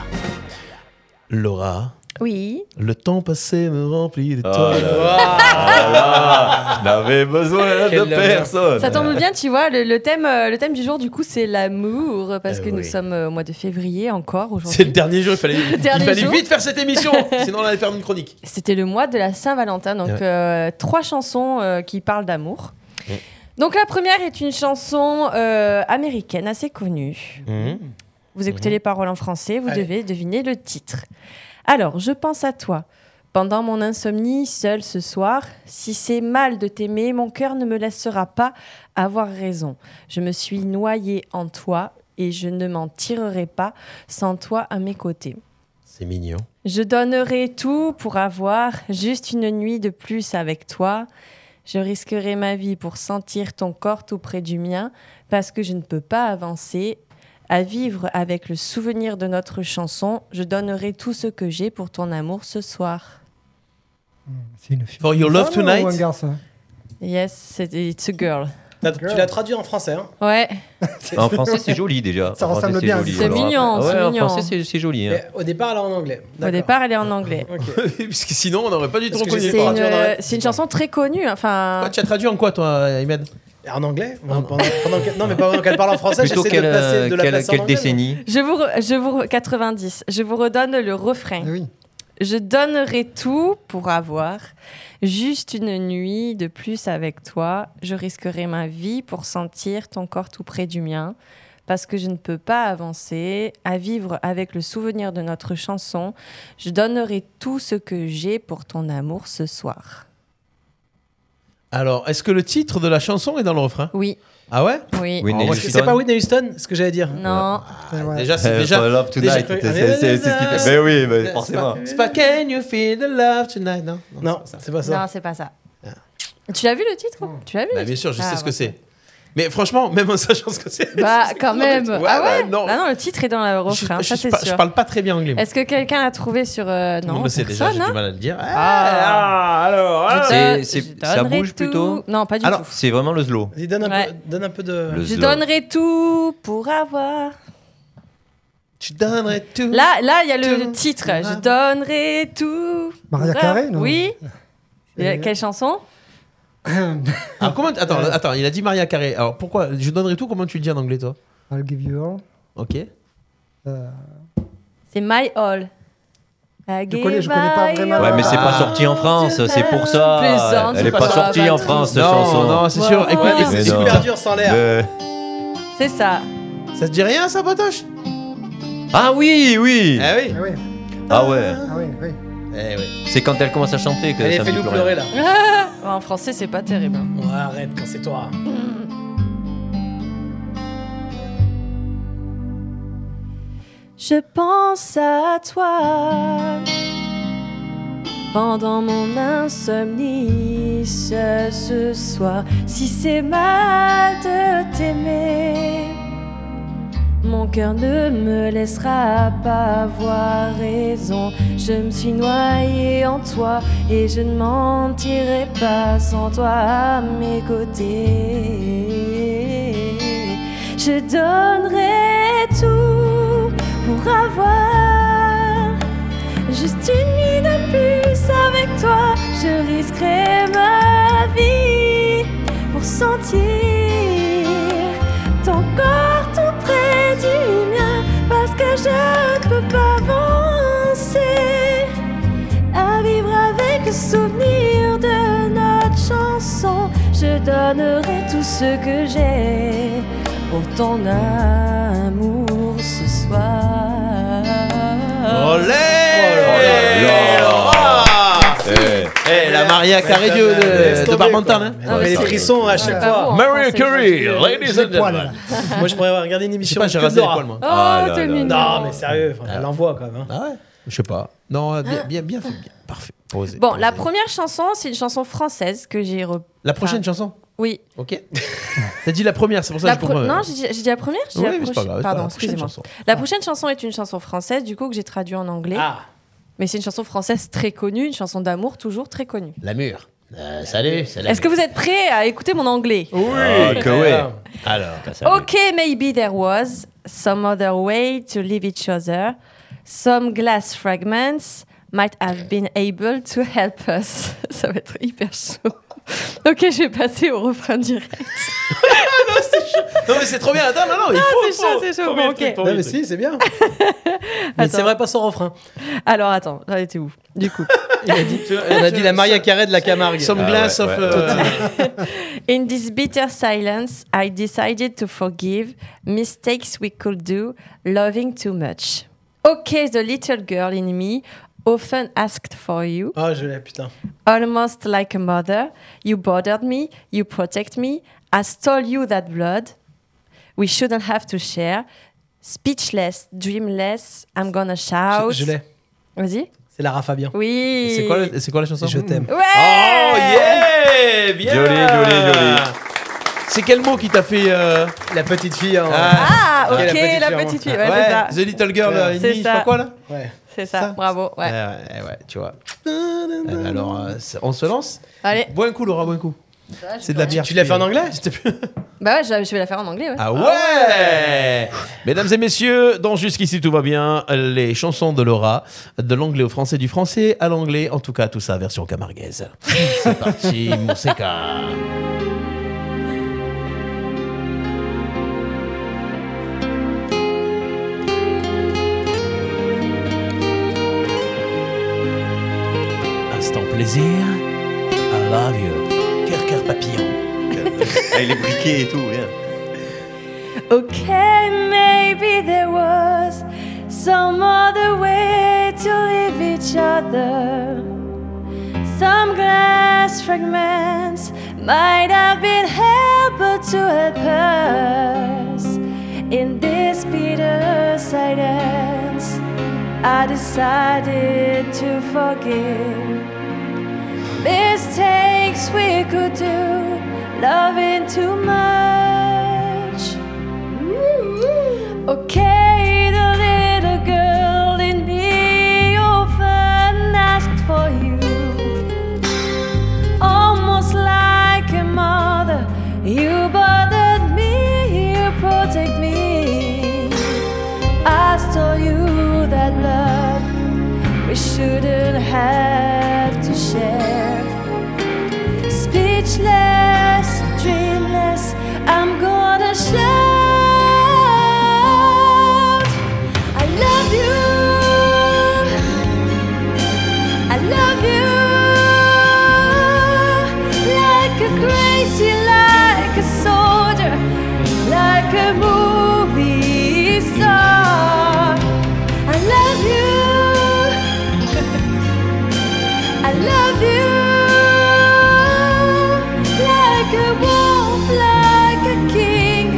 Speaker 3: Laura,
Speaker 4: Oui.
Speaker 3: le temps passé me remplit de
Speaker 5: Oh
Speaker 3: toi.
Speaker 5: là
Speaker 3: [laughs]
Speaker 5: là. Je n'avais besoin de
Speaker 6: Quel homme.
Speaker 5: personne.
Speaker 4: Ça
Speaker 3: Euh.
Speaker 4: tombe bien, tu vois, le, le thème, euh, le thème du jour, du coup, c'est l'amour, parce
Speaker 3: Eh
Speaker 4: que nous
Speaker 3: oui.
Speaker 4: sommes euh, au mois de février encore
Speaker 3: C'est le
Speaker 4: aujourd'hui.
Speaker 3: dernier jour, il fallait, il
Speaker 4: dernier
Speaker 3: fallait
Speaker 4: jour.
Speaker 3: vite faire cette
Speaker 4: [laughs]
Speaker 3: émission, sinon on allait perdre une chronique.
Speaker 4: C'était le mois de la Saint-Valentin, donc
Speaker 3: Ouais.
Speaker 4: euh, trois chansons euh, qui parlent d'amour. Donc la première est une chanson euh, américaine assez connue.
Speaker 5: Mm.
Speaker 4: Vous écoutez les paroles en français, vous
Speaker 6: Allez.
Speaker 4: devez deviner le titre. Alors, je pense à toi. Pendant mon insomnie, seul ce soir, si c'est mal de t'aimer, mon cœur ne me laissera pas avoir raison. Je me suis noyée en toi et je ne m'en tirerai pas sans toi à mes côtés.
Speaker 3: C'est mignon.
Speaker 4: Je donnerai tout pour avoir juste une nuit de plus avec toi. Je risquerai ma vie pour sentir ton corps tout près du mien parce que je ne peux pas avancer. À vivre avec le souvenir de notre chanson, je donnerai tout ce que j'ai pour ton amour ce soir.
Speaker 7: C'est une fille. Oh,
Speaker 3: For your love
Speaker 7: Femme
Speaker 3: tonight.
Speaker 7: Ou un garçon
Speaker 4: Yes, c'est- it's a girl.
Speaker 6: T'as- Tu l'as traduit en français, hein
Speaker 4: Ouais,
Speaker 5: En français, c'est joli déjà.
Speaker 7: Ça
Speaker 5: En français,
Speaker 7: ressemble bien.
Speaker 5: joli,
Speaker 4: C'est
Speaker 5: on le rappelle.
Speaker 4: mignon, c'est
Speaker 5: Ouais, en
Speaker 4: mignon.
Speaker 5: français, c'est- c'est joli. hein.
Speaker 6: Mais Au départ, elle est en anglais.
Speaker 4: au
Speaker 6: D'accord.
Speaker 4: départ, elle est en anglais.
Speaker 6: [laughs] Ok.
Speaker 3: [laughs] Parce que sinon, on n'aurait pas du tout
Speaker 6: Parce que
Speaker 3: reconnu
Speaker 4: C'est
Speaker 3: le
Speaker 6: traduit en
Speaker 4: une,
Speaker 6: anglais.
Speaker 4: c'est une chanson très connue. Enfin,
Speaker 6: Ah,
Speaker 3: Quoi, tu as traduit en quoi, toi, Ahmed
Speaker 6: En anglais Pendant- pendant que- Ah, Non, mais pendant qu'elle parle en français,
Speaker 5: Plutôt
Speaker 6: j'essaie de
Speaker 5: quelle,
Speaker 6: placer- de
Speaker 5: euh,
Speaker 6: la
Speaker 5: quelle-
Speaker 6: placer en
Speaker 5: quelle
Speaker 6: anglais,
Speaker 5: décennie
Speaker 4: je vous, re- je vous re- 90. Je vous redonne le refrain.
Speaker 7: Eh Oui.
Speaker 4: Je donnerai tout pour avoir juste une nuit de plus avec toi. Je risquerai ma vie pour sentir ton corps tout près du mien. Parce que je ne peux pas avancer, à vivre avec le souvenir de notre chanson, je donnerai tout ce que j'ai pour ton amour ce soir.
Speaker 3: Alors, est-ce que le titre de la chanson est dans le refrain
Speaker 4: Oui,
Speaker 3: Ah ouais
Speaker 4: oui. Ah,
Speaker 5: Whitney
Speaker 6: mais-
Speaker 5: Houston.
Speaker 6: C'est pas Whitney Houston, ce que j'allais dire
Speaker 4: Non,
Speaker 7: Eh ouais.
Speaker 3: Déjà, c'est
Speaker 5: Euh,
Speaker 3: déjà.
Speaker 5: For Love
Speaker 3: déjà
Speaker 5: Tonight.
Speaker 6: cru.
Speaker 5: c'est- c'est- C'est c'est ce qui fait. Mais oui, mais forcément.
Speaker 3: C'est pas Can you feel the love tonight Non.
Speaker 6: Non, c'est pas
Speaker 4: non,
Speaker 6: ça.
Speaker 4: c'est pas ça. Tu l'as vu le titre Tu l'as vu
Speaker 3: Ah. Bah,
Speaker 4: le
Speaker 3: bien sûr, je
Speaker 4: Ah,
Speaker 3: sais ce que
Speaker 4: bah.
Speaker 3: c'est. Mais franchement, même en sachant ce que c'est.
Speaker 4: titre Bah,
Speaker 3: je sais
Speaker 4: quand
Speaker 3: que-
Speaker 4: même.
Speaker 3: Ouais,
Speaker 4: ah
Speaker 3: bah,
Speaker 4: ouais
Speaker 3: non.
Speaker 4: Bah non, le titre est dans le
Speaker 3: [laughs] je,
Speaker 4: refrain,
Speaker 3: je-
Speaker 4: ça
Speaker 3: je
Speaker 4: c'est
Speaker 3: par- je
Speaker 4: sûr.
Speaker 3: parle pas très bien anglais. moi.
Speaker 4: Est-ce que quelqu'un l'a trouvé sur. euh,
Speaker 3: Tout le
Speaker 4: non,
Speaker 3: monde le sait déjà,
Speaker 4: personne,
Speaker 3: j'ai
Speaker 4: hein
Speaker 3: du mal à le dire.
Speaker 4: Ah.
Speaker 3: Ah, alors, alors.
Speaker 5: C'est-
Speaker 4: Je
Speaker 5: c'est-
Speaker 4: donnerai
Speaker 5: ça bouge
Speaker 4: tout.
Speaker 5: plutôt
Speaker 4: Non, pas du
Speaker 5: Alors,
Speaker 4: tout.
Speaker 5: c'est vraiment le slow.
Speaker 6: Vas-y, donne, un
Speaker 4: Ouais.
Speaker 6: peu, donne un peu de.
Speaker 5: Le
Speaker 4: Je
Speaker 5: slow.
Speaker 4: donnerai tout pour avoir.
Speaker 3: Tu donnerais tout.
Speaker 4: Là, là, il y a le,
Speaker 3: Tout.
Speaker 4: le titre. Je donnerai tout. pour
Speaker 7: Maria
Speaker 4: avoir-
Speaker 7: Carey, non
Speaker 4: Oui.
Speaker 7: C'est-
Speaker 4: Euh, Quelle chanson
Speaker 3: Ah, comment- attends, attends, il a dit Maria Carré. Alors pourquoi Je donnerais tout, comment tu le dis en anglais, toi
Speaker 7: I'll give you all.
Speaker 3: Ok.
Speaker 7: Euh,
Speaker 4: C'est My All. I
Speaker 7: Je connais- je
Speaker 4: give
Speaker 7: connais pas
Speaker 4: my
Speaker 7: vraiment.
Speaker 4: all.
Speaker 5: Ouais, mais c'est
Speaker 3: Ah.
Speaker 5: pas sorti en France, c'est pour
Speaker 4: Tu
Speaker 5: ça.
Speaker 4: plaisantes,
Speaker 5: Elle est
Speaker 4: c'est
Speaker 5: pas
Speaker 4: pas
Speaker 5: sortie
Speaker 4: ça.
Speaker 5: en France, cette
Speaker 3: non,
Speaker 5: chanson.
Speaker 3: non, c'est sûr.
Speaker 4: Ouais.
Speaker 3: Écoute,
Speaker 4: Ouais.
Speaker 3: écoute,
Speaker 5: Mais
Speaker 3: écoute,
Speaker 5: non.
Speaker 6: Super dur sans l'air.
Speaker 5: Euh,
Speaker 4: C'est ça.
Speaker 3: ça te dit rien, ça, Potoche
Speaker 5: Ah oui, oui.
Speaker 6: ben.
Speaker 3: Eh oui.
Speaker 7: ah oui,
Speaker 5: Ah ouais.
Speaker 7: ah oui, oui.
Speaker 3: Eh oui.
Speaker 5: C'est quand elle commence à chanter que
Speaker 6: Allez,
Speaker 5: ça me dit
Speaker 6: fais-nous
Speaker 5: plus rien.
Speaker 6: pleurer là.
Speaker 4: En français, c'est pas terrible. hein.
Speaker 6: Ouais, arrête quand c'est toi.
Speaker 4: Oh Je pense à toi pendant mon insomnie seul ce soir. Si c'est mal de t'aimer, Mon cœur ne me laissera pas avoir raison. Je me suis noyée en toi et je ne mentirai pas sans toi à mes côtés. Je donnerai tout pour avoir juste une nuit de plus avec toi. Je risquerai ma vie pour sentir ton corps tout près du mien parce que je ne peux pas avancer à vivre avec le souvenir de notre chanson. Je donnerai tout ce que j'ai pour ton amour ce soir.
Speaker 3: Olé Oh
Speaker 5: Eh.
Speaker 3: Eh, la Maria Carré de,
Speaker 6: Laisse
Speaker 3: de, de
Speaker 6: tomber,
Speaker 3: Barbantin,
Speaker 6: quoi.
Speaker 3: hein
Speaker 4: Ah, mais
Speaker 6: les
Speaker 4: c'est-
Speaker 6: frissons à
Speaker 4: c'est
Speaker 6: chaque
Speaker 4: pas beau,
Speaker 6: fois.
Speaker 4: hein.
Speaker 3: Mary
Speaker 4: Français,
Speaker 3: Curie,
Speaker 4: je-
Speaker 3: Ah, ladies
Speaker 7: J'ai
Speaker 3: and
Speaker 7: les poils,
Speaker 3: gentlemen.
Speaker 7: là.
Speaker 4: Ah
Speaker 6: Moi, je pourrais regarder
Speaker 3: Je
Speaker 6: une
Speaker 3: sais
Speaker 6: émission.
Speaker 3: pas, j'ai
Speaker 6: que
Speaker 3: rasé les
Speaker 6: Dora.
Speaker 3: poils, moi.
Speaker 4: Oh,
Speaker 5: Ah là
Speaker 4: t'es
Speaker 5: là
Speaker 4: mignon.
Speaker 6: Non, mais sérieux, enfin, elle envoie quand même. hein.
Speaker 3: Ah ouais Ah. Je sais pas. Non, bien, bien, bien fait, bien. Parfait. Posez,
Speaker 4: Bon,
Speaker 3: posez.
Speaker 4: la première chanson, c'est une chanson française que j'ai. re-
Speaker 3: La prochaine chanson,
Speaker 4: Oui. [laughs]
Speaker 3: ok T'as dit la première, c'est pour ça
Speaker 4: Ah. La
Speaker 3: que je
Speaker 4: pro-
Speaker 3: comprends.
Speaker 4: Non, j'ai dit j'ai dit la première j'ai dit
Speaker 3: Oui,
Speaker 4: la
Speaker 3: mais c'est pas
Speaker 4: prochaine.
Speaker 3: grave. c'est pas
Speaker 4: Pardon,
Speaker 3: la prochaine
Speaker 4: excusez-moi.
Speaker 3: chanson.
Speaker 4: La prochaine chanson est une chanson française, du coup, que j'ai traduit en anglais.
Speaker 6: Ah,
Speaker 4: Mais c'est une chanson française très connue, une chanson d'amour toujours très connue.
Speaker 3: La mûre. Euh, salut, c'est la Oh.
Speaker 4: Est-ce que vous êtes prêts à écouter mon anglais
Speaker 5: Ah, que
Speaker 6: Eh, Euh,
Speaker 5: ouais.
Speaker 3: mûre. Alors,
Speaker 4: Ok, maybe there was some other way to leave each other. Some glass fragments might have been able to help us. [laughs] Ça va être hyper chaud. Ok, je vais passer au refrain direct.
Speaker 3: Non, mais c'est trop bien. Attends, non, non, il faut.
Speaker 4: Ah, c'est
Speaker 3: faut-
Speaker 4: chaud, c'est chaud.
Speaker 3: faut
Speaker 4: Bon,
Speaker 3: mettre le
Speaker 4: ok.
Speaker 3: truc, faut
Speaker 6: Non,
Speaker 3: mettre le
Speaker 6: mais
Speaker 3: truc.
Speaker 6: si,
Speaker 4: [laughs]
Speaker 6: c'est bien. mais
Speaker 4: Attends.
Speaker 6: c'est vrai, pas son refrain.
Speaker 4: Alors attends, j'en étais où Du coup.
Speaker 6: On a dit la Maria Carré de la Camargue.
Speaker 3: Some
Speaker 5: Ah,
Speaker 3: glass
Speaker 5: ouais,
Speaker 3: of.
Speaker 5: ouais.
Speaker 3: euh,
Speaker 4: In this bitter silence, I decided to forgive mistakes we could do, loving too much. Okay, the little girl in me often asked for you,
Speaker 6: Ah, je l'ai, putain.
Speaker 4: almost like a mother. You bothered me, you protect me. I stole you that blood. We shouldn't have to share. Speechless, dreamless, I'm gonna shout.
Speaker 6: Je, je l'ai.
Speaker 4: Vas-y.
Speaker 6: C'est Lara Fabian.
Speaker 4: Oui.
Speaker 3: C'est quoi, le- c'est quoi la chanson
Speaker 6: Je t'aime.
Speaker 4: Ouais.
Speaker 3: Oh yeah Bien
Speaker 5: Joli, joli, joli.
Speaker 3: C'est quel mot qui t'a fait. euh,
Speaker 6: La petite fille. hein.
Speaker 3: Ah,
Speaker 4: Ah, ok,
Speaker 6: Ok, la petite
Speaker 4: la
Speaker 6: fille,
Speaker 4: petite fille. Ouais,
Speaker 3: ouais,
Speaker 4: c'est ça.
Speaker 3: The Little Girl,
Speaker 6: Ouais.
Speaker 3: euh, in
Speaker 4: C'est
Speaker 3: me, je sais pas
Speaker 4: ça.
Speaker 3: quoi là
Speaker 6: Ouais.
Speaker 4: C'est ça.
Speaker 3: ça.
Speaker 4: Bravo. Ouais.
Speaker 3: Eh ouais, eh ouais, tu vois. Eh ben alors, euh, c'est- on se lance
Speaker 4: Allez.
Speaker 3: Bois un coup, Laura, bois un coup. C'est de la bière.
Speaker 6: Tu l'as fait en anglais
Speaker 3: S'il te plaît.
Speaker 4: Bah ouais, je je vais la faire en anglais. Ouais.
Speaker 3: Ah ouais Mesdames et messieurs, dans Jusqu'ici tout va bien, les chansons de Laura, de l'anglais au français, du français à l'anglais, en tout cas tout ça version [laughs] camarguaise. C'est parti, Monseca Instant plaisir, I love you, cœur cœur papillon.
Speaker 5: Ah, il est briqué et tout, viens.
Speaker 4: Okay, maybe there was some other way to leave each other. Some glass fragments might have been helpful to help us. In this bitter silence, I decided to forgive mistakes we could do, loving too much. Okay, the little girl in me often asked for you, almost like a mother. You bothered me, you protect me. I stole you that blood we shouldn't have to share. Speechless, dreamless, I'm gonna shout. I love you. I love you. Like a crazy, like a soldier, like a movie star. I love you. I love you like a wolf, like a king,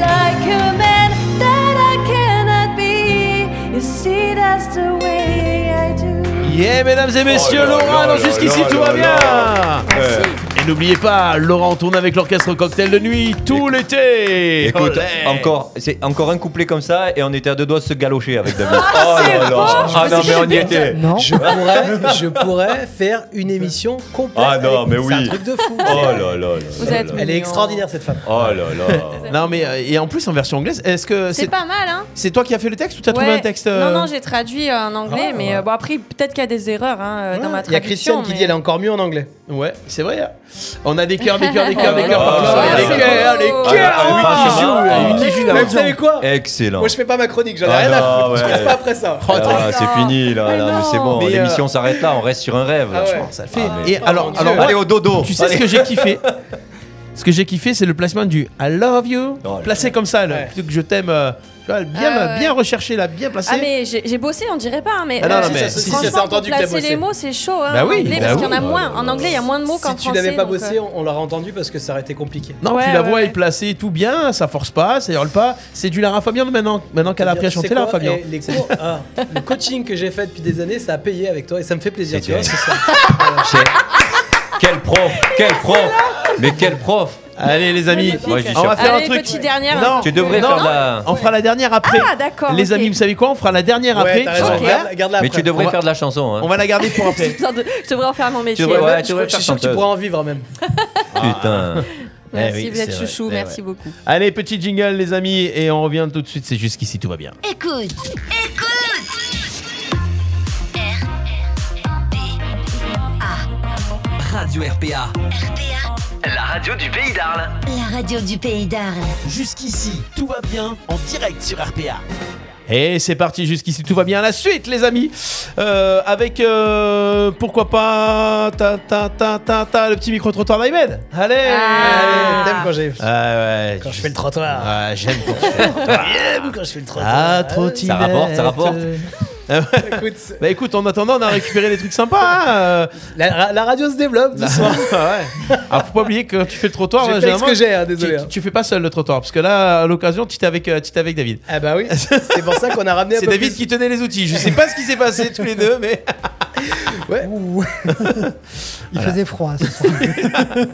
Speaker 4: like a man that I cannot be. You see, that's the way I do.
Speaker 3: Yeah, mesdames et messieurs,
Speaker 5: Oh là
Speaker 3: Laura,
Speaker 5: là
Speaker 3: dans
Speaker 5: là
Speaker 3: jusqu'ici
Speaker 5: là
Speaker 3: tout va
Speaker 5: là
Speaker 6: Ah,
Speaker 3: bien.
Speaker 5: là. Euh,
Speaker 3: Et n'oubliez pas, Laurent tourne avec l'orchestre cocktail de nuit tout l'été.
Speaker 6: Oh,
Speaker 5: Écoute,
Speaker 3: Olé.
Speaker 5: encore, c'est encore un couplet comme ça et on était à deux doigts de se galocher avec David. oh
Speaker 4: c'est
Speaker 5: là là.
Speaker 4: beau.
Speaker 5: Ah
Speaker 4: Mais
Speaker 5: non, mais
Speaker 4: c'était
Speaker 5: on y
Speaker 4: bien.
Speaker 5: était.
Speaker 6: [laughs]
Speaker 7: Non.
Speaker 4: [laughs]
Speaker 6: Je pourrais, je pourrais faire une émission complète.
Speaker 5: Ah non,
Speaker 6: avec-
Speaker 5: mais
Speaker 6: C'est un
Speaker 5: oui.
Speaker 6: truc de fou.
Speaker 5: Oh là là là.
Speaker 4: Vous
Speaker 5: là
Speaker 4: êtes
Speaker 5: là.
Speaker 6: Elle est
Speaker 4: Mignon.
Speaker 6: extraordinaire cette femme.
Speaker 5: Oh là là.
Speaker 3: Non mais euh, et en plus en version anglaise, est-ce que
Speaker 4: C'est
Speaker 3: c'est
Speaker 4: pas mal, hein
Speaker 3: c'est toi qui as fait le texte ou t'as trouvé
Speaker 4: Ouais.
Speaker 3: un texte euh,
Speaker 4: Non, non, j'ai traduit en anglais,
Speaker 6: Ah,
Speaker 4: mais
Speaker 6: ouais.
Speaker 4: euh, bon, après, peut-être qu'il y a des erreurs hein, euh, dans ma
Speaker 6: Il y
Speaker 4: traduction.
Speaker 6: a Christiane qui
Speaker 4: mais- Ah,
Speaker 6: dit elle est encore mieux en anglais.
Speaker 3: Ouais, c'est vrai. hein. On a des cœurs, des cœurs, des cœurs, des
Speaker 5: Oh là
Speaker 3: cœurs.
Speaker 5: là.
Speaker 3: partout.
Speaker 5: Ah,
Speaker 3: Il y a
Speaker 5: c'est
Speaker 3: Des cœurs, des
Speaker 4: beau.
Speaker 3: cœurs.
Speaker 5: Ah,
Speaker 3: oui,
Speaker 5: ah,
Speaker 3: qui joue,
Speaker 5: ah,
Speaker 3: euh,
Speaker 5: ah.
Speaker 3: Unity joue, là.
Speaker 6: Mais vous savez quoi
Speaker 5: Excellent.
Speaker 6: Moi je fais pas ma chronique, j'en ai
Speaker 5: Ah
Speaker 6: rien à
Speaker 5: non,
Speaker 6: foutre. Je
Speaker 5: ouais.
Speaker 6: reste pas après ça.
Speaker 3: Oh, attends,
Speaker 5: Ah, c'est fini là, là, mais c'est bon,
Speaker 3: Mais, euh,
Speaker 5: l'émission s'arrête là, on reste sur un rêve. là,
Speaker 6: Ah
Speaker 5: je
Speaker 6: ouais.
Speaker 5: pense.
Speaker 3: ça le fait.
Speaker 5: Ah, mais-
Speaker 3: Et alors,
Speaker 6: Dieu.
Speaker 3: alors moi,
Speaker 5: Allez au
Speaker 6: Oh,
Speaker 5: dodo.
Speaker 3: tu sais ce
Speaker 5: Allez.
Speaker 3: que j'ai
Speaker 6: [laughs]
Speaker 3: kiffé Ce que j'ai kiffé, c'est le placement du I love you,
Speaker 5: Oh là
Speaker 3: placé comme ça, là,
Speaker 6: Ouais.
Speaker 3: plutôt que je t'aime. euh, tu vois, bien,
Speaker 4: Ah ouais.
Speaker 3: bien recherché là, bien placé.
Speaker 4: Ah, mais j'ai j'ai bossé, on dirait pas, hein, mais.
Speaker 3: Ah, non,
Speaker 4: euh,
Speaker 3: non,
Speaker 6: Si,
Speaker 3: mais-
Speaker 6: ça, si, ça,
Speaker 4: Franchement,
Speaker 6: c'est entendu
Speaker 4: pour
Speaker 6: que t'as
Speaker 4: placer les
Speaker 6: bossé.
Speaker 4: mots, c'est chaud. Hein,
Speaker 3: Bah
Speaker 4: en
Speaker 3: oui,
Speaker 4: anglais,
Speaker 3: bah
Speaker 4: parce qu'il y
Speaker 5: oui.
Speaker 4: en a moins. En
Speaker 5: Ouais.
Speaker 4: anglais, il y a moins de mots qu'en
Speaker 6: Si
Speaker 4: français.
Speaker 6: tu l'avais pas
Speaker 4: donc,
Speaker 6: bossé,
Speaker 4: euh,
Speaker 6: on on l'aurait entendu parce que ça aurait été compliqué.
Speaker 3: Non,
Speaker 4: Ouais,
Speaker 3: tu la
Speaker 4: ouais,
Speaker 3: vois,
Speaker 4: ouais.
Speaker 3: est placée tout bien, ça force pas, ça hurle pas. C'est du Lara Fabian maintenant, maintenant qu'elle a appris à
Speaker 6: Tu sais
Speaker 3: chanter Lara
Speaker 6: quoi
Speaker 3: Fabian.
Speaker 6: Eh, les cours- ah, le coaching que j'ai fait depuis des années, ça a payé avec toi et ça me fait plaisir.
Speaker 5: C'est
Speaker 6: tu vois,
Speaker 5: bien.
Speaker 6: c'est ça.
Speaker 5: C'est- Quel prof, quel prof, mais quel prof.
Speaker 3: Allez les amis,
Speaker 4: Magnifique.
Speaker 5: Moi, je dis
Speaker 3: on va
Speaker 5: chapeau.
Speaker 3: faire
Speaker 4: euh. Allez,
Speaker 3: un truc.
Speaker 4: petite dernière.
Speaker 3: Non,
Speaker 5: Tu devrais
Speaker 3: Non,
Speaker 5: faire
Speaker 3: non.
Speaker 5: la.
Speaker 3: On fera la dernière après.
Speaker 4: Ah, d'accord.
Speaker 3: les
Speaker 4: ok.
Speaker 3: amis, vous savez quoi On fera la dernière après.
Speaker 6: Ouais, t'as raison.
Speaker 3: Ok.
Speaker 6: Garde- garde-la
Speaker 5: Mais
Speaker 6: après.
Speaker 5: tu devrais
Speaker 3: On va-
Speaker 5: faire de la chanson. hein.
Speaker 3: On va la garder pour après.
Speaker 4: Putain de- Je devrais en faire mon métier.
Speaker 5: devrais- ouais,
Speaker 6: Je-
Speaker 5: tu devrais
Speaker 6: je suis
Speaker 5: faire
Speaker 6: sûr que tu
Speaker 5: chanteuse.
Speaker 6: pourras en vivre même.
Speaker 5: Putain.
Speaker 4: Merci,
Speaker 3: Eh oui,
Speaker 4: vous êtes
Speaker 3: c'est vrai,
Speaker 4: chouchou,
Speaker 3: c'est
Speaker 4: merci beaucoup.
Speaker 3: Allez, petit jingle les amis, et on revient tout de suite, c'est jusqu'ici, tout va bien.
Speaker 10: Écoute. Écoute. R. B. A.
Speaker 2: Radio RPA,
Speaker 10: RPA.
Speaker 2: la radio du pays d'Arles.
Speaker 10: La radio du pays d'Arles.
Speaker 2: Jusqu'ici, tout va bien en direct sur RPA.
Speaker 3: Et c'est parti, jusqu'ici tout va bien. À la suite, les amis, Euh, avec euh, pourquoi pas ta, ta, ta, ta, ta, le petit micro trottoir d'Aymed. Allez,
Speaker 4: Ah.
Speaker 6: Allez, T'aimes quand j'ai.
Speaker 3: Ah ouais,
Speaker 6: Quand je fais le trottoir.
Speaker 3: Ah, j'aime
Speaker 6: [laughs]
Speaker 3: quand tu fais le trottoir.
Speaker 6: J'aime quand je fais le trottoir.
Speaker 3: Ah, trottinette.
Speaker 5: Ça rapporte, ça rapporte.
Speaker 6: Écoute, c'est-
Speaker 3: Bah écoute, en attendant, on a récupéré des trucs sympas. hein, euh.
Speaker 6: la, la radio se développe
Speaker 5: Bah,
Speaker 6: ce [laughs] soir.
Speaker 3: Ah, faut pas oublier que quand tu fais le trottoir,
Speaker 6: J'ai fait avec ce
Speaker 3: généralement,
Speaker 6: que j'ai, hein,
Speaker 3: tu,
Speaker 6: désolé. hein.
Speaker 3: tu- tu fais pas seul le trottoir, parce que là, à l'occasion, tu étais avec, euh, tu étais avec David.
Speaker 6: Ah
Speaker 3: [laughs]
Speaker 6: bah oui, c'est pour ça qu'on a ramené un
Speaker 3: C'est
Speaker 6: peu
Speaker 3: David
Speaker 6: plus-
Speaker 3: qui tenait les outils. Je sais pas ce qui s'est passé tous les deux, mais
Speaker 7: Ouh. [laughs] Il faisait froid. ce soir.
Speaker 6: C'est vrai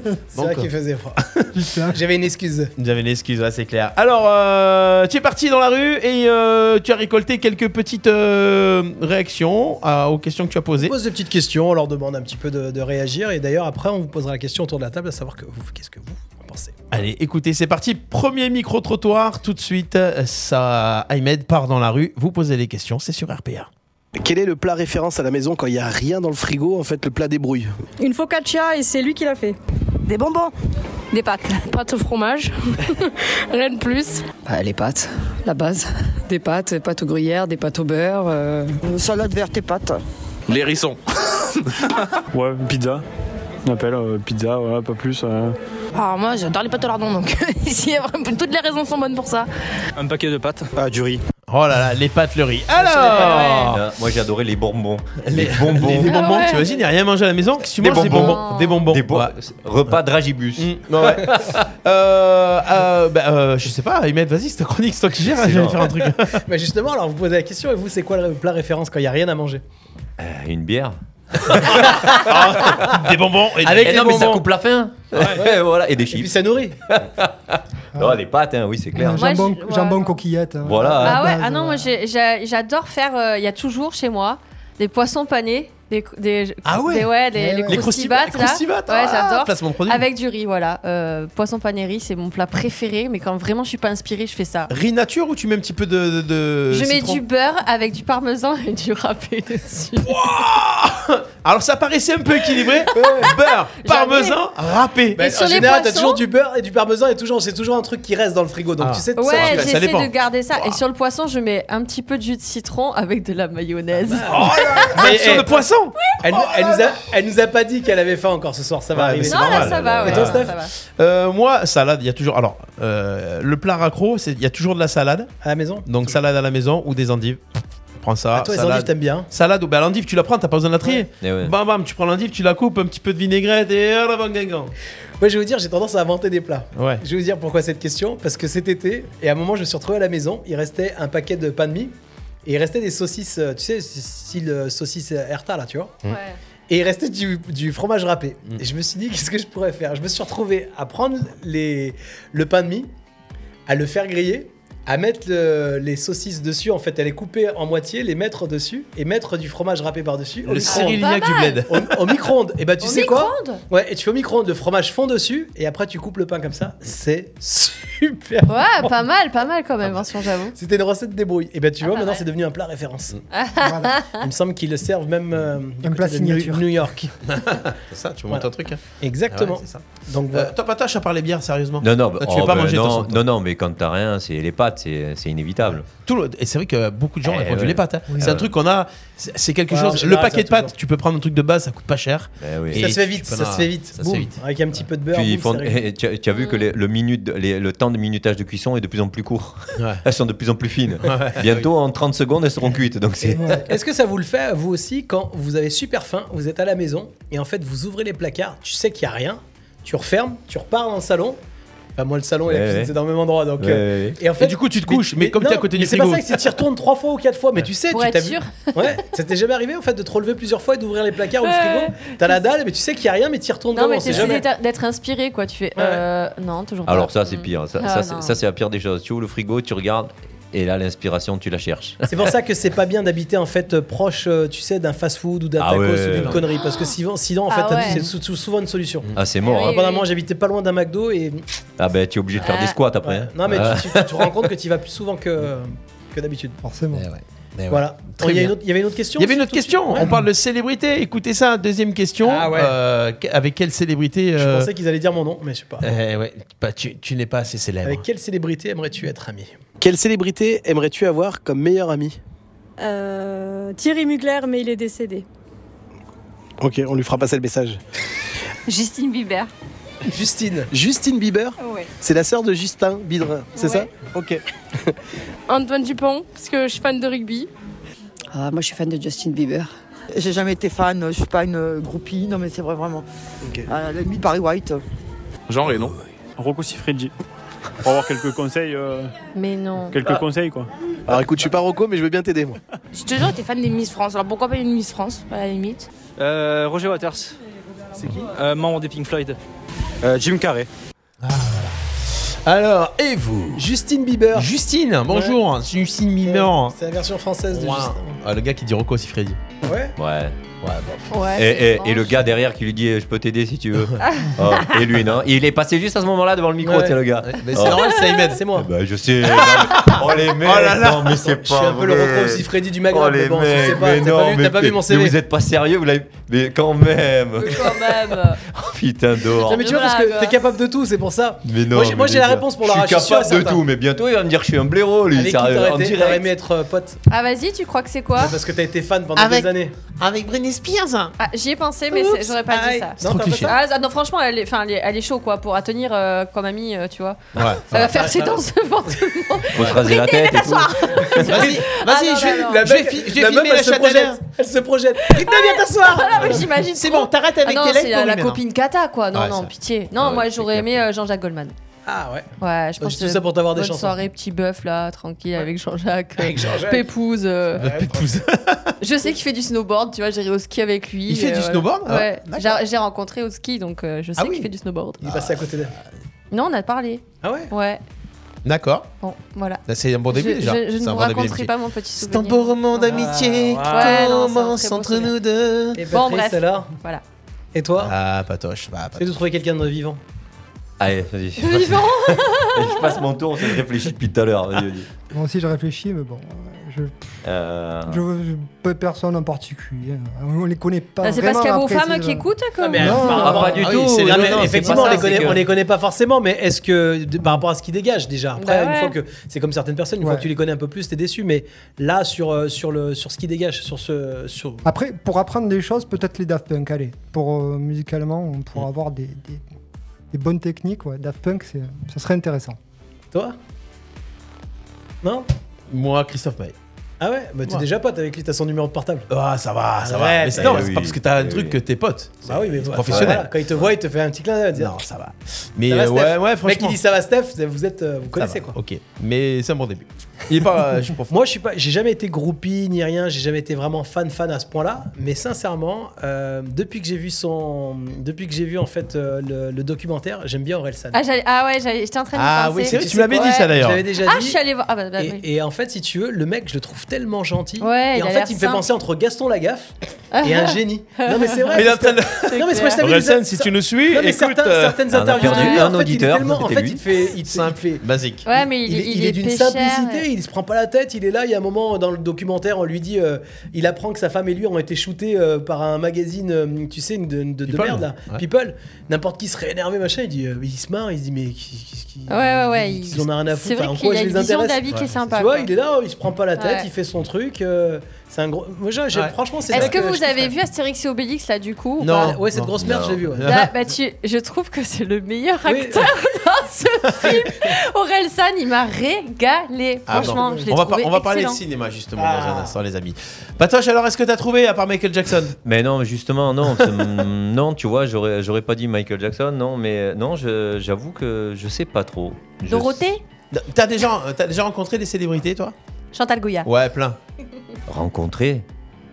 Speaker 3: Donc,
Speaker 6: qu'il faisait froid.
Speaker 7: Putain.
Speaker 6: J'avais une excuse.
Speaker 3: vous avez une excuse, ouais, c'est clair. Alors, euh, tu es parti dans la rue et euh, tu as récolté quelques petites euh, réactions à- aux questions que tu as
Speaker 6: On
Speaker 3: posées.
Speaker 6: pose des petites questions, on leur demande un petit peu de, de réagir et d'ailleurs après on vous posera la question autour de la table à savoir que vous, qu'est-ce que vous en pensez.
Speaker 3: Allez, écoutez, c'est parti. Premier micro trottoir, tout de suite. euh, Ça, Ahmed part dans la rue. Vous posez les questions, c'est sur RPA.
Speaker 11: Quel est le plat référence à la maison quand il n'y a rien dans le frigo En fait, le plat débrouille.
Speaker 12: Une focaccia et c'est lui qui l'a fait.
Speaker 9: Des bonbons. Des pâtes.
Speaker 12: Pâte au fromage, rien de plus. les pâtes, la base. Des pâtes, pâtes aux gruyères, des pâtes au beurre. euh.
Speaker 11: Une salade verte et pâte.
Speaker 2: Les rissons.
Speaker 11: Ouais, une pizza. On appelle euh, pizza, voilà, pas plus.
Speaker 12: Alors moi j'adore les pâtes au lardon donc ici, toutes les raisons sont bonnes pour ça.
Speaker 11: Un paquet de pâtes. Ah, du riz.
Speaker 3: Oh là là, les pâtes, le
Speaker 5: [laughs]
Speaker 3: riz. Alors,
Speaker 5: Euh, Moi j'ai adoré les bonbons. Les bonbons.
Speaker 3: les
Speaker 4: Ah
Speaker 3: bonbons,
Speaker 4: ouais.
Speaker 3: tu imagines, il a rien mangé à la maison Qu'est-ce que tu
Speaker 5: Des
Speaker 3: manges Des
Speaker 5: bonbons.
Speaker 3: bonbons. Des bonbons.
Speaker 5: Des bo-
Speaker 3: Ouais.
Speaker 5: Repas dragibus.
Speaker 3: Mm,
Speaker 5: [laughs]
Speaker 3: ouais. euh, euh, bah, euh, je sais pas, Ahmed, vas-y, c'est ta chronique, c'est toi qui gères,
Speaker 5: C'est
Speaker 3: j'allais
Speaker 5: bon.
Speaker 3: faire un
Speaker 5: [laughs]
Speaker 3: truc.
Speaker 6: [laughs] Mais justement, alors vous posez la question et vous c'est quoi le plat référence quand il n'y a rien à manger
Speaker 5: Euh, Une bière.
Speaker 3: des bonbons et
Speaker 6: Avec
Speaker 5: Eh
Speaker 6: les
Speaker 5: non, mais ça
Speaker 6: bonbons.
Speaker 5: coupe la faim. [laughs] voilà, et des
Speaker 6: Et puis
Speaker 5: chips.
Speaker 6: ça nourrit.
Speaker 5: Non, des pâtes, hein, oui, c'est clair.
Speaker 4: Moi,
Speaker 7: jambon,
Speaker 4: je- ouais.
Speaker 7: jambon coquillette. hein.
Speaker 5: Voilà.
Speaker 4: Ah
Speaker 7: La
Speaker 4: ouais,
Speaker 7: base,
Speaker 4: ah non, moi
Speaker 7: ouais.
Speaker 4: j'ai- j'ai- j'adore faire. euh, Il y a toujours chez moi des poissons panés, des, des,
Speaker 3: Ah ouais.
Speaker 4: des, ouais, des-
Speaker 7: Ouais,
Speaker 4: les
Speaker 7: ouais.
Speaker 3: Les
Speaker 4: croustibates là.
Speaker 3: croustibates,
Speaker 4: Ouais,
Speaker 3: ah,
Speaker 4: j'adore.
Speaker 3: Placement de produit.
Speaker 4: Avec du riz, voilà. Euh, poisson pané riz, c'est mon plat préféré, mais quand vraiment je suis pas inspirée, je fais ça.
Speaker 3: Riz nature ou tu mets un petit peu de. de- de
Speaker 4: je mets
Speaker 3: Euh, citron
Speaker 4: du beurre avec du parmesan et du râpé dessus.
Speaker 3: Alors ça paraissait un peu
Speaker 6: [laughs]
Speaker 3: équilibré. Beurre, parmesan, râpé.
Speaker 6: Bah,
Speaker 4: Et sur
Speaker 6: en
Speaker 4: les
Speaker 6: général, t'as
Speaker 4: poissons
Speaker 6: toujours du beurre et du parmesan et toujours c'est toujours un truc qui reste dans le frigo. Donc
Speaker 3: Ah.
Speaker 6: tu sais, ça
Speaker 4: Ouais,
Speaker 3: ça
Speaker 4: j'essaie
Speaker 3: dépend.
Speaker 4: de garder ça. Et sur le poisson, je mets un petit peu de jus de citron avec de la mayonnaise.
Speaker 3: Ah,
Speaker 6: Mais,
Speaker 3: Sur
Speaker 6: eh,
Speaker 3: le poisson
Speaker 6: elle,
Speaker 4: Oh
Speaker 6: elle nous a, elle nous a pas dit qu'elle avait faim encore ce soir, ça
Speaker 3: Ouais,
Speaker 6: va
Speaker 3: mais
Speaker 6: arriver.
Speaker 3: c'est
Speaker 4: non,
Speaker 3: bah, normal.
Speaker 4: là, ça va.
Speaker 6: Et
Speaker 4: ouais,
Speaker 6: toi,
Speaker 4: ça
Speaker 6: Steph
Speaker 4: va.
Speaker 3: Euh, Moi, salade, il y a toujours. Alors, euh, le plat raccro, c'est- il y a toujours de la salade.
Speaker 6: À la maison
Speaker 3: Donc salade à la maison ou des endives. Prends ça.
Speaker 6: Ah, Toi, les
Speaker 3: salade.
Speaker 6: endives, t'aimes bien
Speaker 3: Salade ou bah l'endive tu la prends, t'as pas besoin de la trier.
Speaker 5: Eh ouais.
Speaker 3: Bam bam, tu prends l'endive, tu la coupes, un petit peu de vinaigrette et oh, à la gangan.
Speaker 6: Moi, je vais vous dire, j'ai tendance à inventer des plats.
Speaker 3: Ouais.
Speaker 6: Je vais vous dire pourquoi cette question. Parce que cet été, et à un moment, je me suis retrouvé à la maison, il restait un paquet de pain de mie et il restait des saucisses, euh, tu sais, style euh, saucisse Herta, là, tu vois.
Speaker 4: Ouais.
Speaker 6: Et il restait du, du fromage râpé. Et je me suis dit, qu'est-ce que je pourrais faire Je me suis retrouvé à prendre les, le pain de mie, à le faire griller, à mettre le- les saucisses dessus, en fait, à les couper en moitié, les mettre dessus et mettre du fromage râpé par-dessus.
Speaker 4: Oh,
Speaker 6: au
Speaker 3: Le
Speaker 6: micro-ondes.
Speaker 3: Cyriliac du bled.
Speaker 6: Au, au micro-ondes. Et bah, tu
Speaker 3: Au
Speaker 6: sais quoi
Speaker 3: micro-ondes
Speaker 6: Ouais, et tu fais au micro-ondes, le fromage fond dessus et après tu coupes le pain comme ça. C'est super.
Speaker 4: Ouais,
Speaker 12: Oh.
Speaker 6: bon.
Speaker 4: pas mal, pas mal quand même, hein, Vincent, j'avoue.
Speaker 6: C'était une recette débrouille. Et ben tu vois, maintenant c'est devenu un plat référence. Il me semble qu'ils le servent même euh, du côté
Speaker 7: plat
Speaker 6: de New-
Speaker 7: signature.
Speaker 6: New York.
Speaker 3: c'est ça, tu
Speaker 6: Voilà.
Speaker 3: montes un truc. hein.
Speaker 6: Exactement.
Speaker 3: Ah ouais, c'est ça.
Speaker 6: Donc voilà.
Speaker 3: Euh, toi, Patache, à part les bières, sérieusement
Speaker 5: Non, non, bah,
Speaker 3: Toi, tu
Speaker 5: oh,
Speaker 3: fais pas
Speaker 5: bah,
Speaker 3: manger de toute
Speaker 5: non,
Speaker 3: façon, toi.
Speaker 5: non, non, mais quand t'as rien, c'est les pâtes, c'est c'est inévitable.
Speaker 3: Tout le- Et c'est vrai que beaucoup de gens
Speaker 5: Eh
Speaker 3: répondent
Speaker 5: ouais.
Speaker 3: les pâtes. hein.
Speaker 5: Oui.
Speaker 3: C'est
Speaker 5: Ah
Speaker 3: un
Speaker 5: ouais.
Speaker 3: truc qu'on a. C'est c'est quelque
Speaker 6: Ouais, en
Speaker 3: chose. Le
Speaker 6: général,
Speaker 3: paquet
Speaker 6: ça,
Speaker 3: de pâtes, tu peux prendre un truc de base, ça coûte pas cher.
Speaker 5: Eh oui.
Speaker 3: Et
Speaker 6: ça se fait
Speaker 3: tu
Speaker 6: vite,
Speaker 3: peux
Speaker 6: ça
Speaker 3: en-
Speaker 6: se fait vite.
Speaker 3: Ça se
Speaker 6: Boum.
Speaker 3: fait vite.
Speaker 6: Avec un petit peu de beurre.
Speaker 5: Puis ils
Speaker 6: boum,
Speaker 5: font-
Speaker 6: c'est
Speaker 5: [laughs]
Speaker 6: réglé.
Speaker 5: tu, as, tu as vu que les- le, minute, les- le temps de minutage de cuisson est de plus en plus court. [laughs] Elles sont de plus en plus fines.
Speaker 3: Ouais.
Speaker 5: Bientôt, en 30 secondes, elles seront cuites. Donc c'est.
Speaker 4: [laughs]
Speaker 6: Est-ce que ça vous le fait, vous aussi, quand vous avez super faim, vous êtes à la maison et en fait vous ouvrez les placards, tu sais qu'il n'y a rien, tu refermes, tu repars dans le salon. Enfin, moi, le salon et la
Speaker 5: Ouais,
Speaker 6: cuisine,
Speaker 5: ouais.
Speaker 6: c'est dans le même endroit. Donc,
Speaker 5: Ouais,
Speaker 6: euh,
Speaker 5: ouais,
Speaker 6: Et en fait,
Speaker 3: Et du coup, tu te couches, mais comme t'es à
Speaker 6: non,
Speaker 3: côté du
Speaker 6: mais C'est
Speaker 3: frigo.
Speaker 6: pas ça, c'est que tu y retournes trois fois ou quatre fois, mais tu sais,
Speaker 4: Pour
Speaker 6: tu
Speaker 4: être
Speaker 6: t'as vu-
Speaker 4: sûr.
Speaker 6: [laughs] Ouais, ça t'est jamais arrivé en fait de te relever plusieurs fois et d'ouvrir les placards ou le
Speaker 4: Ouais.
Speaker 6: frigo. T'as la dalle, mais tu sais qu'il n'y a rien, mais tu y retournes
Speaker 4: Non,
Speaker 6: dedans,
Speaker 4: mais
Speaker 6: on sait
Speaker 4: t'essaies
Speaker 6: jamais.
Speaker 4: d'être- d'être inspiré, quoi. Tu fais. euh, non, toujours pas.
Speaker 5: Alors ça, c'est
Speaker 4: Mm.
Speaker 5: pire. Ça,
Speaker 4: Ah,
Speaker 5: ça, c'est-
Speaker 4: non.
Speaker 5: ça, c'est la pire des choses. Tu ouvres le frigo, tu regardes, et là, l'inspiration, tu la cherches.
Speaker 6: C'est pour ça que c'est pas bien d'habiter en fait euh, proche, euh, tu sais, d'un fast-food ou d'un
Speaker 5: Ah
Speaker 6: tacos
Speaker 5: ouais.
Speaker 6: ou d'une connerie, parce que sinon, sinon en fait,
Speaker 4: Ah
Speaker 6: t'as-
Speaker 4: ouais.
Speaker 6: c'est sou- sou- souvent une solution.
Speaker 3: Mm.
Speaker 5: Ah, c'est mort. hein.
Speaker 6: Pendant moi, j'habitais pas loin d'un McDo et
Speaker 5: Ah, ben, tu es obligé de faire des squats après. hein.
Speaker 6: non mais
Speaker 5: Ah.
Speaker 6: tu, tu- tu te rends compte que tu vas plus souvent que, que d'habitude.
Speaker 7: Forcément.
Speaker 5: Eh
Speaker 6: Voilà.
Speaker 3: Eh Très
Speaker 6: Oh, il, y a
Speaker 3: bien.
Speaker 6: une autre- il y avait une autre question.
Speaker 3: Il y avait une autre question. On parle de célébrité. Écoutez ça, deuxième question.
Speaker 6: Ah ouais.
Speaker 3: Euh, que- avec quelle célébrité
Speaker 6: Je
Speaker 3: euh,
Speaker 6: pensais qu'ils allaient dire mon nom, mais je sais pas.
Speaker 3: eh ouais, bah, tu, tu n'es pas assez célèbre.
Speaker 6: Avec quelle célébrité aimerais-tu être ami
Speaker 13: Eh ben. Quelle célébrité aimerais-tu avoir comme meilleur ami
Speaker 14: Euh, Thierry Mugler, mais il est décédé.
Speaker 13: Ok, on lui fera passer le message.
Speaker 14: [laughs] Justine Bieber.
Speaker 6: Justine.
Speaker 13: Justine Bieber
Speaker 14: Ouais.
Speaker 13: C'est la sœur de Justin Bieber, c'est ça Ok.
Speaker 14: Antoine Dupont, parce que je suis fan de rugby.
Speaker 12: Ah, moi, je suis fan de Justin Bieber.
Speaker 15: J'ai jamais été fan, je suis pas une groupie, non mais c'est vrai vraiment. À la limite Barry White.
Speaker 11: Genre et non. Rocco Siffredi. Pour avoir quelques conseils. euh,
Speaker 4: Mais non.
Speaker 11: Quelques
Speaker 16: Bah.
Speaker 11: conseils, quoi.
Speaker 13: Alors écoute, je suis pas Rocco, mais je veux bien t'aider, moi.
Speaker 16: J'ai toujours été fan des Miss France, alors pourquoi pas une Miss France, à la limite
Speaker 17: Roger Waters. C'est qui Membre des Pink Floyd. Euh, Jim Carrey.
Speaker 3: Alors, et vous
Speaker 6: Justine Bieber.
Speaker 3: Justine, bonjour. Justine Bieber.
Speaker 6: C'est la version française de
Speaker 3: Ouah.
Speaker 6: Justine.
Speaker 3: Ah, le gars qui dit Rocco aussi
Speaker 6: [laughs]
Speaker 3: Freddy.
Speaker 6: Ouais.
Speaker 5: Ouais.
Speaker 6: Ouais,
Speaker 5: et, et-
Speaker 6: c'est
Speaker 5: et le gars derrière qui lui dit euh, je peux t'aider si tu veux. Oh, et lui non, il est passé juste à ce moment-là devant le micro,
Speaker 6: Ouais.
Speaker 5: tu sais le gars.
Speaker 3: Mais c'est normal, c'est Ahmed, c'est moi.
Speaker 5: Bah, je sais. non,
Speaker 6: [laughs]
Speaker 5: mais- oh les mecs,
Speaker 3: Oh là là.
Speaker 5: non mais c'est pas
Speaker 6: Je suis un peu le
Speaker 5: vrai.
Speaker 6: Rocco Siffredi du Maghreb,
Speaker 5: Oh
Speaker 6: mais
Speaker 5: les
Speaker 6: bon,
Speaker 5: mecs,
Speaker 6: je sais pas,
Speaker 5: mais
Speaker 6: t'as
Speaker 5: non,
Speaker 6: pas vu-
Speaker 5: mais-
Speaker 6: t'as pas vu mon
Speaker 5: mais
Speaker 6: CV.
Speaker 5: vous êtes pas sérieux, vous l'avez- mais quand même.
Speaker 4: Quand même.
Speaker 5: [laughs] Putain dehors.
Speaker 6: Non, mais tu vois, parce que
Speaker 4: blague.
Speaker 6: t'es capable de tout, c'est pour ça.
Speaker 5: Mais non.
Speaker 6: Moi, j'ai-
Speaker 5: mais
Speaker 6: moi, j'ai la
Speaker 5: bien sûr.
Speaker 6: réponse pour Lara,
Speaker 5: Je suis capable de tout, mais bientôt il va me dire que je suis un blaireau lui.
Speaker 6: Avec qui
Speaker 5: ça,
Speaker 6: t'aurais
Speaker 5: en
Speaker 6: été-
Speaker 5: direct.
Speaker 6: t'aurais aimé être euh, pote
Speaker 4: Ah, vas-y, tu crois que c'est quoi
Speaker 6: Parce que t'as été fan pendant
Speaker 4: Avec-
Speaker 6: des années.
Speaker 4: Avec Britney Spears Ah, J'y ai pensé, mais c'est-
Speaker 6: Oups,
Speaker 4: j'aurais pas
Speaker 6: aïe.
Speaker 4: dit ça.
Speaker 6: C'est trop cliché.
Speaker 4: Ah, ça- non, franchement, elle est, enfin, elle est- elle est chaud, quoi, pour à tenir euh, comme amie, euh, tu vois.
Speaker 5: Ouais.
Speaker 4: Ça va faire ses danses devant tout le monde.
Speaker 5: Faut se raser la
Speaker 6: [laughs]
Speaker 5: tête et tout.
Speaker 4: Vas-y,
Speaker 3: Vas-y, je
Speaker 4: Ah,
Speaker 3: vais- je vais fi- je vais filmer la
Speaker 6: elle se
Speaker 3: chatte à l'air.
Speaker 6: projette. Elle se projette. Rita, viens t'asseoir.
Speaker 4: Ah, mais j'imagine.
Speaker 3: C'est
Speaker 4: trop.
Speaker 3: bon, t'arrêtes avec
Speaker 4: ah, non,
Speaker 3: Hélène
Speaker 4: c'est
Speaker 3: pour
Speaker 4: la, la
Speaker 3: lui, maintenant.
Speaker 4: copine Kata, quoi. Non,
Speaker 3: Ouais, Euh,
Speaker 4: non,
Speaker 3: ça.
Speaker 4: pitié. Non, moi, j'aurais aimé euh, Jean-Jacques Goldman.
Speaker 6: Ah ouais.
Speaker 4: Ouais, je
Speaker 6: Pas
Speaker 4: pense
Speaker 6: du tout ça pour t'avoir des
Speaker 4: bonne
Speaker 6: chansons.
Speaker 4: soirée, petit bœuf là, tranquille avec Jean-Jacques. euh,
Speaker 6: Avec Jean-Jacques.
Speaker 4: Pépouze. euh,
Speaker 6: Ouais,
Speaker 4: je sais qu'il fait du snowboard, tu vois, j'irai au ski avec lui.
Speaker 3: Il fait du
Speaker 4: voilà.
Speaker 3: snowboard Ah,
Speaker 4: Ouais, j'ai- j'ai rencontré au ski, donc euh, je sais
Speaker 3: Ah oui.
Speaker 4: qu'il fait du snowboard.
Speaker 6: Il est passé à côté d'elle.
Speaker 4: Non, on a parlé.
Speaker 6: Ah ouais
Speaker 4: Ouais,
Speaker 3: D'accord.
Speaker 4: bon, voilà.
Speaker 3: Là, C'est un bon début
Speaker 4: je,
Speaker 3: déjà.
Speaker 4: je- je
Speaker 3: C'est
Speaker 4: ne
Speaker 3: un
Speaker 4: vous
Speaker 3: bon début
Speaker 4: raconterai
Speaker 3: d'amitié.
Speaker 4: pas mon petit
Speaker 3: C'est un
Speaker 4: souvenir.
Speaker 3: beau roman d'amitié qui
Speaker 4: Ah
Speaker 2: Ah,
Speaker 4: Ouais, non, c'est un
Speaker 3: commence
Speaker 4: très beau
Speaker 3: entre
Speaker 4: souvenir.
Speaker 3: nous deux.
Speaker 6: Et
Speaker 4: Bon,
Speaker 6: Patrice,
Speaker 4: bref.
Speaker 6: alors
Speaker 4: Voilà.
Speaker 6: Et toi
Speaker 3: Ah, Patoche. Bah,
Speaker 6: Essaye de trouver quelqu'un de vivant.
Speaker 5: Allez, vas-y. je
Speaker 4: passe-
Speaker 6: Vivant.
Speaker 5: Je passe mon tour, je réfléchis depuis tout à l'heure. Vas-y, vas-y.
Speaker 7: Moi aussi, je réfléchis, mais bon, euh, je,
Speaker 5: Euh,
Speaker 7: je, je- peu personne en particulier. hein. On les connaît pas.
Speaker 4: Ah, c'est parce
Speaker 7: vraiment,
Speaker 4: qu'il y a vos
Speaker 7: après,
Speaker 4: femmes
Speaker 7: c'est-
Speaker 4: qui écoutent que.
Speaker 6: mais
Speaker 7: Non.
Speaker 6: par rapport-
Speaker 7: Ah, pas du
Speaker 6: Ah oui,
Speaker 7: tout.
Speaker 6: c'est la
Speaker 7: Non,
Speaker 6: même-
Speaker 7: non, c'est
Speaker 6: effectivement,
Speaker 7: pas
Speaker 6: on,
Speaker 7: ça,
Speaker 6: les connaît,
Speaker 7: c'est que-
Speaker 6: on les connaît pas forcément, mais est-ce que de- par rapport à ce qu'ils dégagent déjà Après,
Speaker 4: Bah
Speaker 6: une
Speaker 4: ouais.
Speaker 6: fois que c'est comme certaines personnes, une fois
Speaker 7: Ouais.
Speaker 6: que tu les connais un peu plus, t'es déçu. Mais là, sur euh, sur le sur ce qu'ils dégagent, sur ce sur
Speaker 7: Après, pour apprendre des choses, peut-être les Daft Punk, allez. Pour, euh, musicalement, on pourra avoir des, des- des bonnes techniques. Ouais. Daft Punk, c'est- ça serait intéressant.
Speaker 6: toi, non
Speaker 3: Moi, Christophe Maé.
Speaker 6: Ah ouais, bah t'es
Speaker 3: Ouais.
Speaker 6: déjà pote avec lui, t'as son numéro de portable.
Speaker 3: Ah, ça va, ça va.
Speaker 6: Arrête.
Speaker 3: Mais c'est- non,
Speaker 6: Eh
Speaker 3: c'est
Speaker 6: oui,
Speaker 3: pas parce que t'as un
Speaker 6: eh
Speaker 3: truc
Speaker 6: oui.
Speaker 3: que t'es pote.
Speaker 6: Bah oui, mais
Speaker 3: C'est
Speaker 6: voilà,
Speaker 3: professionnel.
Speaker 6: voilà, quand il te voit, il te fait un petit clin d'œil.
Speaker 3: Non, ça va. Mais
Speaker 6: ça va,
Speaker 3: euh,
Speaker 6: Steph
Speaker 3: ouais, ouais,
Speaker 6: Le Mec, il
Speaker 3: franchement.
Speaker 6: dit ça va, Steph. Vous êtes, euh, vous
Speaker 3: Ça
Speaker 6: connaissez
Speaker 3: va,
Speaker 6: quoi
Speaker 3: Ok, mais c'est un bon début. Il est pas. je [laughs]
Speaker 6: Moi, je suis pas. J'ai jamais été groupie ni rien. J'ai jamais été vraiment fan fan à ce point-là. Mais sincèrement, euh, depuis que j'ai vu son, depuis que j'ai vu en fait euh, le, le documentaire, j'aime bien Orelsan.
Speaker 4: Ah, j'allais- ah ouais, j'allais- j'étais en train de
Speaker 6: Ah
Speaker 4: penser.
Speaker 6: oui, c'est vrai, tu me l'avais dit, ça, d'ailleurs. Je l'avais déjà
Speaker 4: Ah,
Speaker 6: dit.
Speaker 4: je suis allée voir. Ah bah, bah, oui.
Speaker 6: Et, et en fait, si tu veux, le mec, je le trouve tellement gentil.
Speaker 4: Ouais,
Speaker 6: et
Speaker 4: il
Speaker 6: en
Speaker 4: a
Speaker 6: fait,
Speaker 4: l'air
Speaker 6: il me fait
Speaker 4: simple.
Speaker 6: penser entre
Speaker 4: [laughs]
Speaker 6: Gaston Lagaffe et un génie. Non, mais c'est vrai.
Speaker 3: Il est en
Speaker 6: parce que-
Speaker 3: train de-
Speaker 6: Non, mais c'est pas- je t'avais dit,
Speaker 3: Orelsan,
Speaker 6: ça-
Speaker 3: si
Speaker 6: ça-
Speaker 3: tu nous suis,
Speaker 6: Non, mais
Speaker 3: écoute,
Speaker 6: certains-
Speaker 3: euh,
Speaker 6: certaines
Speaker 3: on a
Speaker 6: interviews.
Speaker 3: perdu
Speaker 6: de lui,
Speaker 3: un
Speaker 6: en fait, il est
Speaker 3: auditeur,
Speaker 6: tellement- En
Speaker 3: c'était
Speaker 6: fait,
Speaker 3: lui.
Speaker 6: il te fait. il te- il te fait-
Speaker 3: Basique.
Speaker 4: Ouais, mais il,
Speaker 6: il,
Speaker 4: il
Speaker 6: il est d'une
Speaker 4: pêcheur,
Speaker 6: simplicité,
Speaker 4: ouais.
Speaker 6: il se prend pas la tête, il est là, il y a un moment dans le documentaire, on lui dit, euh, il apprend que sa femme et lui ont été shootés euh, par un magazine, euh, tu sais, une de, de- de
Speaker 4: People.
Speaker 6: merde là,
Speaker 4: Ouais.
Speaker 6: People, n'importe qui serait énervé, machin, il dit, euh, il se marre, il se dit, mais qui- qui- qui-
Speaker 4: Ouais, ouais, ouais. il-
Speaker 6: ils en ont rien à foutre,
Speaker 4: C'est vrai
Speaker 6: enfin, en
Speaker 4: qu'il
Speaker 6: quoi
Speaker 4: a
Speaker 6: je
Speaker 4: une
Speaker 6: les
Speaker 4: vision de la
Speaker 6: intéresse
Speaker 4: vie qui est sympa.
Speaker 6: Tu vois,
Speaker 4: quoi.
Speaker 6: il est là, il se prend pas la tête,
Speaker 4: Ouais.
Speaker 6: il fait son truc, euh, c'est un gros... Moi, j'ai- j'ai-
Speaker 4: Ouais.
Speaker 6: franchement, c'est...
Speaker 4: Est-ce
Speaker 6: ça
Speaker 4: que
Speaker 6: je
Speaker 4: vous
Speaker 6: kifferais.
Speaker 4: avez vu Astérix et Obélix là du coup ou
Speaker 6: [laughs] Non.
Speaker 4: pas
Speaker 6: Ouais, cette grosse merde,
Speaker 4: Non.
Speaker 6: je l'ai vu, ouais.
Speaker 4: Là, bah, tu- je trouve que c'est le meilleur acteur dans ce
Speaker 6: [laughs]
Speaker 4: film. Aurel San, il m'a régalé.
Speaker 3: Ah,
Speaker 4: Franchement,
Speaker 3: bon.
Speaker 4: je l'ai
Speaker 3: on va,
Speaker 4: trouvé
Speaker 3: par- on va parler de
Speaker 4: excellent.
Speaker 3: cinéma justement dans un instant, les amis. Patoche, alors est-ce que t'as trouvé à part Michael Jackson
Speaker 5: Mais non, justement, non, c'est-
Speaker 6: [laughs]
Speaker 5: mm, non, tu vois, j'aurais, j'aurais pas dit Michael Jackson, non, mais euh, non, je- j'avoue que je sais pas trop. Je-
Speaker 4: Dorothée
Speaker 3: T'as déjà, t'as déjà rencontré des célébrités, toi
Speaker 4: Chantal Goya.
Speaker 3: Ouais, plein.
Speaker 5: Rencontré.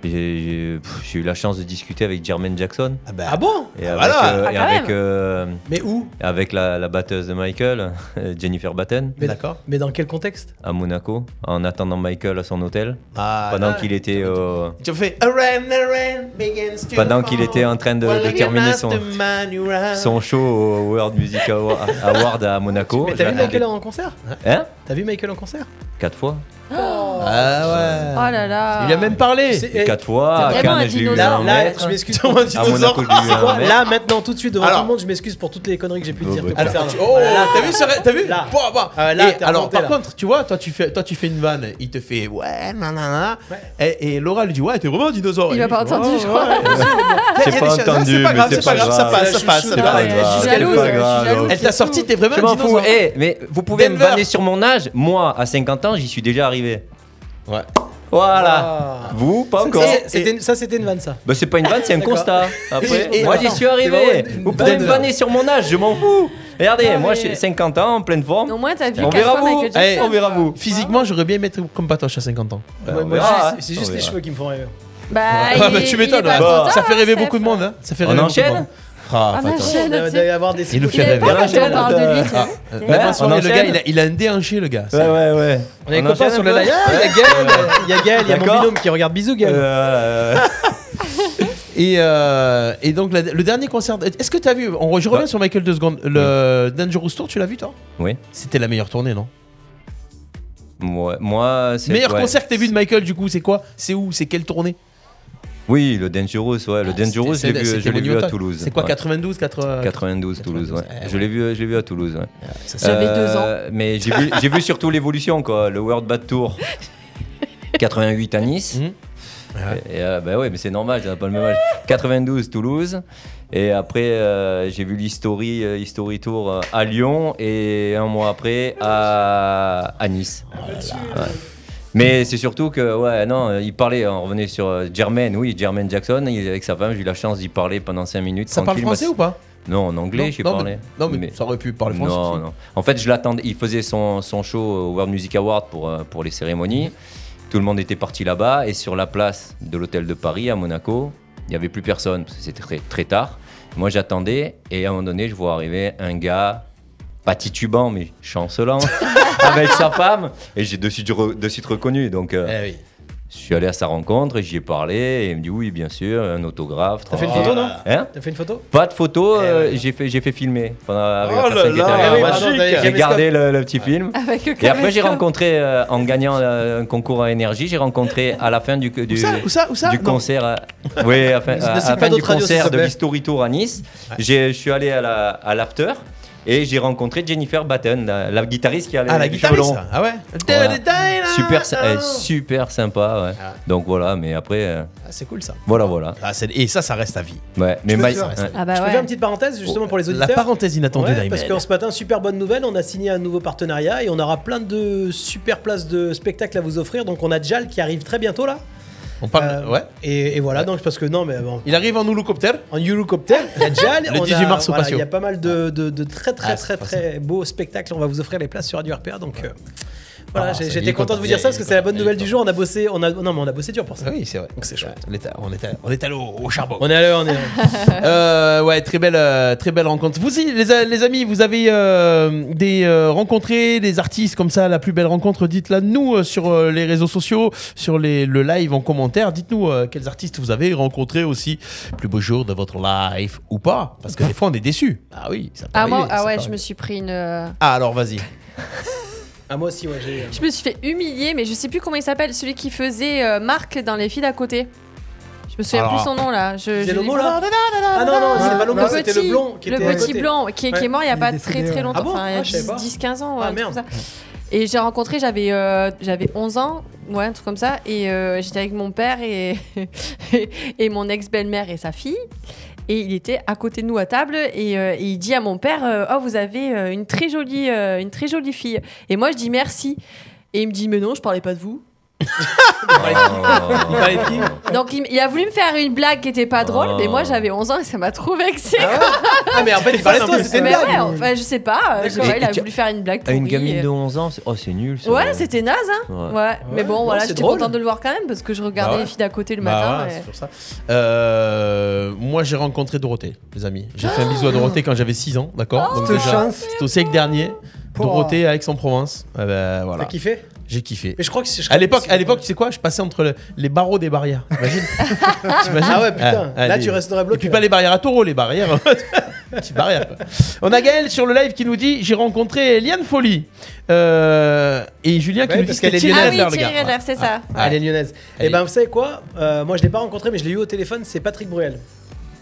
Speaker 5: J'ai, pff, j'ai eu la chance de discuter avec Jermaine Jackson. Ah,
Speaker 3: bah.
Speaker 6: Ah bon
Speaker 5: Et
Speaker 6: Ah,
Speaker 5: avec,
Speaker 6: voilà.
Speaker 5: euh,
Speaker 6: Ah,
Speaker 5: et
Speaker 6: quand
Speaker 5: avec,
Speaker 6: même.
Speaker 5: euh,
Speaker 6: Mais où
Speaker 5: Avec la, la batteuse de Michael, [laughs] Jennifer Batten.
Speaker 6: Mais- Mais dans quel contexte
Speaker 5: À Monaco, en attendant Michael à son hôtel. pendant
Speaker 3: là.
Speaker 5: qu'il était, euh,
Speaker 3: Tu fais A rain, a rain begins to
Speaker 5: pendant qu'il était en train de,
Speaker 3: fall
Speaker 5: de
Speaker 3: like a
Speaker 5: terminer son,
Speaker 3: mastermind you run.
Speaker 5: son show au World Music Awa- Award à Monaco.
Speaker 6: Mais t'as vu
Speaker 5: J'ai
Speaker 6: Michael
Speaker 5: regardé-
Speaker 6: en concert
Speaker 5: Hein
Speaker 6: T'as vu Michael en concert
Speaker 5: Quatre fois.
Speaker 3: Ah
Speaker 4: Oh là là.
Speaker 3: Il a même parlé.
Speaker 6: C'est- eh,
Speaker 5: Quatre fois.
Speaker 6: t'es
Speaker 5: à
Speaker 6: vraiment
Speaker 5: Cannes,
Speaker 6: un
Speaker 5: je l'ai eu en
Speaker 6: dinosaure. Là,
Speaker 5: mètre.
Speaker 6: je m'excuse.
Speaker 5: À Monaco, je l'ai eu en
Speaker 6: C'est
Speaker 5: mètre.
Speaker 6: quoi Ah, Là, maintenant, tout de suite, devant
Speaker 3: Alors-
Speaker 6: tout le monde, je m'excuse pour toutes les conneries que j'ai pu te dire. te
Speaker 3: Alors,
Speaker 6: concernant.
Speaker 3: tu- oh,
Speaker 6: Voilà, là,
Speaker 3: t'as vu, ce ré- t'as vu
Speaker 6: Là.
Speaker 3: Bah, bah.
Speaker 6: Ah, là,
Speaker 3: Et
Speaker 6: t'es
Speaker 3: alors,
Speaker 6: remonté,
Speaker 3: par
Speaker 6: là.
Speaker 3: contre, tu vois, toi tu fais, toi tu fais une vanne, il te fait ouais, nanana, et, et Laura lui dit ouais, t'es vraiment un dinosaure.
Speaker 4: Il
Speaker 3: Et
Speaker 4: m'a
Speaker 3: lui,
Speaker 4: pas
Speaker 3: il fait,
Speaker 4: entendu,
Speaker 3: Ouais,
Speaker 4: je crois.
Speaker 3: Il y a
Speaker 5: J'ai
Speaker 3: des
Speaker 5: pas
Speaker 3: choses- non,
Speaker 5: entendu, mais c'est pas grave,
Speaker 3: ça passe, ça passe. c'est pas grave.
Speaker 5: grave.
Speaker 3: Elle t'a sorti, t'es vraiment
Speaker 5: Je
Speaker 3: un
Speaker 5: m'en fous.
Speaker 3: dinosaure.
Speaker 5: Eh, mais vous pouvez me
Speaker 3: Denver.
Speaker 5: vanner sur mon âge. Moi, à 50 ans, j'y suis déjà arrivé.
Speaker 3: Ouais.
Speaker 5: Voilà. Vous, pas
Speaker 6: Ah. Ça,
Speaker 5: encore.
Speaker 6: c'est- c'était une- Ça, c'était une vanne, ça.
Speaker 5: Bah, c'est pas une vanne, c'est un
Speaker 6: D'accord.
Speaker 5: constat. Après,
Speaker 6: Et- et-
Speaker 5: moi, j'y suis arrivé.
Speaker 6: C'est vraiment une-
Speaker 5: Vous
Speaker 6: une
Speaker 5: pouvez
Speaker 6: vanne.
Speaker 5: me vanner sur mon âge, je m'en fous. Regardez,
Speaker 4: Non,
Speaker 5: moi,
Speaker 4: mais-
Speaker 5: j'ai 50 ans, en pleine forme.
Speaker 4: Au moins, t'as vu
Speaker 5: On
Speaker 4: quatre
Speaker 5: verra
Speaker 4: fois
Speaker 5: vous.
Speaker 4: Michael Jackson.
Speaker 5: Eh, on verra vous.
Speaker 3: Physiquement, j'aurais bien mettre comme patoche à 50 ans.
Speaker 5: Ouais,
Speaker 6: Moi,
Speaker 5: on
Speaker 6: moi,
Speaker 5: verra,
Speaker 6: juste-
Speaker 5: hein.
Speaker 6: C'est juste
Speaker 5: On
Speaker 6: les
Speaker 5: verra.
Speaker 6: cheveux qui me font rêver.
Speaker 4: Bah,
Speaker 3: Ah,
Speaker 4: Ah, il
Speaker 3: mais
Speaker 4: est-
Speaker 3: tu
Speaker 4: il est
Speaker 3: m'étonnes.
Speaker 4: pas
Speaker 6: hein.
Speaker 3: ouais.
Speaker 4: content,
Speaker 3: Ça fait rêver
Speaker 4: Steph.
Speaker 3: beaucoup de monde. hein. Ça fait
Speaker 5: On
Speaker 3: rêver beaucoup de
Speaker 5: enchaîne
Speaker 3: monde. Ah,
Speaker 4: On
Speaker 3: attends.
Speaker 4: enchaîne,
Speaker 6: Il doit y avoir des
Speaker 3: Il nous
Speaker 6: psychos-
Speaker 3: fait
Speaker 4: avait
Speaker 3: rêver.
Speaker 4: bah, pas quand on parle de lui, tu
Speaker 3: Ah,
Speaker 4: sais.
Speaker 3: euh,
Speaker 4: Ouais.
Speaker 3: maintenant, soirée,
Speaker 5: On
Speaker 3: le gars,
Speaker 5: enchaîne
Speaker 3: il a, il a un déhanché, le gars.
Speaker 5: Ouais,
Speaker 3: ça.
Speaker 5: ouais, ouais.
Speaker 6: On a les
Speaker 5: enchaîne
Speaker 6: copains sur
Speaker 5: un
Speaker 6: le
Speaker 5: peu
Speaker 6: live. Ah, Il y a Gaël, il y a Gaël, il y a mon
Speaker 5: D'accord.
Speaker 6: binôme qui regarde. Bisous, Gaël.
Speaker 5: Euh,
Speaker 3: Et, euh, et donc, la- le dernier concert. Est-ce que t'as vu on, Je reviens sur Michael deux secondes. Le Dangerous Tour, tu l'as vu, toi
Speaker 5: Bah. Oui.
Speaker 3: C'était la meilleure tournée, non
Speaker 5: Moi, moi c'est.
Speaker 3: Meilleur
Speaker 5: ouais.
Speaker 3: concert que t'as vu de Michael, du coup, c'est quoi C'est où C'est quelle tournée
Speaker 5: Oui, le Dangerous, ouais. Le Dangerous, je
Speaker 3: Ah, C'était-
Speaker 5: l'ai vu,
Speaker 3: c'était
Speaker 5: je l'ai vu à
Speaker 3: Monumental.
Speaker 5: Toulouse.
Speaker 3: C'est quoi,
Speaker 5: Ouais.
Speaker 3: 92 80...
Speaker 5: 92, Toulouse, Euh, ouais. Ah,
Speaker 3: eh,
Speaker 5: Je l'ai vu, je l'ai vu à Toulouse, ouais.
Speaker 4: J'avais deux
Speaker 5: ans. Mais j'ai vu, j'ai vu surtout l'évolution, quoi. Le World Bad [laughs] Tour. 88 à Nice. Et, euh, bah Mmh. ouais, mais c'est normal, ça n'a pas le même âge. 92 Toulouse. Et après, euh, j'ai vu l'History euh, History Tour euh, à Lyon et un mois après à, à Nice. Ouais. Mais c'est surtout que, ouais, non, euh, il parlait, on revenait sur euh, Jermaine, oui, Jermaine Jackson, il, avec sa femme, j'ai eu la chance d'y parler pendant 5 minutes.
Speaker 3: Ça parle
Speaker 5: tranquille,
Speaker 3: français
Speaker 5: bah,
Speaker 3: ou pas
Speaker 5: Non, en
Speaker 3: Non,
Speaker 5: anglais, j'ai
Speaker 3: non,
Speaker 5: parlé.
Speaker 3: mais- non, mais, ça aurait pu parler français.
Speaker 5: Non,
Speaker 3: aussi.
Speaker 5: non. En fait, je l'attendais. Il faisait son, son show au World Music Award pour, euh, pour les cérémonies. Tout le monde était parti là-bas. Et sur la place de l'hôtel de Paris, à Monaco, il n'y avait plus personne. Parce que c'était très, très tard. Moi, j'attendais. Et à un moment donné, je vois arriver un gars, pas titubant, mais
Speaker 3: [laughs]
Speaker 5: chancelant, avec sa femme. Et j'ai de suite, re- de suite reconnu. Donc.
Speaker 3: Eh
Speaker 5: euh, Je suis allé à sa rencontre, et j'y ai parlé, et il me dit oui, bien sûr, un autographe.
Speaker 6: T'as fait une
Speaker 5: tranquille.
Speaker 6: photo, non
Speaker 5: Hein
Speaker 6: T'as fait une photo
Speaker 5: pas de photo, euh, j'ai fait, j'ai fait filmer. pendant- avec la
Speaker 6: Oh
Speaker 5: personne
Speaker 6: là
Speaker 5: qui était
Speaker 6: là,
Speaker 5: avec
Speaker 3: Ah
Speaker 6: oui,
Speaker 5: moi.
Speaker 6: pardon, t'avais
Speaker 5: J'ai
Speaker 6: caméscope.
Speaker 5: gardé le, le petit film.
Speaker 4: [laughs] Avec le
Speaker 5: Et après, j'ai
Speaker 4: caméscope.
Speaker 5: rencontré, euh, en gagnant euh, un concours à énergie, j'ai rencontré à la fin du, du,
Speaker 3: ça, où ça, où ça
Speaker 5: du
Speaker 3: Non.
Speaker 5: concert, à- oui,
Speaker 3: [laughs]
Speaker 5: à, fin-
Speaker 3: Ne
Speaker 5: à- à
Speaker 3: cite
Speaker 5: la
Speaker 3: pas
Speaker 5: fin du
Speaker 3: d'autres radios, s'il
Speaker 5: concert
Speaker 3: te
Speaker 5: de
Speaker 3: plaît.
Speaker 5: l'History Tour à Nice. j'ai- Je suis allé à la- à l'after et j'ai rencontré Jennifer Batten, la, la guitariste qui allait
Speaker 3: Ah, la
Speaker 5: du
Speaker 3: guitariste, Ah.
Speaker 5: violon.
Speaker 3: ça. Ah ouais
Speaker 5: Voilà.
Speaker 3: Da-da-da-da.
Speaker 5: Super, eh, sy- elle est super sympa. ouais. Donc voilà, mais après, euh,
Speaker 6: Ah, C'est cool, ça.
Speaker 5: voilà, voilà.
Speaker 3: Ah, c'est- et ça, ça reste à vie.
Speaker 5: Ouais, mais
Speaker 6: Je peux
Speaker 5: Miles-
Speaker 6: faire-
Speaker 5: ouais.
Speaker 4: Ah bah
Speaker 6: je peux
Speaker 4: ouais.
Speaker 6: faire une petite parenthèse justement pour les
Speaker 3: La
Speaker 6: auditeurs.
Speaker 3: parenthèse inattendue
Speaker 6: Ouais,
Speaker 3: d'Aïmel.
Speaker 6: Parce que ce matin, super bonne nouvelle, on a signé un nouveau partenariat et on aura plein de super places de spectacles à vous offrir. Donc on a Jal qui arrive très bientôt là.
Speaker 3: On parle.
Speaker 6: euh,
Speaker 3: ouais.
Speaker 6: Et, et voilà, donc parce que non, mais bon,
Speaker 3: Il arrive en hélicoptère.
Speaker 6: En hélicoptère, il
Speaker 3: [laughs]
Speaker 6: y a Jal.
Speaker 3: Le
Speaker 6: on
Speaker 3: 18
Speaker 6: a-
Speaker 3: mars au
Speaker 6: voilà,
Speaker 3: patio.
Speaker 6: Il y a pas mal de, de- de très très
Speaker 3: Ah,
Speaker 6: très
Speaker 3: c'est
Speaker 6: très beaux spectacles. On va vous offrir les places sur Radio RPA. Donc euh, Voilà,
Speaker 3: Ah,
Speaker 6: j'ai-
Speaker 3: ça y est,
Speaker 6: j'étais content de vous dire ça parce que c'est la bonne nouvelle du jour. On a bossé, on a, non mais on a bossé dur pour ça.
Speaker 3: Oui, c'est vrai.
Speaker 6: Donc Ah c'est chouette.
Speaker 3: On est, à- on est, à- on est allé au, au charbon.
Speaker 6: On est allé, on est.
Speaker 3: [laughs] Euh, ouais, très belle, euh, très belle rencontre. Vous, aussi, les, a- les amis, vous avez euh, des euh, rencontrés, des artistes comme ça, la plus belle rencontre, dites-la nous euh, sur euh, les réseaux sociaux, sur les, le live en commentaire. Dites-nous euh, quels artistes vous avez rencontrés aussi, plus beau jour de votre life ou pas, parce que des fois on est déçu. Ah oui, ça peut
Speaker 4: Ah, moi,
Speaker 3: arriver,
Speaker 4: ah
Speaker 3: ça
Speaker 4: ouais,
Speaker 3: peut
Speaker 4: je me
Speaker 3: arriver.
Speaker 4: suis pris une. euh,
Speaker 3: Ah alors vas-y.
Speaker 6: Ah moi aussi, ouais, j'ai.
Speaker 4: Je me suis fait humilier, mais je sais plus comment il s'appelle, celui qui faisait euh, Marc dans les filles d'à côté. Je me souviens
Speaker 6: Alors.
Speaker 4: plus son nom là. Je,
Speaker 6: Ah. C'est
Speaker 4: je
Speaker 6: le
Speaker 4: l'ai-
Speaker 6: mot, là Ah non, non, c'est pas le mot, c'était le blond qui
Speaker 4: le
Speaker 6: était à
Speaker 4: petit
Speaker 6: côté.
Speaker 4: blanc qui, qui
Speaker 6: Ouais.
Speaker 4: est mort il y a
Speaker 6: Il
Speaker 4: pas
Speaker 6: est décédé,
Speaker 4: très très
Speaker 6: ouais.
Speaker 4: longtemps,
Speaker 6: Ah bon
Speaker 4: enfin, il y a
Speaker 6: Ah, je savais pas.
Speaker 4: 10-15 ans.
Speaker 6: Ah,
Speaker 4: un truc
Speaker 6: merde.
Speaker 4: comme ça. Et j'ai rencontré, j'avais euh, j'avais 11 ans, ouais, un truc comme ça, et euh, j'étais avec mon père et, [laughs] et mon ex-belle-mère et sa fille. Et il était à côté de nous à table et, euh, et il dit à mon père euh, Oh, vous avez euh, une, très jolie, euh, une très jolie fille. Et moi, je dis merci. Et il me dit Mais non, je parlais pas de vous.
Speaker 5: Oh.
Speaker 6: Il parlait de qui
Speaker 4: Donc, il, il a voulu me faire une blague qui était pas drôle,
Speaker 6: Oh.
Speaker 4: mais moi, j'avais 11 ans et ça m'a trop vexé.
Speaker 6: Ah mais en fait, il parlait de toi, c'était une
Speaker 4: Mais
Speaker 6: blague.
Speaker 4: ouais, enfin, je sais pas. euh, je sais
Speaker 5: D'accord.
Speaker 4: pas, il
Speaker 5: Et
Speaker 4: a
Speaker 5: tu-
Speaker 4: voulu faire une blague
Speaker 5: À
Speaker 4: pourrie.
Speaker 5: une gamine
Speaker 4: et-
Speaker 5: de 11 ans, c'est- oh, c'est nul. ça.
Speaker 4: euh. Ouais, c'était naze, hein.
Speaker 5: Ouais.
Speaker 4: Ouais. Mais bon,
Speaker 5: Non,
Speaker 4: voilà,
Speaker 5: c'est
Speaker 4: j'étais
Speaker 5: drôle.
Speaker 4: contente de le voir quand même parce que je regardais
Speaker 3: Bah ouais.
Speaker 4: les filles d'à côté le
Speaker 3: Bah
Speaker 4: matin.
Speaker 3: voilà,
Speaker 4: et-
Speaker 3: c'est pour ça. Euh, moi, j'ai rencontré Dorothée, les amis. J'ai fait un bisou à Dorothée quand j'avais 6 ans, d'accord
Speaker 7: Oh.
Speaker 3: Donc
Speaker 7: Cette
Speaker 3: déjà,
Speaker 7: chance.
Speaker 3: C'était au siècle dernier. Dorothée à Aix-en-Provence. Eh ben, voilà.
Speaker 6: T'as kiffé
Speaker 3: J'ai kiffé.
Speaker 6: Mais je crois que c'est- je
Speaker 3: à
Speaker 6: crois
Speaker 3: l'époque,
Speaker 6: que
Speaker 3: à l'époque, tu sais quoi Je passais entre le- les barreaux des barrières.
Speaker 6: [laughs]
Speaker 3: T'imagines T'imagines
Speaker 6: Ah ouais, putain. Là,
Speaker 3: les-
Speaker 6: tu resterais bloqué, hein.
Speaker 3: Et puis
Speaker 6: là.
Speaker 3: pas les barrières à taureaux, les barrières. [laughs] Petite barrière. quoi. On a Gaël sur le live qui nous dit j'ai rencontré Liane Folly Euh, et Julien qui
Speaker 6: Ouais,
Speaker 3: nous dit
Speaker 6: parce
Speaker 3: c'était
Speaker 6: qu'elle est
Speaker 3: Thierry
Speaker 6: lyonnaise.
Speaker 4: Ah
Speaker 3: Adler, le gars.
Speaker 4: Adler, c'est ça.
Speaker 3: Ah,
Speaker 6: Elle est lyonnaise.
Speaker 3: Elle
Speaker 6: Et ben, vous savez quoi Euh, Moi, je l'ai pas rencontré, mais je l'ai eu au téléphone. C'est Patrick Bruel.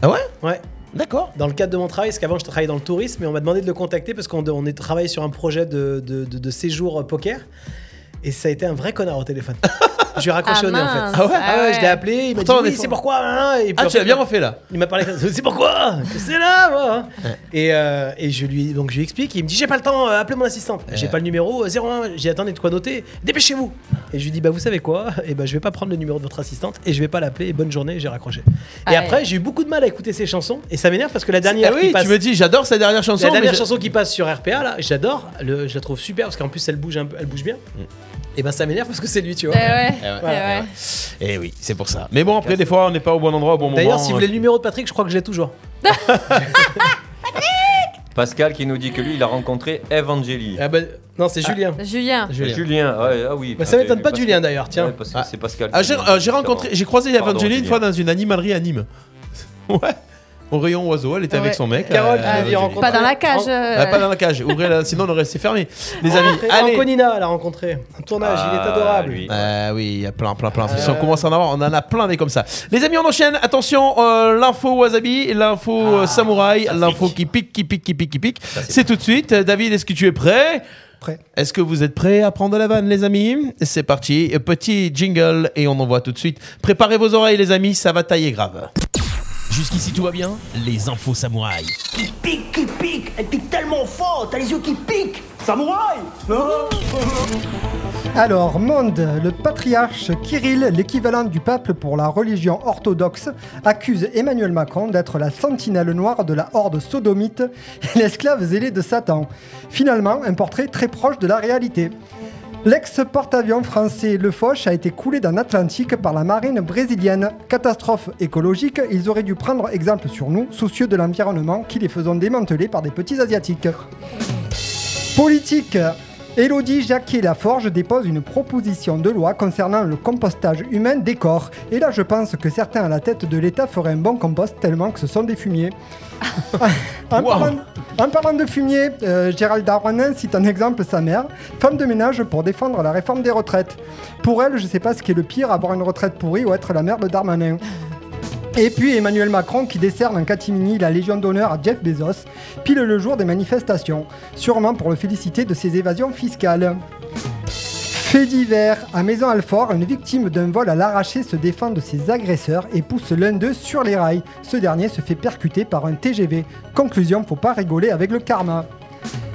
Speaker 3: Ah ouais
Speaker 6: Ouais.
Speaker 3: D'accord.
Speaker 6: Dans le cadre de mon travail, parce qu'avant je travaillais dans le tourisme, et on m'a demandé de le contacter parce qu'on on est travaillé sur un projet de, de- de- de séjour euh, poker. Et ça a été un vrai connard
Speaker 3: [laughs]
Speaker 6: au téléphone. je lui ai raccroché
Speaker 3: Ah
Speaker 6: au nez en fait.
Speaker 3: mince, Ah ouais ah ouais.
Speaker 6: je l'ai appelé, il m'a dit
Speaker 3: Pourtant, des
Speaker 6: oui,
Speaker 3: fois-
Speaker 6: c'est pourquoi. hein, hein, et puis
Speaker 3: Ah,
Speaker 6: en
Speaker 3: tu
Speaker 6: fait,
Speaker 3: l'as bien refait là.
Speaker 6: Il m'a parlé comme ça, c'est pourquoi C'est là, moi hein. Et, euh, et je lui donc je lui explique, il me dit j'ai pas le temps, euh, appelez mon assistante. J'ai pas le numéro euh, 01, j'ai attendez de quoi noter. Dépêchez-vous. Et je lui dis bah vous savez quoi Et ben je vais pas prendre le numéro de votre assistante et je vais pas l'appeler. Et bonne journée, j'ai raccroché.
Speaker 3: Ah
Speaker 6: et
Speaker 3: ouais.
Speaker 6: après, j'ai eu beaucoup de mal à écouter ses chansons et ça m'énerve parce que la dernière
Speaker 3: Ah
Speaker 6: qui
Speaker 3: oui,
Speaker 6: passe-
Speaker 3: tu me dis j'adore sa dernière chanson.
Speaker 6: la dernière
Speaker 3: mais je-
Speaker 6: chanson qui passe sur RPA là, j'adore, le- je la trouve super parce qu'en plus elle bouge un peu, elle bouge bien.
Speaker 3: Mm.
Speaker 6: Et ben ça m'énerve parce que c'est lui, tu vois.
Speaker 4: Eh ouais,
Speaker 6: Voilà.
Speaker 4: eh ouais.
Speaker 3: Eh oui, c'est pour ça. Mais bon, après, des fois, on n'est pas au bon endroit au bon moment. hein.
Speaker 6: D'ailleurs, si vous voulez le numéro de Patrick, je crois que je l'ai toujours.
Speaker 5: Pascal qui nous dit que lui, il a rencontré Evangélie.
Speaker 3: Euh,
Speaker 5: Euh,
Speaker 6: Ah bah,
Speaker 3: ben,
Speaker 6: non, c'est Julien.
Speaker 3: Ah.
Speaker 4: Julien.
Speaker 5: Julien. ouais, ah oui.
Speaker 6: Bah, ça m'étonne
Speaker 5: Ah,
Speaker 6: pas
Speaker 5: Pascal.
Speaker 6: Julien d'ailleurs, tiens.
Speaker 5: Ouais, parce que c'est Pascal.
Speaker 3: Ah,
Speaker 5: qui
Speaker 3: j'ai
Speaker 5: nous dit
Speaker 3: euh, j'ai
Speaker 5: ça. Oh
Speaker 3: rencontré, j'ai croisé
Speaker 5: Pardon,
Speaker 3: Evangeline une
Speaker 5: Julien.
Speaker 3: fois dans une animalerie à
Speaker 5: [laughs]
Speaker 3: Nîmes. ouais. Au rayon oiseau, elle était avec
Speaker 4: Ouais.
Speaker 3: son mec.
Speaker 6: Carole,
Speaker 3: euh,
Speaker 6: tu l'as dit,
Speaker 3: Evangeline.
Speaker 6: rencontre-
Speaker 4: Pas dans la cage. euh,
Speaker 3: Ah, pas dans la cage. Ouvrez la- sinon on aurait resté fermé. Les amis,
Speaker 6: Ah, Après,
Speaker 3: allez.
Speaker 6: Anconina l'a rencontré. Un tournage, il est adorable.
Speaker 3: Ah oui, il y a plein, plein, plein. Si on
Speaker 2: Euh.
Speaker 3: commence à en avoir, on en a plein des comme ça. Les amis, on enchaîne. Attention, euh, l'info wasabi, l'info
Speaker 2: Ah,
Speaker 3: euh, samouraï, l'info qui pique, qui pique, qui pique, qui pique. C'est tout de suite. Euh, David, est-ce que tu es prêt
Speaker 7: Prêt.
Speaker 3: Est-ce que vous êtes prêts à prendre la vanne, les amis C'est parti. Petit jingle et on envoie tout de suite. Préparez vos oreilles, les amis, ça va tailler grave.
Speaker 2: Jusqu'ici tout va bien Les infos samouraï.
Speaker 18: Qui pique, qui pique, elle pique tellement fort, t'as les yeux qui piquent Samouraï hein
Speaker 7: Alors, Monde, le patriarche Kirill, l'équivalent du pape pour la religion orthodoxe, accuse Emmanuel Macron d'être la sentinelle noire de la horde sodomite et l'esclave zélé de Satan. Finalement, un portrait très proche de la réalité. L'ex-porte-avions français Le Foch a été coulé dans l'Atlantique par la marine brésilienne. Catastrophe écologique, ils auraient dû prendre exemple sur nous, soucieux de l'environnement, qui les faisons démanteler par des petits asiatiques. Politique. Élodie Jacquier-Laforge dépose une proposition de loi concernant le compostage humain des corps. Et là, je pense que certains à la tête de l'État feraient un bon compost tellement que ce sont des fumiers. en, parlant, en parlant de fumier, euh, Gérald Darmanin cite en exemple sa mère, femme de ménage pour défendre la réforme des retraites. Pour elle, je sais pas ce qui est le pire, avoir une retraite pourrie ou être la mère de Darmanin. Et puis Emmanuel Macron qui décerne en catimini la Légion d'honneur à Jeff Bezos, pile le jour des manifestations, sûrement pour le féliciter de ses évasions fiscales. Fait divers, à Maison Alfort, une victime d'un vol à l'arraché se défend de ses agresseurs et pousse l'un d'eux sur les rails. Ce dernier se fait percuter par un TGV. Conclusion, faut pas rigoler avec le karma.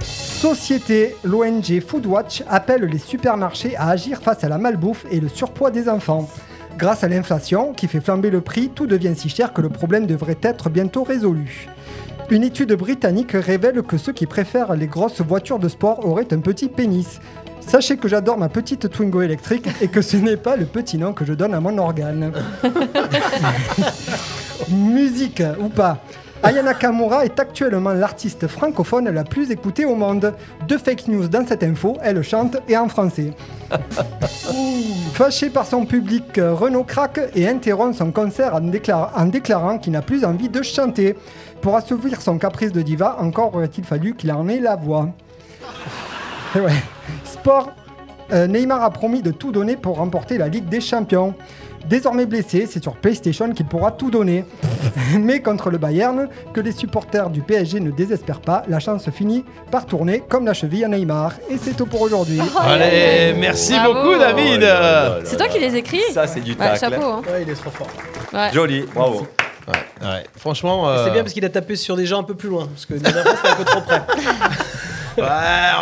Speaker 7: Société, l'ONG Foodwatch appelle les supermarchés à agir face à la malbouffe et le surpoids des enfants. Grâce à l'inflation qui fait flamber le prix, tout devient si cher que le problème devrait être bientôt résolu. Une étude britannique révèle que ceux qui préfèrent les grosses voitures de sport auraient un petit pénis. Sachez que j'adore ma petite Twingo électrique et que ce n'est pas le petit nom que je donne à mon organe. Musique ou pas Aya Nakamura est actuellement l'artiste francophone la plus écoutée au monde. Deux fake news dans cette info, elle chante et en français. Fâché par son public, euh, Renaud craque et interrompt son concert en, déclar- en déclarant qu'il n'a plus envie de chanter. Pour assouvir son caprice de diva, encore aurait-il fallu qu'il en ait la voix. Eh ouais. Sport, euh, Neymar a promis de tout donner pour remporter la Ligue des Champions. Désormais blessé, c'est sur PlayStation qu'il pourra tout donner. [laughs] Mais contre le Bayern, que les supporters du PSG ne désespèrent pas, la chance finit par tourner comme la cheville à Neymar. Et c'est tout pour aujourd'hui.
Speaker 3: Allez, merci
Speaker 4: Bravo.
Speaker 3: beaucoup, David.
Speaker 4: C'est toi qui les écris
Speaker 5: Ça, c'est du
Speaker 4: Ouais,
Speaker 5: tacle.
Speaker 4: chapeau, hein.
Speaker 6: Ouais, il est trop fort.
Speaker 4: Ouais.
Speaker 5: Joli, bravo.
Speaker 3: Ouais, ouais. Franchement.
Speaker 6: C'est
Speaker 3: euh,
Speaker 6: bien parce qu'il a tapé sur des gens un peu plus loin. Parce que la dernière fois, c'était un peu trop près.
Speaker 3: Ouais,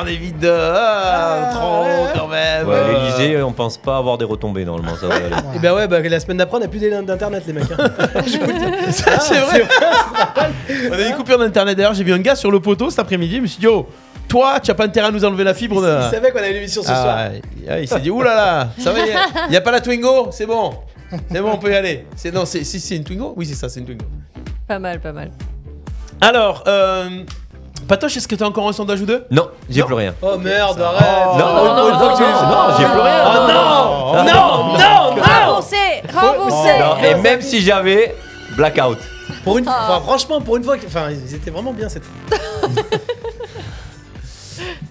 Speaker 3: on évite de. ah, trop quand même.
Speaker 5: Ouais,
Speaker 3: Euh,
Speaker 5: L'Elysée, on pense pas avoir des retombées normalement. Ça va aller.
Speaker 6: Et bah ouais, bah, la semaine d'après, on n'a plus d'é- d'internet, les mecs. hein. [laughs] Je vous le dis. Ah,
Speaker 3: [laughs] c'est vrai. On a eu des coupures d'internet d'ailleurs. J'ai vu un gars sur le poteau cet après-midi. Je me suis dit, oh, toi, tu as pas intérêt à nous enlever la fibre. de-
Speaker 6: Il savait qu'on avait l'émission ce
Speaker 3: Ah,
Speaker 6: soir.
Speaker 3: ouais, ouais, il s'est dit, oulala, là là, ça va, il n'y a, pas la Twingo, c'est bon. C'est bon, on peut y aller. C'est, non, c'est, si c'est une Twingo Oui, c'est ça, c'est une Twingo.
Speaker 4: hein. Pas mal, pas mal.
Speaker 3: Alors, euh, Patoche, est-ce que t'as encore un sondage ou deux
Speaker 5: Non, j'ai plus rien.
Speaker 6: Oh merde,
Speaker 4: Oh,
Speaker 5: Non,
Speaker 6: arrête.
Speaker 5: non, non, non, non, j'ai plus rien.
Speaker 3: Oh non, non, non, non.
Speaker 4: Remboursé
Speaker 5: Non,
Speaker 4: Remboursé
Speaker 5: Et même si j'avais [laughs] blackout.
Speaker 6: Pour une...
Speaker 4: Ah.
Speaker 6: enfin, franchement, pour une fois, que- enfin, ils étaient vraiment bien cette fois.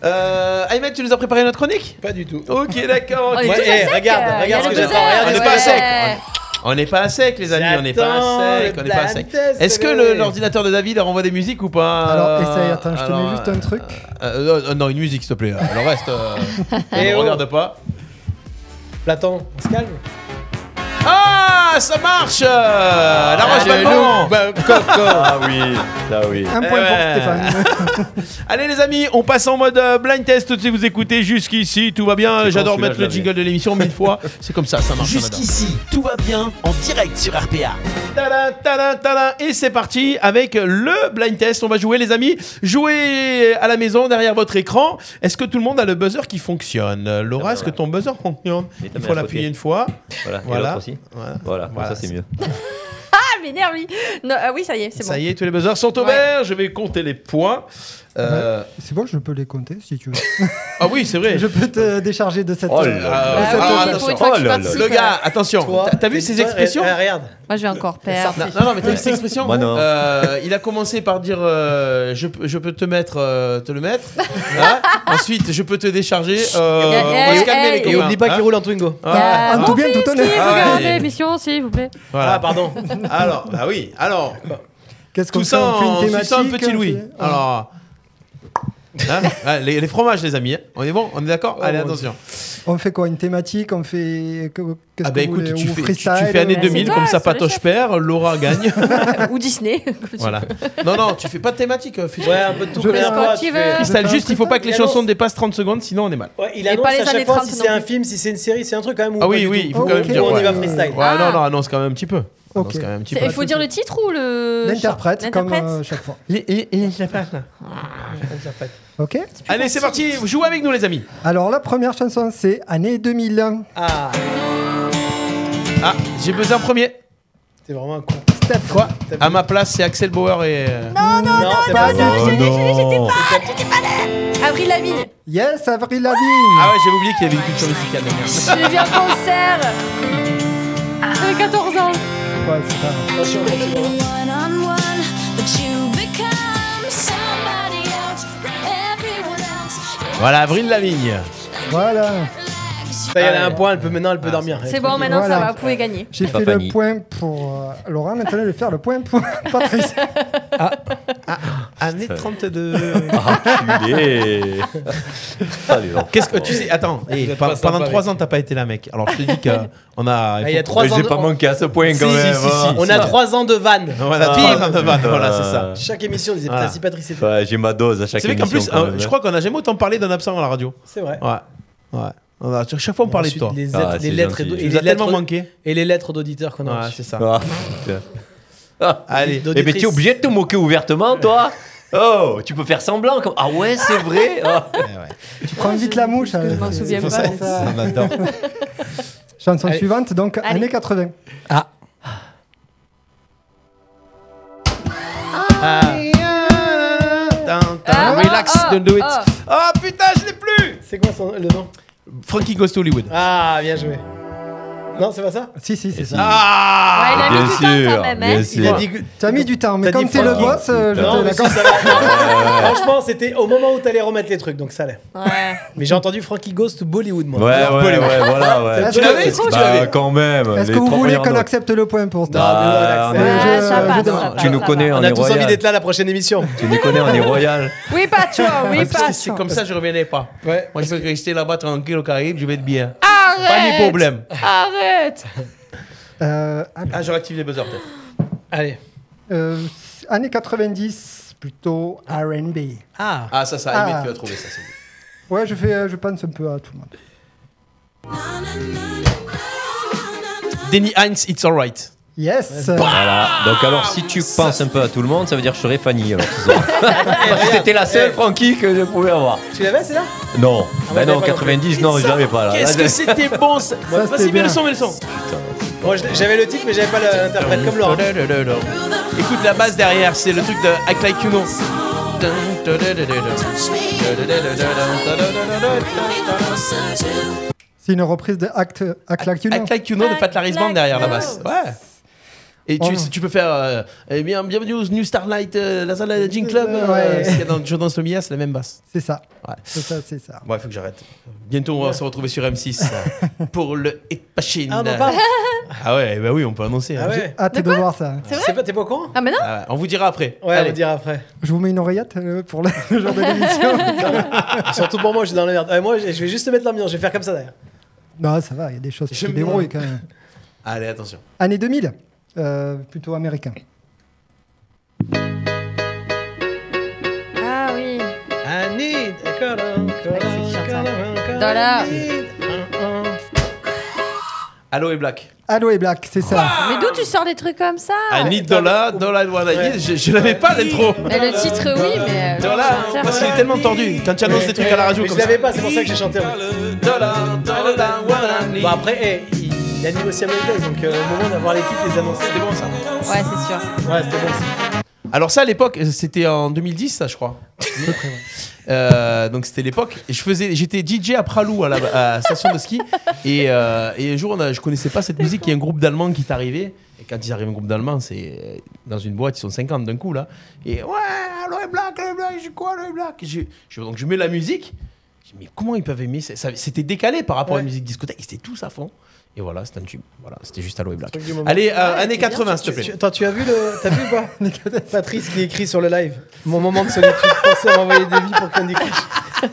Speaker 3: Euh, Ahmed, tu nous as préparé notre chronique
Speaker 6: Pas du tout.
Speaker 3: Ok, d'accord.
Speaker 6: On
Speaker 3: ok. eh,
Speaker 6: est tous à sec,
Speaker 3: regarde,
Speaker 6: euh,
Speaker 3: regarde
Speaker 6: il y a
Speaker 3: ce que
Speaker 6: le
Speaker 3: j'ai.
Speaker 6: buzzer,
Speaker 3: On n'est pas à
Speaker 6: ouais.
Speaker 3: sec.
Speaker 4: Ah,
Speaker 3: On n'est pas à sec, les amis. On n'est pas
Speaker 6: J'attends
Speaker 3: à sec.
Speaker 6: le
Speaker 3: On n'est pas à
Speaker 6: blind
Speaker 3: sec.
Speaker 6: test,
Speaker 3: Est-ce que
Speaker 6: allez.
Speaker 3: le- l'ordinateur de David renvoie des musiques ou pas
Speaker 7: Alors,
Speaker 3: Euh,
Speaker 7: essaye, attends, je te
Speaker 3: alors,
Speaker 7: mets juste un truc.
Speaker 3: euh, euh, euh, non, une musique, s'il te plaît. Le reste, euh, on
Speaker 6: Eh
Speaker 3: ne
Speaker 6: oh.
Speaker 3: regarde pas.
Speaker 6: Platon, on se calme.
Speaker 3: Ah, ça marche euh, La roche
Speaker 6: Allez,
Speaker 3: Bonbon.
Speaker 6: nous, bah, coco.
Speaker 5: Ah oui, ça oui.
Speaker 7: Un
Speaker 3: Eh
Speaker 7: point pour
Speaker 3: ouais.
Speaker 7: Stéphane.
Speaker 3: Allez les amis, on passe en mode euh, blind test tout de suite. Vous écoutez jusqu'ici, tout va bien.
Speaker 2: C'est
Speaker 3: J'adore
Speaker 2: con, celui-là,
Speaker 3: mettre le
Speaker 2: je l'avais.
Speaker 3: jingle de l'émission mille fois. C'est comme ça, ça marche. on adore.
Speaker 2: Jusqu'ici, tout va bien en direct sur RPA.
Speaker 3: Tadam, tadam, tadam. Et c'est parti avec le blind test. On va jouer, les amis. Jouez à la maison, derrière votre écran. Est-ce que tout le monde a le buzzer qui fonctionne Euh, Laura, est-ce que ton buzzer fonctionne
Speaker 5: Mais t'as
Speaker 3: Il
Speaker 5: mis
Speaker 3: faut
Speaker 5: à
Speaker 3: l'appuyer
Speaker 5: côté.
Speaker 3: une fois.
Speaker 5: Voilà, et
Speaker 3: Voilà.
Speaker 5: l'autre aussi. Voilà, comme ça c'est mieux.
Speaker 4: Ah, m'énerve lui Non, ah oui, ça y est, c'est bon.
Speaker 3: Ça y est, tous les buzzers sont au vert. Je vais compter les points. Euh,
Speaker 7: Ouais, C'est bon, je peux les compter
Speaker 3: [laughs]
Speaker 7: si tu veux.
Speaker 3: Ah oui, c'est vrai.
Speaker 7: je peux te décharger de cette.
Speaker 3: Oh là
Speaker 7: euh,
Speaker 3: là.
Speaker 7: de cette-
Speaker 3: Ah,
Speaker 4: oui, mais pour
Speaker 3: attention.
Speaker 4: une fois que
Speaker 3: Oh
Speaker 4: tu
Speaker 3: là là.
Speaker 4: participes,
Speaker 3: Le gars,
Speaker 4: euh,
Speaker 3: attention.
Speaker 6: Toi,
Speaker 3: T'as- T'as vu
Speaker 6: t'es-
Speaker 3: ses
Speaker 6: toi,
Speaker 3: expressions
Speaker 6: eh, Regarde.
Speaker 4: Moi, je vais encore perdre.
Speaker 3: Non, non, mais t'as vu cette expression
Speaker 5: Moi, non.
Speaker 3: Euh, Il a commencé par dire euh, je, peux- je peux te mettre, euh, te le mettre. Hein Ensuite, je peux te décharger. euh,
Speaker 4: Yeah, yeah,
Speaker 3: on va se
Speaker 4: yeah,
Speaker 3: calmer,
Speaker 4: yeah.
Speaker 3: les copains.
Speaker 6: Et oublie pas
Speaker 3: hein.
Speaker 6: qu'il roule en Twingo.
Speaker 3: Ah,
Speaker 7: En tout bien, tout honneur.
Speaker 3: Ah,
Speaker 4: Regardez
Speaker 3: ouais.
Speaker 4: l'émission, s'il vous plaît.
Speaker 3: Voilà.
Speaker 6: Ah, pardon.
Speaker 3: Alors, bah oui. Alors,
Speaker 7: Qu'est-ce qu'on
Speaker 3: tout
Speaker 7: fait
Speaker 3: ça
Speaker 7: On fait
Speaker 3: en
Speaker 7: une
Speaker 3: suçant un
Speaker 7: thématique
Speaker 3: petit
Speaker 7: on
Speaker 3: Louis.
Speaker 7: fait-
Speaker 3: Alors. hein Ouais, les, les fromages, les amis. hein. On est bon On est d'accord Allez,
Speaker 7: mon
Speaker 3: attention.
Speaker 7: On fait quoi Une thématique On fait. que- Qu'est-ce
Speaker 3: Ah, bah
Speaker 7: que vous
Speaker 3: écoute, tu
Speaker 7: voulez Ou
Speaker 3: fais, tu- tu
Speaker 7: freestyle hein.
Speaker 3: fais année
Speaker 4: C'est
Speaker 3: 2000,
Speaker 4: toi,
Speaker 3: comme ça,
Speaker 4: c'est le
Speaker 3: Patoche
Speaker 4: chef.
Speaker 3: perd, Laura gagne.
Speaker 4: Ou Disney. comme tu
Speaker 3: voilà. Non, non, tu fais pas de thématique. euh, fais-
Speaker 6: Ouais, un peu de tout.
Speaker 7: Je
Speaker 6: mais
Speaker 4: fais
Speaker 6: un
Speaker 4: ce
Speaker 6: peu,
Speaker 4: que
Speaker 6: tu
Speaker 4: tu
Speaker 6: fais-
Speaker 4: veux.
Speaker 3: Freestyle, juste, il faut pas que les
Speaker 6: Il annonce-
Speaker 3: chansons dépassent 30 secondes, sinon on est mal.
Speaker 6: Ouais, il
Speaker 4: Et
Speaker 6: annonce
Speaker 4: pas les
Speaker 6: à
Speaker 4: années
Speaker 6: chaque fois
Speaker 4: 30
Speaker 6: si c'est
Speaker 4: non
Speaker 6: un
Speaker 4: plus.
Speaker 6: film, si c'est une série, c'est un truc quand même. ou
Speaker 3: Ah
Speaker 6: pas
Speaker 3: oui,
Speaker 6: du
Speaker 3: oui,
Speaker 6: tout.
Speaker 3: il faut quand même
Speaker 7: Ok.
Speaker 3: dire.
Speaker 6: Ou on
Speaker 3: ouais.
Speaker 6: y va freestyle.
Speaker 3: Ouais, non,
Speaker 4: Ah.
Speaker 3: non, annonce quand même un petit peu. Annonce
Speaker 7: Ok.
Speaker 3: quand même un petit
Speaker 4: C'est-
Speaker 3: peu.
Speaker 4: Il [laughs] faut dire le titre ou le.
Speaker 7: L'interprète, comme
Speaker 4: L'interprète
Speaker 7: euh, chaque fois. Ok
Speaker 3: Allez, c'est parti, vous jouez avec nous, les amis.
Speaker 7: Alors, la première chanson, c'est Année 2001.
Speaker 6: Ah,
Speaker 3: Ah, j'ai besoin en premier.
Speaker 6: t'es vraiment un con.
Speaker 7: Step.
Speaker 3: Quoi
Speaker 6: T'as
Speaker 3: À ma place, c'est Axel Bauer et. euh,
Speaker 4: Non, non, non,
Speaker 6: c'est pas ça.
Speaker 5: Oh non
Speaker 4: Avril Lavigne.
Speaker 7: Yes, Avril Lavigne
Speaker 3: Ah ouais, j'avais oublié qu'il y avait une culture musicale. merde.
Speaker 4: Je viens concert. J'avais 14 ans.
Speaker 7: Ouais, c'est pas-
Speaker 6: Attention, on continue.
Speaker 9: One on one, but you become somebody else. Everyone else
Speaker 3: Voilà, Avril Lavigne.
Speaker 7: Voilà
Speaker 6: Ça y est, elle a un point, elle peut maintenant, elle peut dormir.
Speaker 4: C'est bon, maintenant
Speaker 7: Voilà.
Speaker 4: ça va, vous pouvez gagner.
Speaker 7: J'ai
Speaker 5: Pas
Speaker 7: fait
Speaker 5: Fanny.
Speaker 7: le point pour euh, Laurent, maintenant je vais faire le point pour [laughs] Patrice.
Speaker 3: Année 32.
Speaker 5: Enculé. Ah, les enfants.
Speaker 3: [laughs] Qu'est-ce que tu sais Attends, eh,
Speaker 6: êtes
Speaker 3: pe-
Speaker 6: pas sympa
Speaker 3: pendant
Speaker 6: avec
Speaker 3: 3 ans, t'as pas été là, mec. Alors je te
Speaker 6: [laughs]
Speaker 3: dis qu'on a.
Speaker 6: Ah, il y a
Speaker 3: faut-
Speaker 6: trois
Speaker 5: Mais
Speaker 6: ans
Speaker 5: J'ai
Speaker 6: de-
Speaker 5: pas manqué à ce point quand
Speaker 3: Si, si,
Speaker 5: même.
Speaker 3: si,
Speaker 5: hein. ah,
Speaker 3: si.
Speaker 6: On a 3 ans Ah, euh, de vanne.
Speaker 3: [laughs] On a trois ans de vannes, voilà, c'est ça.
Speaker 6: Chaque émission, on disait
Speaker 3: Voilà.
Speaker 6: putain, si Patrice était.
Speaker 5: Ouais, j'ai ma dose à chaque
Speaker 3: C'est vrai qu'en plus,
Speaker 5: émission, quand
Speaker 3: euh,
Speaker 5: même,
Speaker 3: je
Speaker 5: hein.
Speaker 3: crois qu'on a jamais autant parlé d'un absent à la radio.
Speaker 6: C'est vrai.
Speaker 3: Ouais. Ouais. On a- chaque fois, on parlait de
Speaker 6: Ensuite,
Speaker 3: toi.
Speaker 6: Les,
Speaker 5: Ah,
Speaker 6: les
Speaker 5: c'est
Speaker 6: lettres et,
Speaker 5: gentil.
Speaker 6: do-
Speaker 3: Tu
Speaker 6: et
Speaker 3: nous
Speaker 6: les
Speaker 3: as tellement
Speaker 6: lettres,
Speaker 3: manqué.
Speaker 6: et les lettres d'auditeurs qu'on a.
Speaker 3: Ouais,
Speaker 6: reçues.
Speaker 3: c'est ça.
Speaker 5: Ah, putain.
Speaker 3: Allez.
Speaker 5: Eh ben, t'es obligé de te moquer ouvertement, toi Oh, tu peux faire semblant comme ah ouais c'est vrai. Oh.
Speaker 7: Tu prends vite la mouche. hein. Je
Speaker 4: m'en souviens pas.
Speaker 5: On
Speaker 3: [laughs]
Speaker 5: adore.
Speaker 7: Chanson
Speaker 5: Allez.
Speaker 7: suivante, donc
Speaker 4: Allez.
Speaker 7: années 80.
Speaker 6: Ah. oh,
Speaker 3: Tintin, relax, don't do it. Oh,
Speaker 6: Ah putain, je l'ai plus C'est quoi son, le nom
Speaker 3: Frankie Goes to Hollywood.
Speaker 6: Ah, bien joué. Non, c'est pas ça
Speaker 7: Si, si, c'est ça.
Speaker 3: Ah
Speaker 6: Ouais, il a mis Bien du temps sûr,
Speaker 3: quand même, hein. bien
Speaker 7: Il a
Speaker 3: sûr.
Speaker 7: dit que- T'as mis du temps, mais
Speaker 6: T'as
Speaker 7: quand
Speaker 6: dit
Speaker 7: t'es le
Speaker 6: Frankie.
Speaker 7: boss, euh, je
Speaker 6: Non,
Speaker 7: te
Speaker 6: mais
Speaker 7: l'accorde.
Speaker 6: si, ça va. Franchement, c'était au moment où t'allais remettre les trucs, donc ça allait.
Speaker 4: Ouais.
Speaker 6: Mais j'ai entendu Frankie Ghost Bollywood, moi.
Speaker 5: Ouais, ouais, ouais, voilà, ouais.
Speaker 6: Ah, Tu l'avais euh,
Speaker 5: Bah, quand même.
Speaker 7: Est-ce
Speaker 5: les
Speaker 7: que vous
Speaker 5: trois
Speaker 7: voulez Ah,
Speaker 5: premières
Speaker 7: qu'on
Speaker 5: notes.
Speaker 7: accepte le point pour ça
Speaker 5: Bah,
Speaker 7: Mais
Speaker 5: on est-
Speaker 7: je-
Speaker 4: ça
Speaker 7: je
Speaker 4: passe,
Speaker 7: demande.
Speaker 5: Tu nous connais, on
Speaker 6: On
Speaker 5: est
Speaker 6: a tous envie
Speaker 5: royal.
Speaker 6: d'être là à la prochaine émission.
Speaker 5: Tu nous connais, on est royal.
Speaker 4: Oui, pas toi,
Speaker 3: [laughs]
Speaker 4: oui,
Speaker 3: Parce
Speaker 4: pas
Speaker 3: que c'est comme ça, je reviendrai pas. Moi, je veux rester là-bas tranquille au Caraïbe, je vais être bien.
Speaker 4: Arrête
Speaker 3: Pas de problème.
Speaker 4: Arrête
Speaker 3: Ah, je réactive les buzzers peut-être.
Speaker 6: Allez.
Speaker 7: Euh, années 90, plutôt RB.
Speaker 6: Ah.
Speaker 3: Ah, ça, ça, Ahmed
Speaker 7: Ah.
Speaker 3: qui va trouver ça. c'est bon.
Speaker 7: Ouais, je, fais, euh, je pense un peu à tout le monde.
Speaker 3: Denny Heinz, it's alright.
Speaker 7: Yes
Speaker 5: Voilà. Donc alors, si tu penses un peu à tout le monde, ça Eh veut dire que je serai Fanny. Alors, ce [laughs] soir. Parce que c'était la seule Francky que je pouvais avoir.
Speaker 6: Tu l'avais, c'est là
Speaker 5: Non. Bah
Speaker 6: Ah, moi,
Speaker 5: non,
Speaker 6: j'avais pas non plus.
Speaker 5: 90, non,
Speaker 6: Ça,
Speaker 5: j'avais pas là.
Speaker 3: Qu'est-ce
Speaker 5: Là,
Speaker 3: que c'était bon ça
Speaker 6: Ça,
Speaker 3: Vas-y,
Speaker 6: c'était
Speaker 3: mets le
Speaker 6: bien.
Speaker 3: son, mets le son.
Speaker 6: Moi, je- j'avais le titre, mais j'avais pas l'interprète comme Laurent.
Speaker 3: Écoute la basse derrière, c'est le truc de Act Like You Know.
Speaker 7: C'est une reprise de Act, Act Like You Know.
Speaker 3: Act Like You Know de Fat Larry's Band derrière la basse. Ouais. Et tu,
Speaker 6: Oh.
Speaker 3: tu peux faire euh, eh bien, bienvenue au New Starlight, euh, la salle de Jean Club. euh,
Speaker 7: Ouais.
Speaker 3: ce qu'il y a dans Joe Dance le Mia, c'est la même basse.
Speaker 7: C'est ça.
Speaker 3: Ouais.
Speaker 7: C'est ça, c'est ça.
Speaker 3: Bon, il faut que j'arrête. Bientôt, on va se retrouver sur M6
Speaker 6: [laughs]
Speaker 3: euh, pour le Epachine.
Speaker 6: Ah, bon, pardon.
Speaker 3: Ah ouais, bah oui, on peut annoncer. hein.
Speaker 6: Ah ouais
Speaker 7: Hâte de voir ça.
Speaker 6: C'est vrai T'es pas au courant
Speaker 4: Ah, mais non
Speaker 3: Ah ouais, on vous dira après.
Speaker 6: Ouais, on
Speaker 3: Allez.
Speaker 6: va dire après.
Speaker 7: Je vous mets une oreillette euh, pour le [laughs] le jour de l'émission.
Speaker 6: Ah, Surtout pour moi, je suis dans la merde. Ouais, moi, je je vais juste te mettre l'ambiance, je vais faire comme ça d'ailleurs.
Speaker 7: non, ça va, il y a des choses qui se
Speaker 6: J'aime
Speaker 7: débrouillent
Speaker 6: bien.
Speaker 7: quand même.
Speaker 3: Allez, attention.
Speaker 7: Année 2000, euh, plutôt américain.
Speaker 4: Ah oui
Speaker 6: Annie, d'accord.
Speaker 4: Dans la-
Speaker 3: Allo et Black.
Speaker 7: Allo et Black, c'est ça.
Speaker 4: Mais d'où tu sors des trucs comme ça
Speaker 6: Ah,
Speaker 3: I need Dollar, Dollar What I Need. Je, je l'avais pas l'intro.
Speaker 4: Mais le titre, oui, mais. euh,
Speaker 3: Dollar,
Speaker 4: je veux dire,
Speaker 3: parce qu'il est tellement tordu. Quand tu annonces des trucs à la radio
Speaker 6: Mais je
Speaker 3: comme ça.
Speaker 6: l'avais pas, c'est pour ça que j'ai chanté. en fait. Bon, après, eh, il il a négocié avec Days, donc euh, au moment d'avoir les titres, les annonces, c'était bon ça.
Speaker 4: Ouais, c'est sûr.
Speaker 6: Ouais, c'était bon ça.
Speaker 3: Alors ça à l'époque, euh, c'était en 2010 ça je crois. Euh, donc c'était l'époque. Et je faisais, j'étais DJ à Pralou à la à la station de ski. Et, euh, et un jour, on a- je connaissais pas cette musique. Il y a un groupe d'Allemands qui est arrivé. Et quand ils arrivent un groupe d'Allemands, c'est euh, dans une boîte, ils sont 50 d'un coup là. Et ouais, allo et black, allo et black, j'ai quoi allo et black Je- je- Donc je mets la musique. Je dis, mais comment ils peuvent aimer ça, ça- C'était décalé par rapport à la musique discothèque. Ils étaient tous à fond. Et voilà, c'était un tube. Voilà, c'était juste allo et black.
Speaker 6: Truc du moment.
Speaker 3: Allez, euh,
Speaker 6: Ouais,
Speaker 3: années
Speaker 6: c'est bien,
Speaker 3: 80 s'il
Speaker 6: tu-
Speaker 3: te plaît.
Speaker 6: tu- Attends, tu as vu le. T'as vu ou pas [laughs] Patrice qui écrit sur le live Mon moment de solitude, pensez à m'envoyer des vies pour Candy Crush.
Speaker 5: Ouais,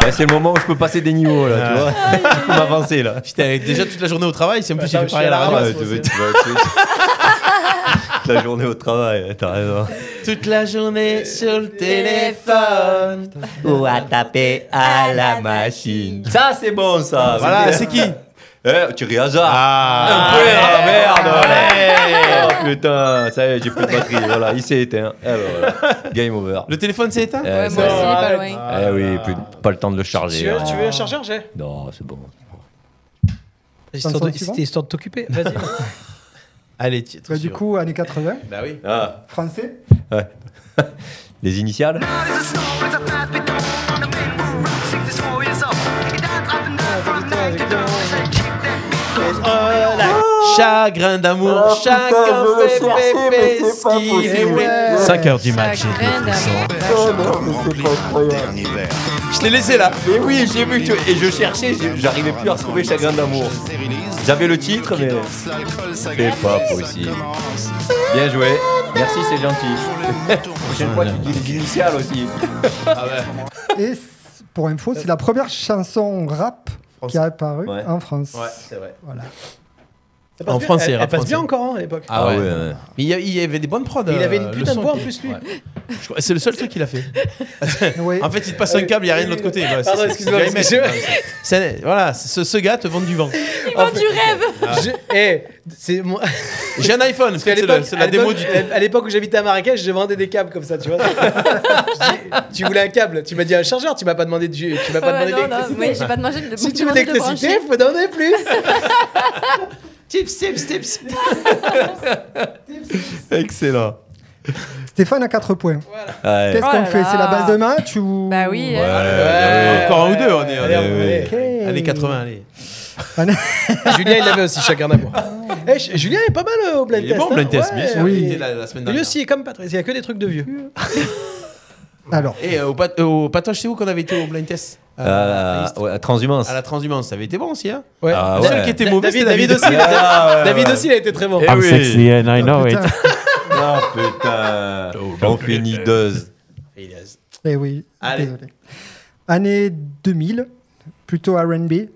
Speaker 5: Ben, c'est le moment où je peux passer des niveaux
Speaker 3: [laughs]
Speaker 5: là, tu vois. Faut m'avancer là.
Speaker 3: Putain, déjà toute la journée au travail, c'est en plus j'ai
Speaker 6: Attends,
Speaker 3: fait pareil
Speaker 6: je suis
Speaker 3: à la
Speaker 6: à la
Speaker 3: radio.
Speaker 5: Ah, ouais, tu veux- tu vas- tu- Toute [laughs] La journée au travail, t'as raison.
Speaker 3: Toute la journée sur le téléphone.
Speaker 5: Ou à taper à Ah, la machine. Ça, c'est bon, ça.
Speaker 3: Voilà, c'est qui
Speaker 5: Eh, Thierry Hazard. Ah, un peu, ah, merde. Oh putain, ça y est, j'ai plus de batterie. Voilà, il s'est éteint. Eh, ben, [laughs] voilà. Game over.
Speaker 3: Le téléphone s'est éteint
Speaker 5: Eh, Ouais, moi
Speaker 6: aussi, pas loin.
Speaker 3: Ah
Speaker 5: Eh oui, plus, pas le temps de le charger.
Speaker 6: Tu veux,
Speaker 5: hein.
Speaker 6: tu veux un chargeur, j'ai
Speaker 5: Non, c'est bon.
Speaker 6: Histoire de- C'était histoire de t'occuper. Vas-y.
Speaker 3: Allez, titre.
Speaker 7: Bah, du coup, années 80,
Speaker 3: Bah oui.
Speaker 5: Ah,
Speaker 7: français.
Speaker 5: ouais. Les initiales
Speaker 7: Ah,
Speaker 3: Chagrin d'amour,
Speaker 7: Ah,
Speaker 3: chacun fait pépé ce qu'il
Speaker 7: Eh
Speaker 3: est.
Speaker 7: possible.
Speaker 3: 5 heures du match. j'ai
Speaker 4: Chagrin
Speaker 3: des frissons.
Speaker 5: Je l'ai laissé là. Mais oui, j'ai vu que tu- et je cherchais, j'ai- j'arrivais plus à retrouver Chagrin d'amour. J'avais le titre, mais c'est pas possible. Bien joué. Merci, c'est gentil. Prochaine fois, tu dis les initiales aussi.
Speaker 7: Et c- pour info, c'est la première chanson rap qui a apparu
Speaker 5: Ouais.
Speaker 7: en France.
Speaker 3: Ouais, c'est vrai.
Speaker 7: Voilà.
Speaker 6: Ça passe
Speaker 3: En
Speaker 6: bien.
Speaker 3: français,
Speaker 6: Elle,
Speaker 3: rap
Speaker 6: elle passe
Speaker 3: français.
Speaker 6: bien encore hein, à l'époque.
Speaker 3: Ah ouais.
Speaker 5: ouais.
Speaker 3: Mais il y a- il y avait des bonnes prods.
Speaker 6: Il
Speaker 3: euh,
Speaker 6: avait une
Speaker 3: le
Speaker 6: putain de
Speaker 3: son
Speaker 6: voix en
Speaker 3: était-
Speaker 6: plus, lui.
Speaker 3: ouais. Je crois- C'est le seul truc qu'il a fait. en fait, il te passe un câble, il n'y a rien de l'autre côté. Bah, c'est-
Speaker 6: Euh, Pardon,
Speaker 3: c'est-
Speaker 6: excuse-moi,
Speaker 3: Jerry Met,
Speaker 6: excuse-moi.
Speaker 3: c'est- c'est- Voilà, ce, ce gars te vend du vent.
Speaker 6: En fait-
Speaker 3: Ah.
Speaker 6: Je- eh, c'est moi.
Speaker 3: J'ai un iPhone,
Speaker 6: Parce qu'à
Speaker 3: c'est le-
Speaker 6: l'époque-
Speaker 3: c'est la
Speaker 6: [laughs] à l'époque-
Speaker 3: démo du thé.
Speaker 6: À l'époque où j'habitais à Marrakech, je vendais des câbles comme ça, tu vois. [laughs] Je dis, tu voulais un câble, tu m'as dit un chargeur, tu m'as pas demandé de, tu m'as pas
Speaker 4: Ah bah
Speaker 6: demandé
Speaker 4: non, non,
Speaker 6: d'électricité.
Speaker 4: mais j'ai pas demandé de-
Speaker 6: Si tu veux
Speaker 4: demandé de
Speaker 6: d'électricité,
Speaker 4: brancher.
Speaker 6: faut donner plus.
Speaker 4: [laughs]
Speaker 6: tips, tips, tips.
Speaker 5: Excellent.
Speaker 7: Stéphane a 4 points.
Speaker 5: Ouais.
Speaker 7: Qu'est-ce
Speaker 5: Oh
Speaker 7: qu'on
Speaker 5: là
Speaker 7: fait
Speaker 5: là.
Speaker 7: C'est la base de match ou
Speaker 4: Bah oui.
Speaker 5: Ouais, ouais, ouais.
Speaker 3: Encore un ou deux, on est. on est-
Speaker 6: Allez,
Speaker 3: on est-
Speaker 7: ok.
Speaker 3: Allez, 80, allez.
Speaker 6: Ah, Julien, il l'avait aussi, chacun d'amour. Eh, Ch- Julien est pas mal euh, au blind
Speaker 3: Il est
Speaker 6: test.
Speaker 3: bon au
Speaker 6: hein.
Speaker 3: blind test, bien sûr,
Speaker 6: oui.
Speaker 3: il était là la semaine
Speaker 6: Lui
Speaker 3: dernière.
Speaker 6: aussi, comme Patrice, il y a que des trucs de vieux.
Speaker 7: Alors.
Speaker 3: Et euh, au, pat- euh, au patoche, c'est où qu'on avait été au blind test
Speaker 5: Euh, ouais, à transhumance.
Speaker 3: À la transhumance, ça avait été bon aussi. Hein
Speaker 5: Ouais. Ah
Speaker 3: le seul
Speaker 5: ouais.
Speaker 3: qui était
Speaker 5: Da-
Speaker 3: mauvais,
Speaker 5: David-
Speaker 3: c'était David
Speaker 5: David
Speaker 3: aussi.
Speaker 5: aussi. Ah ouais,
Speaker 6: David
Speaker 5: ouais.
Speaker 6: aussi, il a été très bon.
Speaker 5: Eh oui.
Speaker 19: sexy and I
Speaker 5: oh
Speaker 19: know it.
Speaker 5: Ah putain. On finit deux.
Speaker 7: [laughs] Eh oui,
Speaker 5: Allez.
Speaker 7: désolé. Année 2000, plutôt R&B.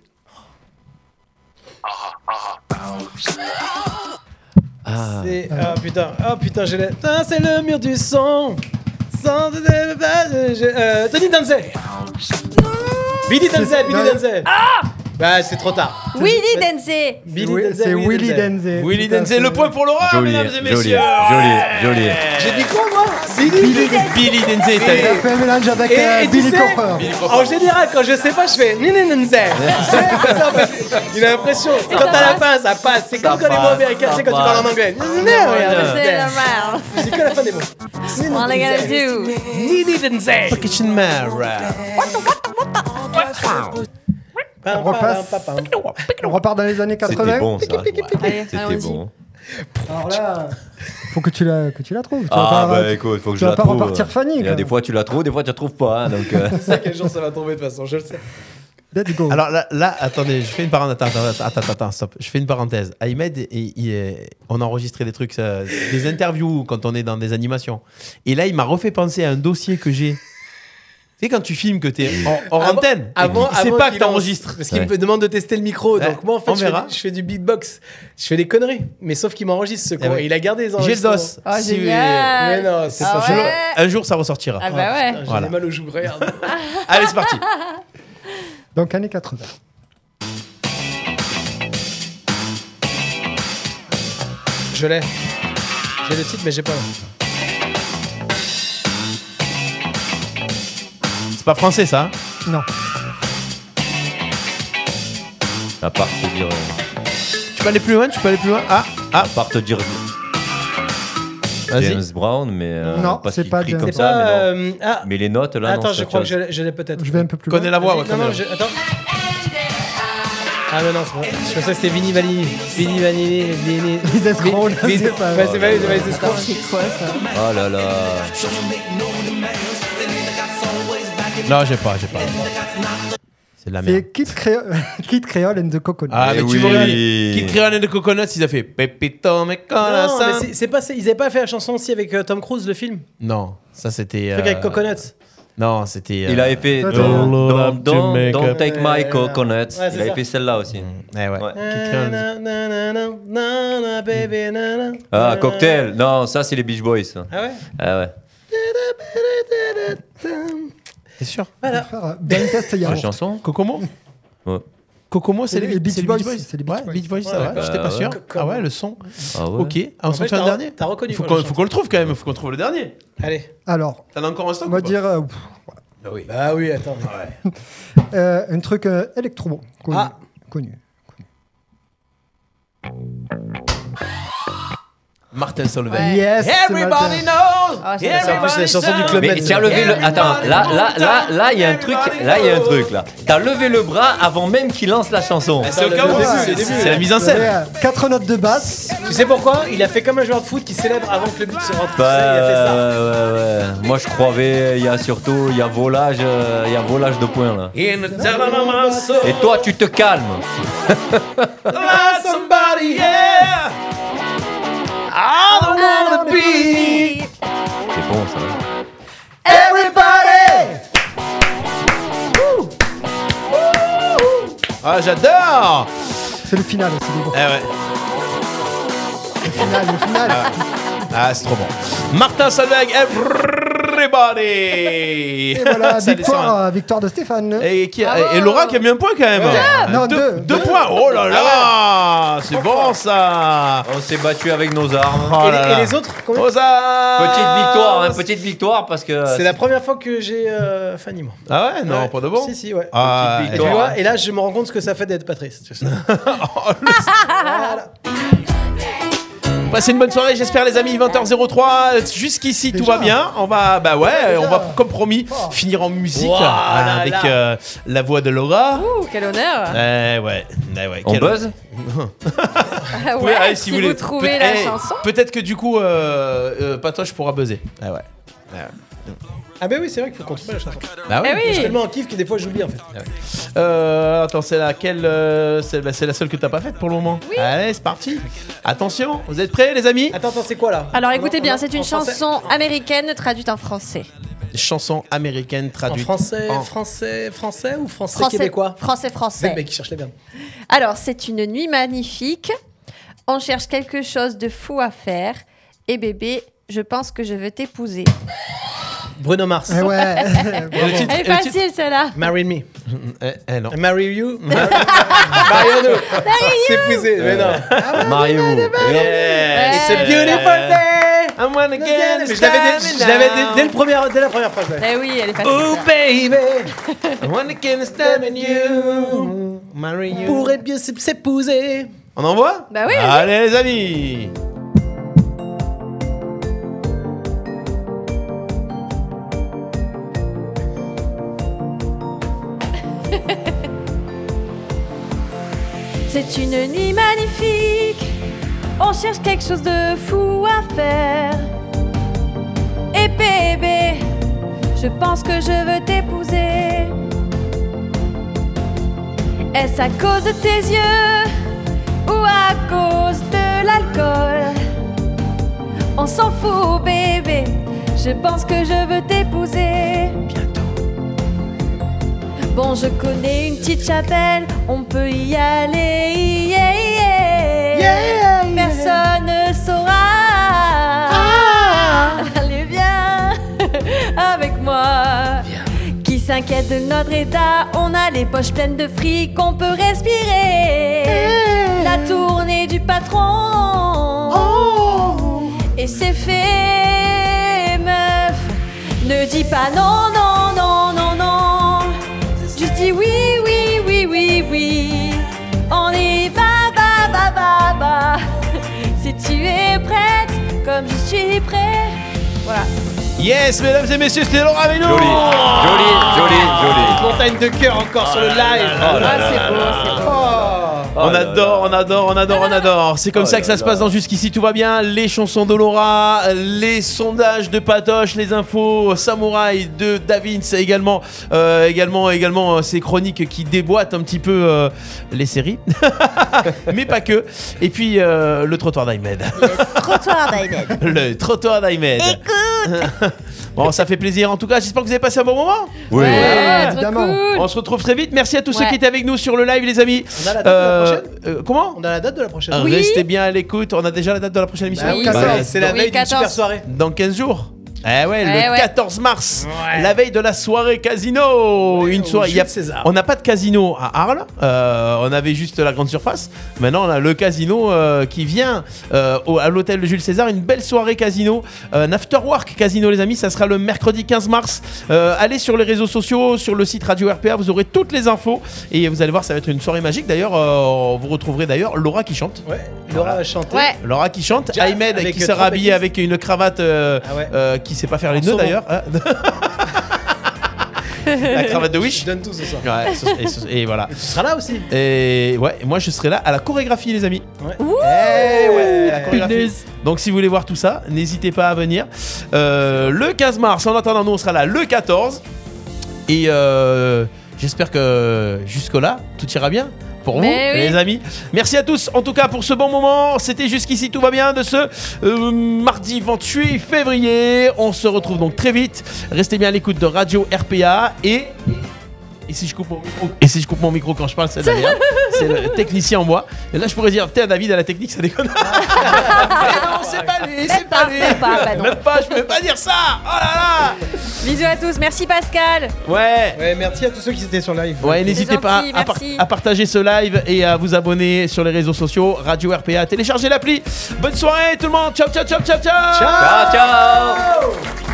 Speaker 6: C'est- Ah putain, ah putain, je l'ai. Ah, c'est le mur du son. Sans- je- euh, Tony Danzel. Billy Danzel, Billy Danzel. Ah Bah, c'est trop tard.
Speaker 4: Willy Denzé
Speaker 6: Billy Denzel, Willy Denzel.
Speaker 3: Willy Denzel, le point pour Laura,
Speaker 5: Joli,
Speaker 3: mesdames et
Speaker 5: joli,
Speaker 3: messieurs.
Speaker 5: joli, joli.
Speaker 6: J'ai dit quoi, moi Billy
Speaker 3: Billy Denzel,
Speaker 7: Il a fait un mélange avec
Speaker 6: Et-
Speaker 7: euh,
Speaker 6: et tu
Speaker 7: Billy
Speaker 6: sais,
Speaker 7: Cooper.
Speaker 6: En général, quand je sais pas, je fais Billy [laughs] Denzel. C'est comme ça, en fait. Il a l'impression. Quand t'as la fin, ça passe. C'est comme quand les mots
Speaker 5: passe,
Speaker 6: américains,
Speaker 5: ça
Speaker 6: c'est quand tu
Speaker 5: passe.
Speaker 6: parles en anglais.
Speaker 4: C'est
Speaker 6: Denzel.
Speaker 4: normal.
Speaker 6: C'est que la fin des mots.
Speaker 4: What I gotta do
Speaker 6: Billy Denzel.
Speaker 3: Kitchen Mara.
Speaker 7: On repasse. On repart dans les années 80.
Speaker 5: C'était bon ça.
Speaker 4: Allez,
Speaker 5: C'était
Speaker 4: allons-y.
Speaker 5: bon.
Speaker 7: Alors là, faut que tu la, que tu la trouves. Tu vas
Speaker 5: Ah
Speaker 7: pas-
Speaker 5: bah écoute, faut que
Speaker 7: tu
Speaker 5: je
Speaker 7: vas
Speaker 5: la
Speaker 7: pas
Speaker 5: trouve. euh,
Speaker 7: repartir Fanny,
Speaker 5: Il y a
Speaker 7: quoi.
Speaker 5: des fois tu la trouves, des fois tu la trouves pas. hein, donc, euh,
Speaker 6: Je sais quel jour ça va tomber de toute façon, je le sais.
Speaker 3: Alors là, là, attendez, je fais une parenthèse. Attends, attends, attends, attends, attends, stop. Je fais une parenthèse. Ahmed, il- il est- on a enregistré des trucs, ça- des interviews quand on est dans des animations. Et là, il m'a refait penser à un dossier que j'ai. Tu sais, quand tu filmes que t'es en, en
Speaker 6: Avant-
Speaker 3: antenne,
Speaker 6: avant,
Speaker 3: c'est
Speaker 6: avant
Speaker 3: pas
Speaker 6: qu'il
Speaker 3: que t'enregistres.
Speaker 6: lance, Parce qu'il me demande de tester le micro.
Speaker 3: Ouais.
Speaker 6: Donc moi, en fait,
Speaker 3: On
Speaker 6: je fais,
Speaker 3: verra.
Speaker 6: du, je fais du beatbox. Je fais des conneries. Mais sauf qu'il m'enregistre ce con.
Speaker 3: ouais.
Speaker 6: Et il a gardé les
Speaker 3: J'ai le
Speaker 6: enregistrements.
Speaker 3: dos. Ah, Si-
Speaker 6: Mais
Speaker 3: génial.
Speaker 6: non, c'est
Speaker 3: Ah
Speaker 6: pas
Speaker 3: ouais.
Speaker 6: ça.
Speaker 3: Un jour, ça ressortira.
Speaker 4: Ah bah ouais.
Speaker 6: Putain, J'ai
Speaker 3: Voilà.
Speaker 6: des mal aux joues, regarde.
Speaker 3: Allez, c'est parti.
Speaker 7: Donc années 80.
Speaker 6: Je l'ai. J'ai le titre, mais j'ai pas.
Speaker 3: C'est pas français, ça. hein.
Speaker 7: Non.
Speaker 5: [laughs] à part te dire, euh,
Speaker 3: Tu peux aller plus loin, tu peux aller plus loin. Ah, ah.
Speaker 5: à part te dire
Speaker 3: Vas-y.
Speaker 5: James Brown, mais euh,
Speaker 7: Non,
Speaker 5: parce
Speaker 7: c'est
Speaker 5: qu'il
Speaker 7: pas
Speaker 5: crie
Speaker 7: James.
Speaker 5: comme
Speaker 7: C'est
Speaker 5: ça.
Speaker 6: pas,
Speaker 5: mais, non.
Speaker 6: euh, ah.
Speaker 5: mais les notes là.
Speaker 6: attends,
Speaker 5: non,
Speaker 6: je
Speaker 5: c'est
Speaker 6: crois que
Speaker 5: autre
Speaker 6: je
Speaker 5: chose.
Speaker 6: l'ai, je l'ai peut-être.
Speaker 7: Je vais un peu plus
Speaker 3: Connais la voix, ouais,
Speaker 6: Non,
Speaker 3: connais
Speaker 6: non,
Speaker 3: la
Speaker 6: je- attends. Ah mais non, c'est pas. Je pensais que c'était Vini Vanini. Vini Vanini. Vini.
Speaker 7: Les escrocs, je
Speaker 6: Vini-
Speaker 7: sais pas.
Speaker 6: Ouais, c'est pas c'est pas les escrocs.
Speaker 5: Oh là là.
Speaker 3: Non, j'ai pas, j'ai pas. C'est de la merde.
Speaker 7: C'est Kid, Créole- [laughs] Kid Creole and the Coconuts.
Speaker 3: Ah, mais
Speaker 5: Eh
Speaker 3: tu
Speaker 5: oui.
Speaker 3: m'aurais dit. Kid Creole and the Coconuts, ils ont fait Pepito me
Speaker 6: Non, mais
Speaker 3: corazón.
Speaker 6: c'est- c'est pas, c'est- ils avaient pas fait la chanson aussi avec euh, Tom Cruise, le film
Speaker 3: Non, ça c'était.
Speaker 6: Le truc
Speaker 3: euh,
Speaker 6: avec Coconuts.
Speaker 3: Non, c'était.
Speaker 5: Il
Speaker 3: euh,
Speaker 5: avait fait
Speaker 7: Attends.
Speaker 5: Don't,
Speaker 3: Don't
Speaker 5: don't, don't-
Speaker 3: make
Speaker 5: don't
Speaker 3: up.
Speaker 5: take my
Speaker 6: Ouais,
Speaker 5: coconuts.
Speaker 6: ouais, c'est
Speaker 5: Il avait
Speaker 6: ça.
Speaker 5: fait celle-là aussi.
Speaker 3: eh ouais.
Speaker 5: Ouais.
Speaker 3: Kid Creole and the-
Speaker 6: Na, na, na, na, na, na, baby, na, na,
Speaker 5: Ah,
Speaker 6: na,
Speaker 5: cocktail. Non, ça c'est les Beach Boys. ça.
Speaker 6: na. Ah ouais
Speaker 5: Ah ouais.
Speaker 3: T'es sûr
Speaker 6: Voilà.
Speaker 7: Faire, euh, Blind test
Speaker 5: La
Speaker 7: hier.
Speaker 5: chanson
Speaker 3: Kokomo
Speaker 5: Ouais.
Speaker 3: Kokomo, c'est
Speaker 7: Et
Speaker 3: les,
Speaker 7: les Beach
Speaker 3: c'est les
Speaker 7: Boys, c'est
Speaker 3: C'est
Speaker 7: les
Speaker 3: les
Speaker 7: Beach
Speaker 3: ouais,
Speaker 7: Boys.
Speaker 3: Beach Boys,
Speaker 6: Ouais,
Speaker 3: ça va.
Speaker 5: ouais.
Speaker 3: J'étais pas
Speaker 5: Ouais.
Speaker 3: sûr. Ah ouais, le son.
Speaker 5: Ah ouais.
Speaker 3: Ok. Ah,
Speaker 6: En
Speaker 3: on s'en
Speaker 6: fait,
Speaker 3: fait un
Speaker 6: t'as-
Speaker 3: dernier
Speaker 6: t'as reconnu,
Speaker 3: Faut
Speaker 6: quoi,
Speaker 3: qu'on
Speaker 6: le
Speaker 3: faut qu'on le trouve quand même. Faut qu'on trouve le dernier.
Speaker 6: Allez.
Speaker 7: Alors,
Speaker 3: T'en as encore un stock
Speaker 7: on va
Speaker 3: ou pas
Speaker 7: dire euh,
Speaker 3: Ah oui.
Speaker 6: Bah oui, attends.
Speaker 7: euh, un truc euh, électro. Connu.
Speaker 6: Ah.
Speaker 7: connu.
Speaker 3: Martin Solveig.
Speaker 4: Ouais.
Speaker 7: Yes, ce matin.
Speaker 3: Everybody knows.
Speaker 4: Ah, c'est
Speaker 6: C'est en plus la chanson du club
Speaker 5: Mais
Speaker 6: Med.
Speaker 5: t'as levé le. Attends, là, là, là, là, il y a un truc. Là, il y a un truc là. T'as levé le bras avant même qu'il lance la chanson.
Speaker 6: Ah,
Speaker 3: C'est au cas où.
Speaker 6: début,
Speaker 3: c'est-
Speaker 6: le début,
Speaker 3: C'est la mise en scène.
Speaker 7: Ouais, Quatre notes de basse.
Speaker 6: Tu sais pourquoi Il a fait comme un joueur de foot qui célèbre avant que le but se rentre.
Speaker 5: [laughs]
Speaker 6: il a fait ça.
Speaker 5: Bah, ouais, ouais, ouais. Moi, je croyais. Il y a surtout. Il y a volage. euh, Il y a volage de points là. Et toi, tu te calmes.
Speaker 3: Somebody, yeah. I don't wanna be.
Speaker 5: C'est bon ça.
Speaker 7: Everybody.
Speaker 3: Ah, j'adore.
Speaker 7: C'est le final aussi.
Speaker 3: Eh ouais.
Speaker 7: Le final, le final.
Speaker 3: Ah, c'est trop bon. Martin Solveig, Everybody everybody
Speaker 7: Et voilà,
Speaker 3: [laughs] Ça descend. hein.
Speaker 7: victoire, euh, victoire de Stéphane.
Speaker 3: Et, qui a- et- et Laura qui a mis un point quand même.
Speaker 7: Deux. Non, deux.
Speaker 3: Deux points. Oh là là, c'est bon ça.
Speaker 5: On s'est battu avec nos armes.
Speaker 3: Oh là là.
Speaker 5: Petite victoire, hein, petite victoire parce que.
Speaker 6: Ah, C'est la première fois que j'ai euh, Fanny, moi.
Speaker 3: Ah ouais, non, pas de bon.
Speaker 6: Si, si, ouais.
Speaker 3: Ah,
Speaker 6: et, tu
Speaker 3: ouais.
Speaker 6: vois, et là, je me rends compte ce que ça Oh, fait d'être Patrice. [laughs]
Speaker 3: Passez une bonne soirée, j'espère les amis, 20h03. Jusqu'ici tout va bien. On va, bah ouais, on va comme promis
Speaker 4: Oh.
Speaker 3: finir en musique
Speaker 4: Wow,
Speaker 3: euh,
Speaker 4: là,
Speaker 3: avec
Speaker 4: là.
Speaker 3: euh, la voix de Laura.
Speaker 4: Ouh, quel honneur
Speaker 3: Eh ouais, eh ouais.
Speaker 5: On buzz
Speaker 4: Ah
Speaker 3: Vous
Speaker 4: ouais,
Speaker 3: pouvez- ah,
Speaker 4: Si vous
Speaker 3: voulez,
Speaker 4: trouvez
Speaker 3: peut-
Speaker 4: la
Speaker 3: eh,
Speaker 4: chanson
Speaker 3: Peut-être que du coup, euh, euh, Patoche pourra buzzer. Ah ouais. Ah ouais.
Speaker 6: Ah, bah oui, c'est vrai qu'il faut contrôler la chanson.
Speaker 3: Bah oui. Eh oui.
Speaker 6: Je suis tellement en kiff que des fois, j'oublie en fait.
Speaker 3: Euh, attends, c'est laquelle euh, C'est bah, c'est la seule que t'as pas faite pour le moment. Allez, c'est parti. Attention, vous êtes prêts, les amis
Speaker 6: Attends, attends, c'est quoi là
Speaker 4: Alors écoutez bien, c'est une chanson américaine traduite en français.
Speaker 3: Chanson américaine
Speaker 6: En
Speaker 3: traduite
Speaker 6: français,
Speaker 3: en-
Speaker 6: français, français ou français,
Speaker 4: Français-
Speaker 6: québécois
Speaker 4: français, français.
Speaker 6: Le mec qui cherche les verbes.
Speaker 4: Alors, c'est une nuit magnifique. On cherche quelque chose de fou à faire. Et bébé, je pense que je veux t'épouser.
Speaker 6: Bruno Mars. [laughs]
Speaker 4: Eh ouais.
Speaker 6: Bravo.
Speaker 4: Elle est facile, celle-là.
Speaker 6: Marry me.
Speaker 3: Eh, eh, non.
Speaker 6: Marry [laughs] you. Marry Mariano. C'est poussé. Mais non.
Speaker 5: Euh, Mario.
Speaker 6: Et
Speaker 5: Yes.
Speaker 6: C'est beautiful day. I'm one again.
Speaker 3: the
Speaker 6: Je l'avais dès,
Speaker 3: sky
Speaker 6: je l'avais
Speaker 3: now.
Speaker 6: dès, dès le premier, dès la première phrase.
Speaker 4: Eh oui, elle est facile.
Speaker 6: Oh
Speaker 4: celle-là.
Speaker 6: baby, I wanna get in you. Marry you. Pour être bien s'ép- s'épouser.
Speaker 3: On envoie
Speaker 6: Bah oui, vas-y.
Speaker 3: Allez, les amis.
Speaker 4: C'est une nuit magnifique. On cherche quelque chose de fou à faire. Et bébé, je pense que je veux t'épouser. Est-ce à cause de tes yeux ou à cause de l'alcool On s'en fout, bébé. Je pense que je veux t'épouser. Bon, je connais une petite chapelle, on peut y aller. yeah, yeah. Personne ne saura. Ah Allez, viens avec moi. Qui s'inquiète de notre état On a les poches pleines de fric, on peut respirer. La tournée du patron. Et c'est fait, meuf. Ne dis pas non, non, non, non, non. Juste dis oui, oui, oui, oui, oui. On est ba, ba, ba, ba, ba. bah, [laughs] Si tu es prête, comme je suis prêt. Voilà.
Speaker 3: Yes, mesdames et messieurs, c'était Laura avec nous.
Speaker 6: Ah
Speaker 5: Joli, joli, joli, joli.
Speaker 6: Montagne de cœur encore sur le live.
Speaker 3: Ah. là là là là Oh On adore, on adore, on adore, on adore. C'est comme ça que ça se passe dans Jusqu'ici, tout va bien. Les chansons de Laura, les sondages de Patoche, les infos Samouraï de Davins également, euh, également, également euh, ces chroniques qui déboîtent un petit peu euh, les séries, [laughs] mais pas que. Et puis euh, le trottoir d'Ahmed.
Speaker 4: Trottoir d'Aïden.
Speaker 3: [laughs] Le trottoir d'Ahmed. Écoute [laughs] Bon, ça fait plaisir. En tout cas, j'espère que vous avez passé un bon moment.
Speaker 5: Oui. Ouais,
Speaker 4: Ouais, trop évidemment. cool.
Speaker 3: On se retrouve très vite. Merci à tous
Speaker 4: Ouais.
Speaker 3: ceux qui étaient avec nous sur le live, les amis.
Speaker 6: On a la date de la prochaine
Speaker 3: euh, comment
Speaker 6: On a la date de la prochaine.
Speaker 3: Restez bien à l'écoute. On a déjà la date de la prochaine émission.
Speaker 6: Bah Ah, oui. 14. C'est la Oui, veille d'une 14. super soirée.
Speaker 3: Dans 15 jours. Eh ouais,
Speaker 6: Eh
Speaker 3: le
Speaker 6: ouais.
Speaker 3: 14 mars, la veille de la soirée
Speaker 6: Oh,
Speaker 3: casino. Une soirée.
Speaker 6: Jules
Speaker 3: il y a-
Speaker 6: César.
Speaker 3: Ah. On n'a pas de casino à Arles. Euh, on avait juste la grande surface. Maintenant, on a le casino euh, qui vient euh, au- à l'hôtel de Jules César. Une belle soirée casino, euh, un after work casino, les amis. Ça sera le mercredi 15 mars. Euh, allez sur les réseaux sociaux, sur le site Radio RPA. Vous aurez toutes les infos et vous allez voir, ça va être une soirée magique. D'ailleurs, euh, vous retrouverez d'ailleurs Laura qui chante.
Speaker 6: Laura va chanter.
Speaker 3: Ouais. Laura qui chante, Ahmed
Speaker 6: avec
Speaker 3: qui sera
Speaker 6: trois
Speaker 3: habillé
Speaker 6: baguettes.
Speaker 3: avec une cravate euh,
Speaker 6: Ah ouais.
Speaker 3: euh, qui sait pas faire les
Speaker 6: En
Speaker 3: nœuds
Speaker 6: saumon. [laughs]
Speaker 3: d'ailleurs. hein. la cravate de Wish.
Speaker 6: Je donne tout ce soir.
Speaker 3: Ouais, ce- et, ce- et voilà.
Speaker 6: Tu seras là aussi.
Speaker 3: Et ouais, et moi je serai là à la chorégraphie, les amis.
Speaker 6: Ouais.
Speaker 3: Eh ouais, la chorégraphie.
Speaker 6: Punaise.
Speaker 3: Donc si vous voulez voir tout ça, n'hésitez pas à venir. Euh, le 15 mars, en attendant, nous on sera là le 14. Et euh, j'espère que jusque-là, tout ira bien. Pour vous,
Speaker 4: Mais oui.
Speaker 3: les amis. Merci à tous, en tout cas, pour ce bon moment. C'était jusqu'ici, tout va bien de ce euh, mardi 28 février. On se retrouve donc très vite. Restez bien à l'écoute de Radio RPA et Et si je coupe mon micro, et si je coupe mon micro quand je parle, c'est
Speaker 4: [laughs]
Speaker 3: Damien. c'est le technicien en moi. Et là, je pourrais dire, putain, David à la technique, ça
Speaker 4: [laughs]
Speaker 3: déconne. non, c'est pas lui, c'est pas lui.
Speaker 4: Même pas, bah non.
Speaker 3: Même pas, je peux même pas dire ça. Oh là
Speaker 4: Bisous à tous, merci Pascal.
Speaker 3: là. Ouais.
Speaker 6: Ouais, merci à tous ceux qui étaient sur le live.
Speaker 3: Ouais,
Speaker 6: C'est
Speaker 3: n'hésitez pas
Speaker 4: gentil,
Speaker 3: à, par-
Speaker 4: merci.
Speaker 3: à partager ce live et à vous abonner sur les réseaux sociaux, Radio RPA, téléchargez l'appli. Bonne soirée tout le monde. Ciao, ciao, ciao, ciao, ciao.
Speaker 9: Ciao, ciao.
Speaker 3: ciao.